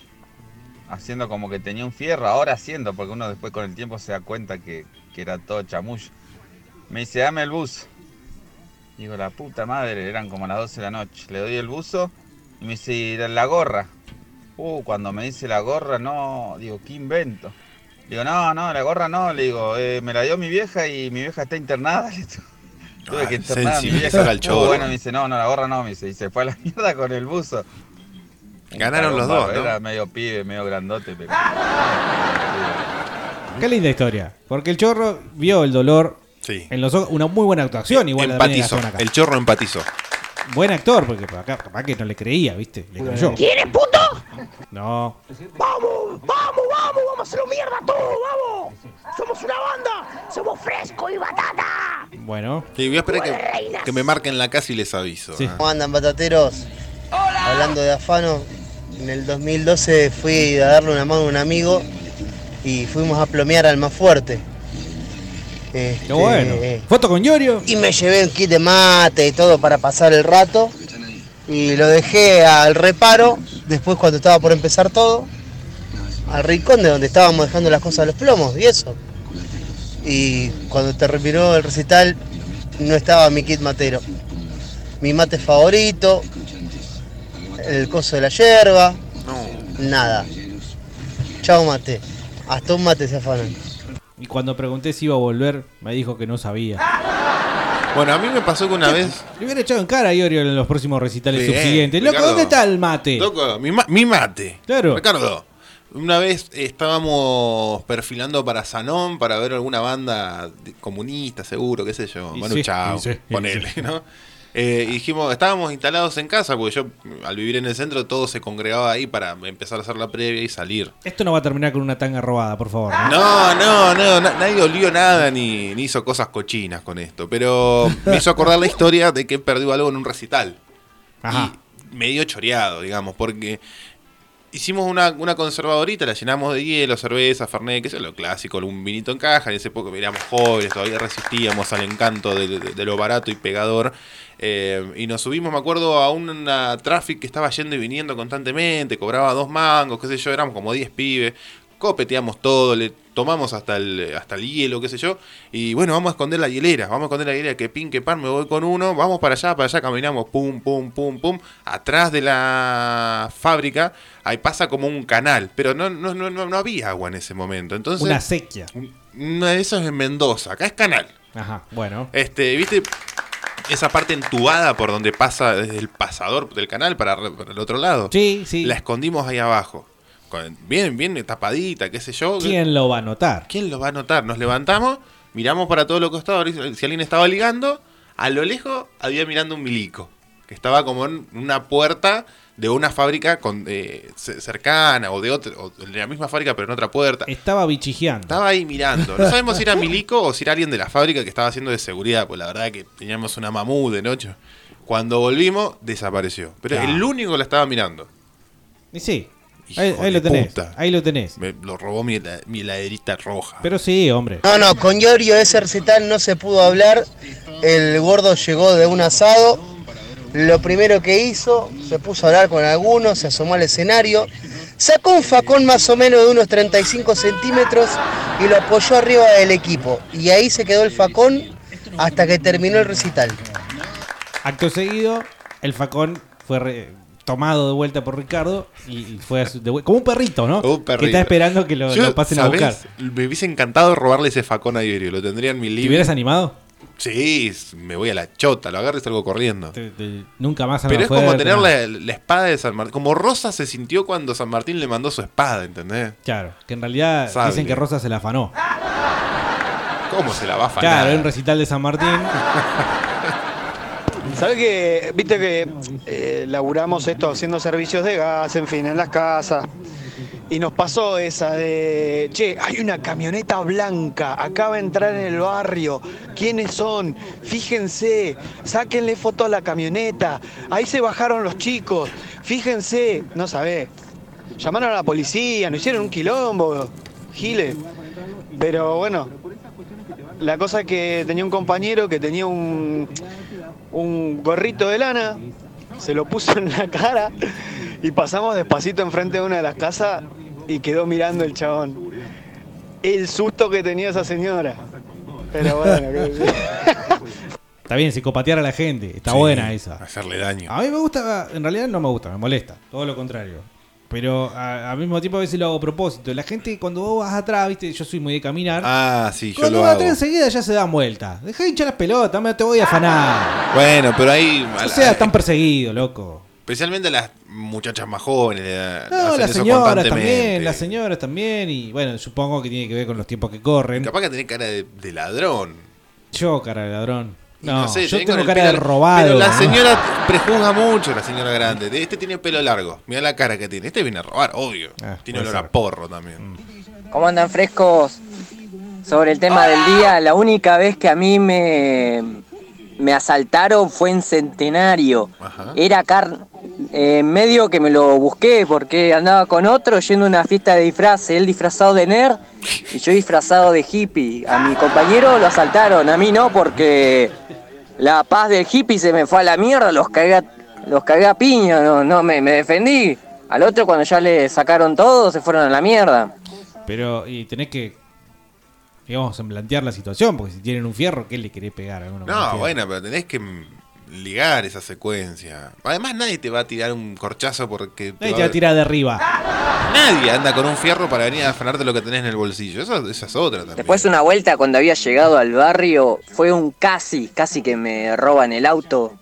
Speaker 4: haciendo como que tenía un fierro, ahora haciendo, porque uno después con el tiempo se da cuenta que, que era todo chamullo. Me dice, dame el buzo. Digo, la puta madre, eran como las 12 de la noche. Le doy el buzo y me dice, "Y la gorra. Uh, cuando me dice la gorra, no, digo, ¿qué invento? Digo, no, no, la gorra no, le digo, "eh, me la dio mi vieja y mi vieja está internada. le tu- Tuve
Speaker 9: Ah,
Speaker 4: que internar a mi
Speaker 9: sensibilizar
Speaker 4: vieja.
Speaker 9: al chorro.
Speaker 4: Uh, bueno, me dice, no, no, la gorra no, me dice, y se fue a la mierda con el buzo.
Speaker 9: Ganaron los dos, ¿no?
Speaker 4: Era medio pibe, medio grandote, pero...
Speaker 6: Qué linda historia. Porque el chorro vio el dolor en los ojos. Una muy buena actuación, igual también en la
Speaker 9: Empatizó.
Speaker 6: zona acá.
Speaker 9: El chorro empatizó.
Speaker 6: Buen actor, porque por acá capaz que no le creía, ¿viste? Le creyó.
Speaker 5: ¿Quieres, puto?
Speaker 6: No.
Speaker 5: ¡Vamos! ¡Vamos, vamos! ¡Vamos a hacerlo mierda todo! ¡Vamos! ¡Somos una banda! ¡Somos fresco y batata!
Speaker 6: Bueno.
Speaker 9: Sí, voy a esperar que, que me marquen la casa y les aviso. ah.
Speaker 7: ¿Cómo andan, patateros? Hablando de afano, en el 2012 fui a darle una mano a un amigo y fuimos a plomear al más fuerte. Este,
Speaker 6: Qué bueno. Foto con Yorio.
Speaker 7: Y me llevé un kit de mate y todo para pasar el rato. Y lo dejé al reparo, después cuando estaba por empezar todo, al rincón de donde estábamos dejando las cosas a los plomos y eso. Y cuando terminó el recital, no estaba mi kit matero. Mi mate favorito, el coso de la yerba, nada. Chao mate, hasta un mate se afanan.
Speaker 6: Y cuando pregunté si iba a volver, me dijo que no sabía.
Speaker 9: Bueno, a mí me pasó que una vez.
Speaker 6: Le hubiera echado en cara a Yorio en los próximos recitales
Speaker 9: Bien,
Speaker 6: subsiguientes. Loco,
Speaker 9: Ricardo.
Speaker 6: ¿dónde está el mate?
Speaker 9: Loco, mi, ma- mi mate.
Speaker 6: Claro.
Speaker 9: Ricardo, una vez estábamos perfilando para Sanón para ver alguna banda de- comunista, seguro, qué sé yo.
Speaker 22: Y
Speaker 9: Manu
Speaker 22: sí,
Speaker 9: Chao,
Speaker 22: y sí, y
Speaker 9: ponele,
Speaker 22: sí.
Speaker 9: ¿no? Eh, y dijimos, estábamos instalados en casa, porque yo al vivir en el centro todo se congregaba ahí para empezar a hacer la previa y salir.
Speaker 6: Esto no va a terminar con una tanga robada, por favor. ¿no?
Speaker 9: No, no, no, na- nadie olió nada ni, ni hizo cosas cochinas con esto, pero me hizo acordar la historia de que perdió algo en un recital. Y medio choreado, digamos, porque hicimos una, una conservadorita, la llenamos de hielo, cerveza, fernet, qué sé yo, lo clásico, un vinito en caja, en ese poco éramos jóvenes, todavía resistíamos al encanto de, de- de lo barato y pegador. Eh, y nos subimos, me acuerdo, a una traffic que estaba yendo y viniendo constantemente, cobraba dos mangos, qué sé yo, éramos como 10 pibes copeteamos todo, le tomamos hasta el, hasta el hielo, qué sé yo, y bueno, vamos a esconder la hielera, vamos a esconder la hielera, que pin, que pan, me voy con uno, vamos para allá, para allá, caminamos, pum, pum, pum, pum, atrás de la fábrica, ahí pasa como un canal, pero no, no, no, no no había agua en ese momento, entonces...
Speaker 6: Una sequía.
Speaker 9: No, eso es en Mendoza, acá es canal.
Speaker 6: Ajá, bueno.
Speaker 9: Este, ¿viste? Esa parte entubada por donde pasa desde el pasador del canal para, re- para el otro lado.
Speaker 6: Sí, sí.
Speaker 9: La escondimos ahí abajo. Con- bien, bien tapadita, qué sé yo.
Speaker 6: ¿Quién lo va a notar?
Speaker 9: ¿Quién lo va a notar? Nos levantamos, miramos para todos los costados, si alguien estaba ligando, a lo lejos había mirando un milico, que estaba como en una puerta de una fábrica con, eh, ce- cercana o de otra, o de la misma fábrica pero en otra puerta.
Speaker 6: Estaba bichijeando.
Speaker 9: Estaba ahí mirando. No sabemos si era Milico o si era alguien de la fábrica que estaba haciendo de seguridad, pues la verdad que teníamos una mamú de noche. Cuando volvimos, desapareció. Pero
Speaker 6: Ah.
Speaker 9: el único que la estaba mirando.
Speaker 6: Y sí.
Speaker 9: Hijo
Speaker 6: Ahí, ahí
Speaker 9: de
Speaker 6: lo tenés.
Speaker 9: puta.
Speaker 6: Ahí lo tenés.
Speaker 9: Me lo robó mi, hela- mi heladerita roja. Ah,
Speaker 6: Pero sí, hombre.
Speaker 7: No, no, con Yorio ese recital no se pudo hablar. El gordo llegó de un asado. Lo primero que hizo, se puso a hablar con algunos, se asomó al escenario, sacó un facón más o menos de unos 35 centímetros y lo apoyó arriba del equipo. Y ahí se quedó el facón hasta que terminó el recital.
Speaker 6: Acto seguido, el facón fue re- tomado de vuelta por Ricardo y y fue a su- de vu- como un perrito, ¿no? Que está esperando que lo,
Speaker 9: Yo,
Speaker 6: lo pasen
Speaker 9: ¿sabés?
Speaker 6: a buscar.
Speaker 9: Me hubiese encantado robarle ese facón a Iberio. Lo tendría en mi libro.
Speaker 6: ¿Te hubieras animado?
Speaker 9: Sí, s- me voy a la chota. Lo agarro y salgo corriendo.
Speaker 6: Nunca más a
Speaker 9: Pero
Speaker 6: la
Speaker 9: es como
Speaker 6: fuerza,
Speaker 9: tener
Speaker 6: nada.
Speaker 9: la, la espada de San Martín. Como Rosa se sintió cuando San Martín le mandó su espada, ¿entendés?
Speaker 6: Claro, que en realidad
Speaker 9: Sable.
Speaker 6: dicen que Rosa se la afanó.
Speaker 9: ¿Cómo se la va a afanar?
Speaker 6: Claro, un recital de San Martín.
Speaker 2: ¿Sabes que, viste que eh, laburamos esto haciendo servicios de gas, en fin, en las casas? Y nos pasó esa de, che, hay una camioneta blanca, acaba de entrar en el barrio, ¿quiénes son? Fíjense, sáquenle foto a la camioneta, ahí se bajaron los chicos, fíjense, no sabés, llamaron a la policía, nos hicieron un quilombo, giles. Pero bueno, la cosa es que tenía un compañero que tenía un, un gorrito de lana, se lo puso en la cara y pasamos despacito enfrente de una de las casas y quedó mirando el chabón. El susto que tenía esa señora. Pero bueno,
Speaker 6: Está bien, psicopatear a la gente. Está
Speaker 9: Sí,
Speaker 6: buena esa.
Speaker 9: Hacerle daño.
Speaker 6: A mí me gusta, en realidad no me gusta, me molesta. Todo lo contrario. Pero a- al mismo tiempo a veces lo hago a propósito. La gente cuando vos vas atrás, viste, yo soy muy de caminar.
Speaker 9: Ah, sí, yo
Speaker 6: cuando
Speaker 9: lo
Speaker 6: vas
Speaker 9: hago.
Speaker 6: atrás enseguida ya se dan vuelta. Deja de hinchar las pelotas, me te voy a
Speaker 9: Ah,
Speaker 6: afanar.
Speaker 9: Bueno, pero ahí. a
Speaker 6: O
Speaker 9: la-
Speaker 6: sea, están perseguidos, loco.
Speaker 9: Especialmente a las muchachas más jóvenes. le da-
Speaker 6: No,
Speaker 9: hacen
Speaker 6: las
Speaker 9: eso
Speaker 6: señoras
Speaker 9: constantemente.
Speaker 6: también, las señoras también. Y bueno, supongo que tiene que ver con los tiempos que corren.
Speaker 9: Capaz que tenés cara de, de ladrón.
Speaker 6: Yo, cara de ladrón.
Speaker 9: Y
Speaker 6: No,
Speaker 9: sé,
Speaker 6: yo
Speaker 9: te ven con
Speaker 6: tengo
Speaker 9: el
Speaker 6: cara
Speaker 9: pelo
Speaker 6: de
Speaker 9: lar-
Speaker 6: robado.
Speaker 9: Pero la
Speaker 6: ¿no?
Speaker 9: señora prejuzga mucho, la señora grande. De Este tiene pelo largo. Mira la cara que tiene. Este viene a robar, obvio. tiene
Speaker 6: Ah, puede Mm,
Speaker 9: olor a porro también.
Speaker 11: ¿Cómo andan frescos? Sobre el tema del día, la única vez que a mí me, me asaltaron fue en Centenario. Era car eh, medio que me lo busqué porque andaba con otro yendo a una fiesta de disfraz, él disfrazado de nerd y yo disfrazado de hippie. A mi compañero lo asaltaron, a mí no porque la paz del hippie se me fue a la mierda, los cagué a, los cagué a piña, no, no me, me defendí. Al otro cuando ya le sacaron todo se fueron a la mierda.
Speaker 6: Pero y tenés que, digamos, plantear la situación, porque si tienen un fierro, ¿qué le querés pegar a uno? con un
Speaker 9: No,
Speaker 6: fierro?
Speaker 9: bueno, pero tenés que mm, ligar esa secuencia. Además, nadie te va a tirar un corchazo porque.
Speaker 6: Nadie te va a tirar de
Speaker 9: Ah,
Speaker 6: arriba.
Speaker 9: Nadie anda con un fierro para venir a afanarte lo que tenés en el bolsillo. Eso, esa es otra también.
Speaker 11: Después una vuelta cuando había llegado al barrio, fue un casi, casi que me roban el auto.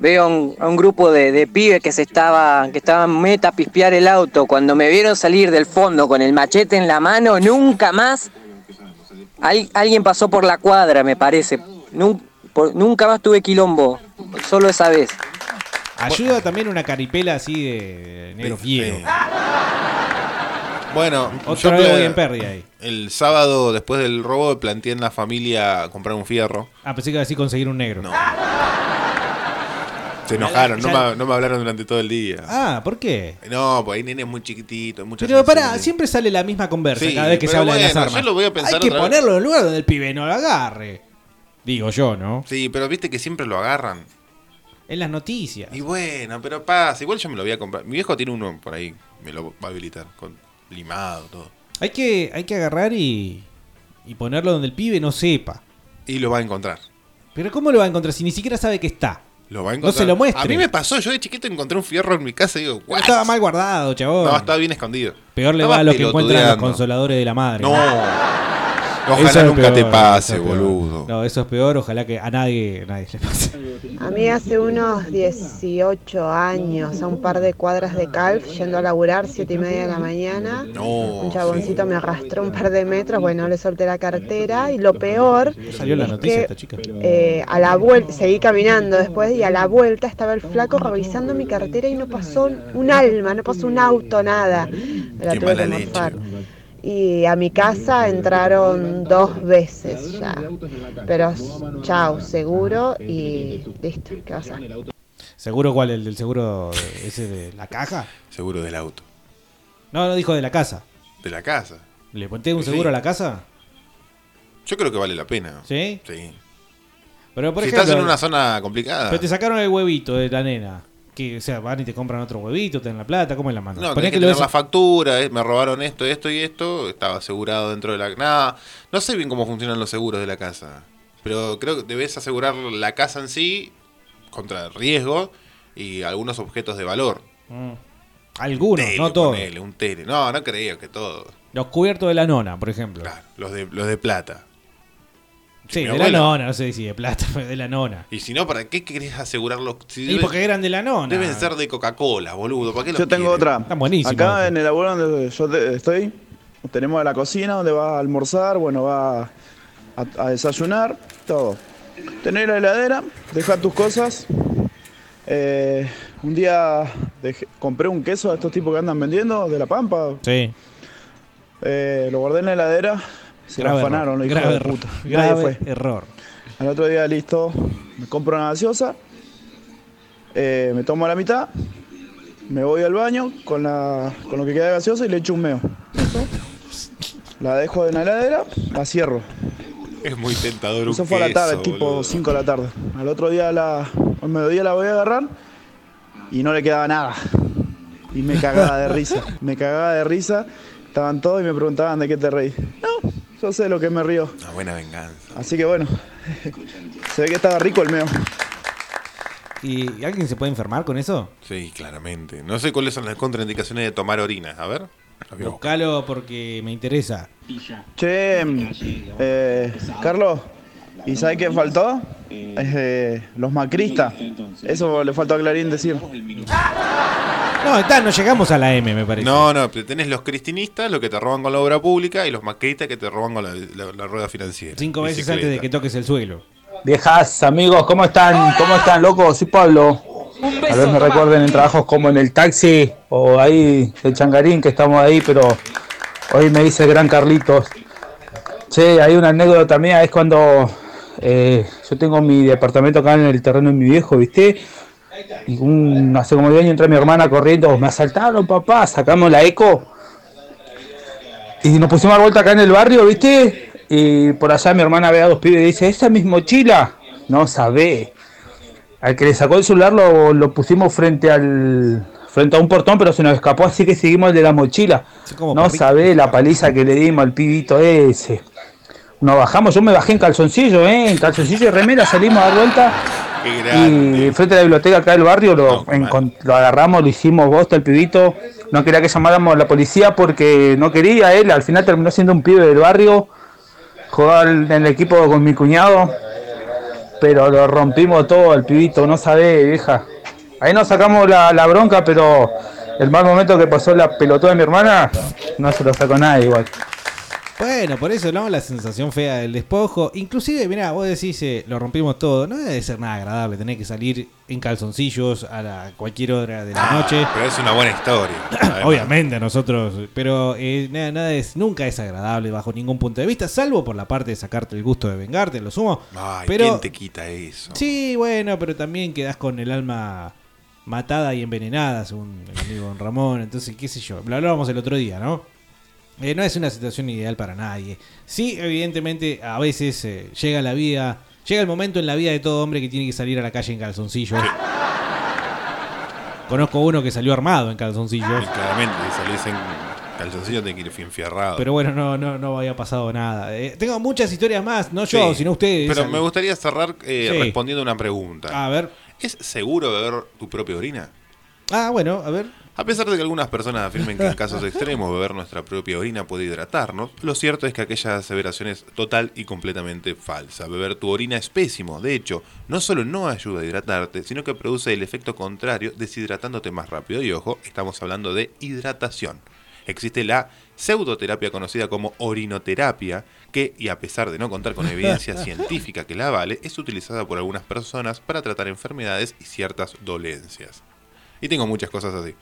Speaker 11: Veo a un, a un grupo de, de pibes que se estaban, que estaban meta a pispear el auto. Cuando me vieron salir del fondo con el machete en la mano, nunca más. al- alguien pasó por la cuadra, me parece. Nun- por- nunca más tuve quilombo. Solo esa vez.
Speaker 6: Ayuda también una caripela así de negro fiero.
Speaker 9: Bueno,
Speaker 6: Otra
Speaker 9: yo
Speaker 6: vez
Speaker 9: pla-
Speaker 6: voy en pérdida ahí.
Speaker 9: El sábado, después del robo, planteé en la familia comprar un fierro.
Speaker 6: Ah, pensé que iba a decir conseguir un negro. Ah,
Speaker 9: Se enojaron, no
Speaker 6: Ya-
Speaker 9: me, no me hablaron durante todo el día.
Speaker 6: Ah, ¿por qué?
Speaker 9: No, pues ahí nene es muy chiquitito, hay mucha
Speaker 6: Pero pará,
Speaker 9: sensibilidad.
Speaker 6: siempre sale la misma conversa
Speaker 9: Sí,
Speaker 6: cada vez que se
Speaker 9: pero
Speaker 6: habla de las
Speaker 9: bueno,
Speaker 6: armas.
Speaker 9: yo lo voy a pensar
Speaker 6: Hay que
Speaker 9: otra vez.
Speaker 6: ponerlo en el lugar donde el pibe no lo agarre. Digo yo, ¿no?
Speaker 9: Sí, pero viste que siempre lo agarran.
Speaker 6: En las noticias.
Speaker 9: Y bueno, pero pasa, igual yo me lo voy a comprar. Mi viejo tiene uno por ahí, me lo va a habilitar, con limado, todo.
Speaker 6: Hay que, hay que agarrar y, y ponerlo donde el pibe no sepa.
Speaker 9: Y lo va a encontrar.
Speaker 6: Pero ¿cómo lo va a encontrar si ni siquiera sabe que está?
Speaker 9: Lo va a
Speaker 6: No
Speaker 9: encontrar.
Speaker 6: se lo muestre.
Speaker 9: A mí me pasó, yo de chiquito encontré un fierro en mi casa y digo,
Speaker 6: No
Speaker 9: "What?".
Speaker 6: estaba mal guardado, chabón.
Speaker 9: No, estaba bien escondido.
Speaker 6: Peor le
Speaker 9: Estaba
Speaker 6: va a los que encuentran los
Speaker 9: pelotudeando.
Speaker 6: consoladores de la madre.
Speaker 9: No.
Speaker 6: Eso
Speaker 9: Ojalá
Speaker 6: es peor,
Speaker 9: nunca te
Speaker 6: eso es
Speaker 9: pase,
Speaker 6: peor.
Speaker 9: boludo.
Speaker 6: No, eso es peor. Ojalá que a nadie, a nadie le pase.
Speaker 22: A mí hace unos 18 años, a un par de cuadras de Calf, yendo a laburar, siete y media de la mañana, un chaboncito me arrastró un par de metros, bueno, le solté la cartera y lo peor
Speaker 6: Salió la
Speaker 22: es
Speaker 6: noticia
Speaker 22: que,
Speaker 6: esta chica.
Speaker 22: eh, a la vuelta, seguí caminando después y a la vuelta estaba el flaco revisando mi cartera y no pasó un alma, no pasó un auto, nada. Me la Qué tuve que mala leche. morfar. Y a mi casa entraron dos veces ya. Pero chao, seguro y listo, ¿qué vas a hacer?
Speaker 6: ¿Seguro cuál? ¿El del seguro de- ese de la caja?
Speaker 9: Seguro del auto.
Speaker 6: No, no dijo de la casa.
Speaker 9: De la casa.
Speaker 6: ¿Le ponté un
Speaker 9: Sí.
Speaker 6: seguro a la casa?
Speaker 9: Yo creo que vale la pena.
Speaker 6: ¿Sí?
Speaker 9: Sí.
Speaker 6: Pero por
Speaker 9: si
Speaker 6: ejemplo,
Speaker 9: estás en una zona complicada.
Speaker 6: Pero te sacaron el huevito de la nena. Que, o sea, van y te compran otro huevito, te dan la plata, ¿cómo es la mano?
Speaker 9: No,
Speaker 6: Poné
Speaker 9: tenés que
Speaker 6: lo
Speaker 9: tener
Speaker 6: ves-
Speaker 9: la factura, eh, me robaron esto, esto y esto, estaba asegurado dentro de la... Nada, no sé bien cómo funcionan los seguros de la casa, pero creo que debes asegurar la casa en sí contra riesgo y algunos objetos de valor.
Speaker 6: Mm. Algunos, no todos.
Speaker 9: Ponele, un tele. No, no creo que todo.
Speaker 6: Los cubiertos de la nona, por ejemplo.
Speaker 9: Los de, los de plata.
Speaker 6: Sí,
Speaker 9: Mi
Speaker 6: de la
Speaker 9: abuela.
Speaker 6: nona, no sé si de plata, pero de la nona.
Speaker 9: Y si no, ¿para qué querés asegurarlos? Si
Speaker 6: Y
Speaker 9: deben-
Speaker 6: porque eran de la nona.
Speaker 9: Deben ser de Coca-Cola, boludo. ¿Para qué
Speaker 16: Yo
Speaker 9: los
Speaker 16: tengo
Speaker 9: quieren?
Speaker 16: otra. Acá
Speaker 6: este.
Speaker 16: en el laburo donde yo te- estoy, tenemos la cocina donde va a almorzar, bueno, va a, a desayunar, todo. Tener la heladera, dejar tus cosas. Eh, un día dejé- compré un queso a estos tipos que andan vendiendo de la pampa.
Speaker 6: Sí.
Speaker 16: Eh, lo guardé en la heladera, se lo
Speaker 6: Grave
Speaker 16: afanaron,
Speaker 6: error,
Speaker 16: los hijos
Speaker 6: grave
Speaker 16: de
Speaker 6: error,
Speaker 16: puta. Nadie
Speaker 6: Grave
Speaker 16: fue.
Speaker 6: error.
Speaker 16: Al otro día, listo, me compro una gaseosa, eh, me tomo la mitad, me voy al baño con, la, con lo que queda de gaseosa y le echo un meo. La dejo en la heladera, la cierro.
Speaker 9: Es muy tentador un
Speaker 16: Eso fue a la
Speaker 9: queso,
Speaker 16: tarde,
Speaker 9: boludo.
Speaker 16: tipo 5 de la tarde. Al otro día, a la, al mediodía la voy a agarrar y no le quedaba nada. Y me cagaba de risa. Me cagaba de risa. Estaban todos y me preguntaban de qué te reí. No, yo sé lo que me río.
Speaker 9: Una buena venganza.
Speaker 16: Así que bueno, se ve que estaba rico el meo.
Speaker 6: ¿Y alguien se puede enfermar con eso?
Speaker 9: Sí, claramente. No sé cuáles son las contraindicaciones de tomar orina. A ver. Lo voy a buscar.
Speaker 6: Buscalo porque me interesa.
Speaker 16: Che, em, eh, Carlos, ¿y sabes qué faltó? Eh, los macristas. Eso le faltó a Clarín decir.
Speaker 6: No, está, no llegamos a la M, me parece.
Speaker 9: No, no, pero tenés los cristinistas, los que te roban con la obra pública, y los maquetas que te roban con la, la- la rueda financiera.
Speaker 6: Cinco veces
Speaker 9: Bicicleta.
Speaker 6: antes de que toques el suelo.
Speaker 1: Viejas, amigos, ¿cómo están? ¿Cómo están, locos? Soy Pablo.
Speaker 6: Un
Speaker 1: Tal vez me recuerden en trabajos como en el taxi o ahí el changarín que estamos ahí, pero hoy me dice el gran Carlitos. Che, hay una anécdota mía, es cuando eh, yo tengo mi departamento acá en el terreno de mi viejo, ¿viste? Y un, hace como 10 años entré mi hermana corriendo, me asaltaron, papá, sacamos la eco. Y nos pusimos a dar vuelta acá en el barrio, ¿viste? Y por allá mi hermana ve a dos pibes y dice, esa es mi mochila. No sabe. Al que le sacó el celular lo, lo pusimos frente al frente a un portón, pero se nos escapó, así que seguimos el de la mochila. No sabe la paliza que le dimos al pibito ese. Nos bajamos, yo me bajé en calzoncillo, ¿eh? en calzoncillo y remera, salimos a dar vuelta. Y frente a la biblioteca acá del barrio lo, encon- lo agarramos, lo hicimos bosta el pibito. No quería que llamáramos a la policía porque no quería él. Al final terminó siendo un pibe del barrio. Jugaba en el equipo con mi cuñado. Pero lo rompimos todo al pibito, no sabe, vieja. Ahí nos sacamos la, la bronca, pero el mal momento que pasó la pelotuda de mi hermana, no se lo sacó nadie igual.
Speaker 6: Bueno, por eso, ¿no? La sensación fea del despojo. Inclusive, mira, vos decís, eh, lo rompimos todo. No debe ser nada agradable tener que salir en calzoncillos a la- cualquier hora de la noche.
Speaker 9: Ah, Pero es una buena historia. además.
Speaker 6: Obviamente a nosotros, pero eh, nada, nada es, nunca es agradable bajo ningún punto de vista, salvo por la parte de sacarte el gusto de vengarte, lo sumo.
Speaker 9: Ay,
Speaker 6: pero
Speaker 9: ¿quién te quita eso?
Speaker 6: Sí, bueno, pero también quedás con el alma matada y envenenada, según el amigo Don Ramón. Entonces, qué sé yo. Lo hablábamos el otro día, ¿no? Eh, no es una situación ideal para nadie. Sí, evidentemente, a veces eh, llega la vida, llega el momento en la vida de todo hombre que tiene que salir a la calle en calzoncillos. Conozco uno que salió armado en calzoncillos.
Speaker 9: Y claramente, si salís en calzoncillo, te quiero enfiarrado.
Speaker 6: Pero bueno, no, no, no había pasado nada. Eh, tengo muchas historias más, no yo,
Speaker 9: Sí,
Speaker 6: sino ustedes.
Speaker 9: Pero
Speaker 6: Al-
Speaker 9: me gustaría cerrar eh,
Speaker 6: Sí.
Speaker 9: respondiendo una pregunta.
Speaker 6: A ver.
Speaker 9: ¿Es seguro beber tu propia orina?
Speaker 6: Ah, bueno, a ver.
Speaker 9: A pesar de que algunas personas afirmen que en casos extremos beber nuestra propia orina puede hidratarnos, lo cierto es que aquella aseveración es total y completamente falsa. Beber tu orina es pésimo. De hecho, no solo no ayuda a hidratarte, sino que produce el efecto contrario, deshidratándote más rápido. Y ojo, estamos hablando de hidratación. Existe la pseudoterapia conocida como orinoterapia, que, y a pesar de no contar con evidencia científica que la avale, es utilizada por algunas personas para tratar enfermedades y ciertas dolencias. Y tengo muchas cosas así.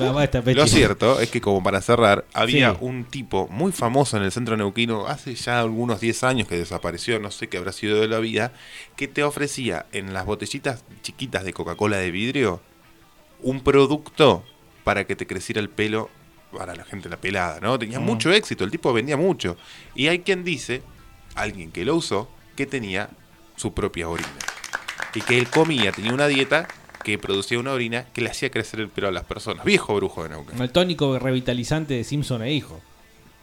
Speaker 6: Va, basta, Pechi.
Speaker 9: Lo cierto es que, como para cerrar, había
Speaker 6: Sí.
Speaker 9: un tipo muy famoso en el centro neuquino hace ya algunos 10 años que desapareció, no sé qué habrá sido de la vida, que te ofrecía en las botellitas chiquitas de Coca-Cola de vidrio un producto para que te creciera el pelo para la gente la pelada, ¿no? Tenía
Speaker 8: Mm.
Speaker 9: mucho éxito, el tipo vendía mucho. Y hay quien dice, alguien que lo usó, que tenía su propia orina. Y que él comía, tenía una dieta que producía una orina que le hacía crecer el pelo a las personas. Viejo brujo de Neuquén.
Speaker 6: El tónico revitalizante de Simpson e hijo.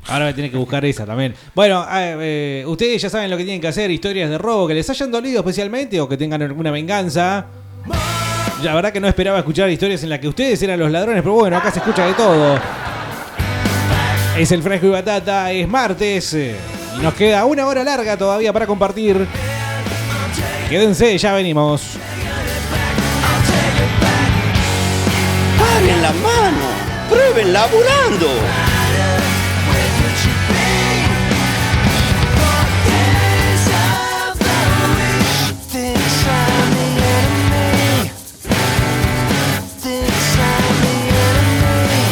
Speaker 6: Ahora voy a tener que buscar esa también. Bueno, eh, eh, ustedes ya saben lo que tienen que hacer, historias de robo que les hayan dolido especialmente o que tengan alguna venganza. La verdad que no esperaba escuchar historias en las que ustedes eran los ladrones, pero bueno, acá se escucha de todo. Es el fresco y batata, es martes. eh, Y nos queda una hora larga todavía para compartir. Quédense, ya venimos.
Speaker 23: ¡Paren la mano! ¡Prueben laburando!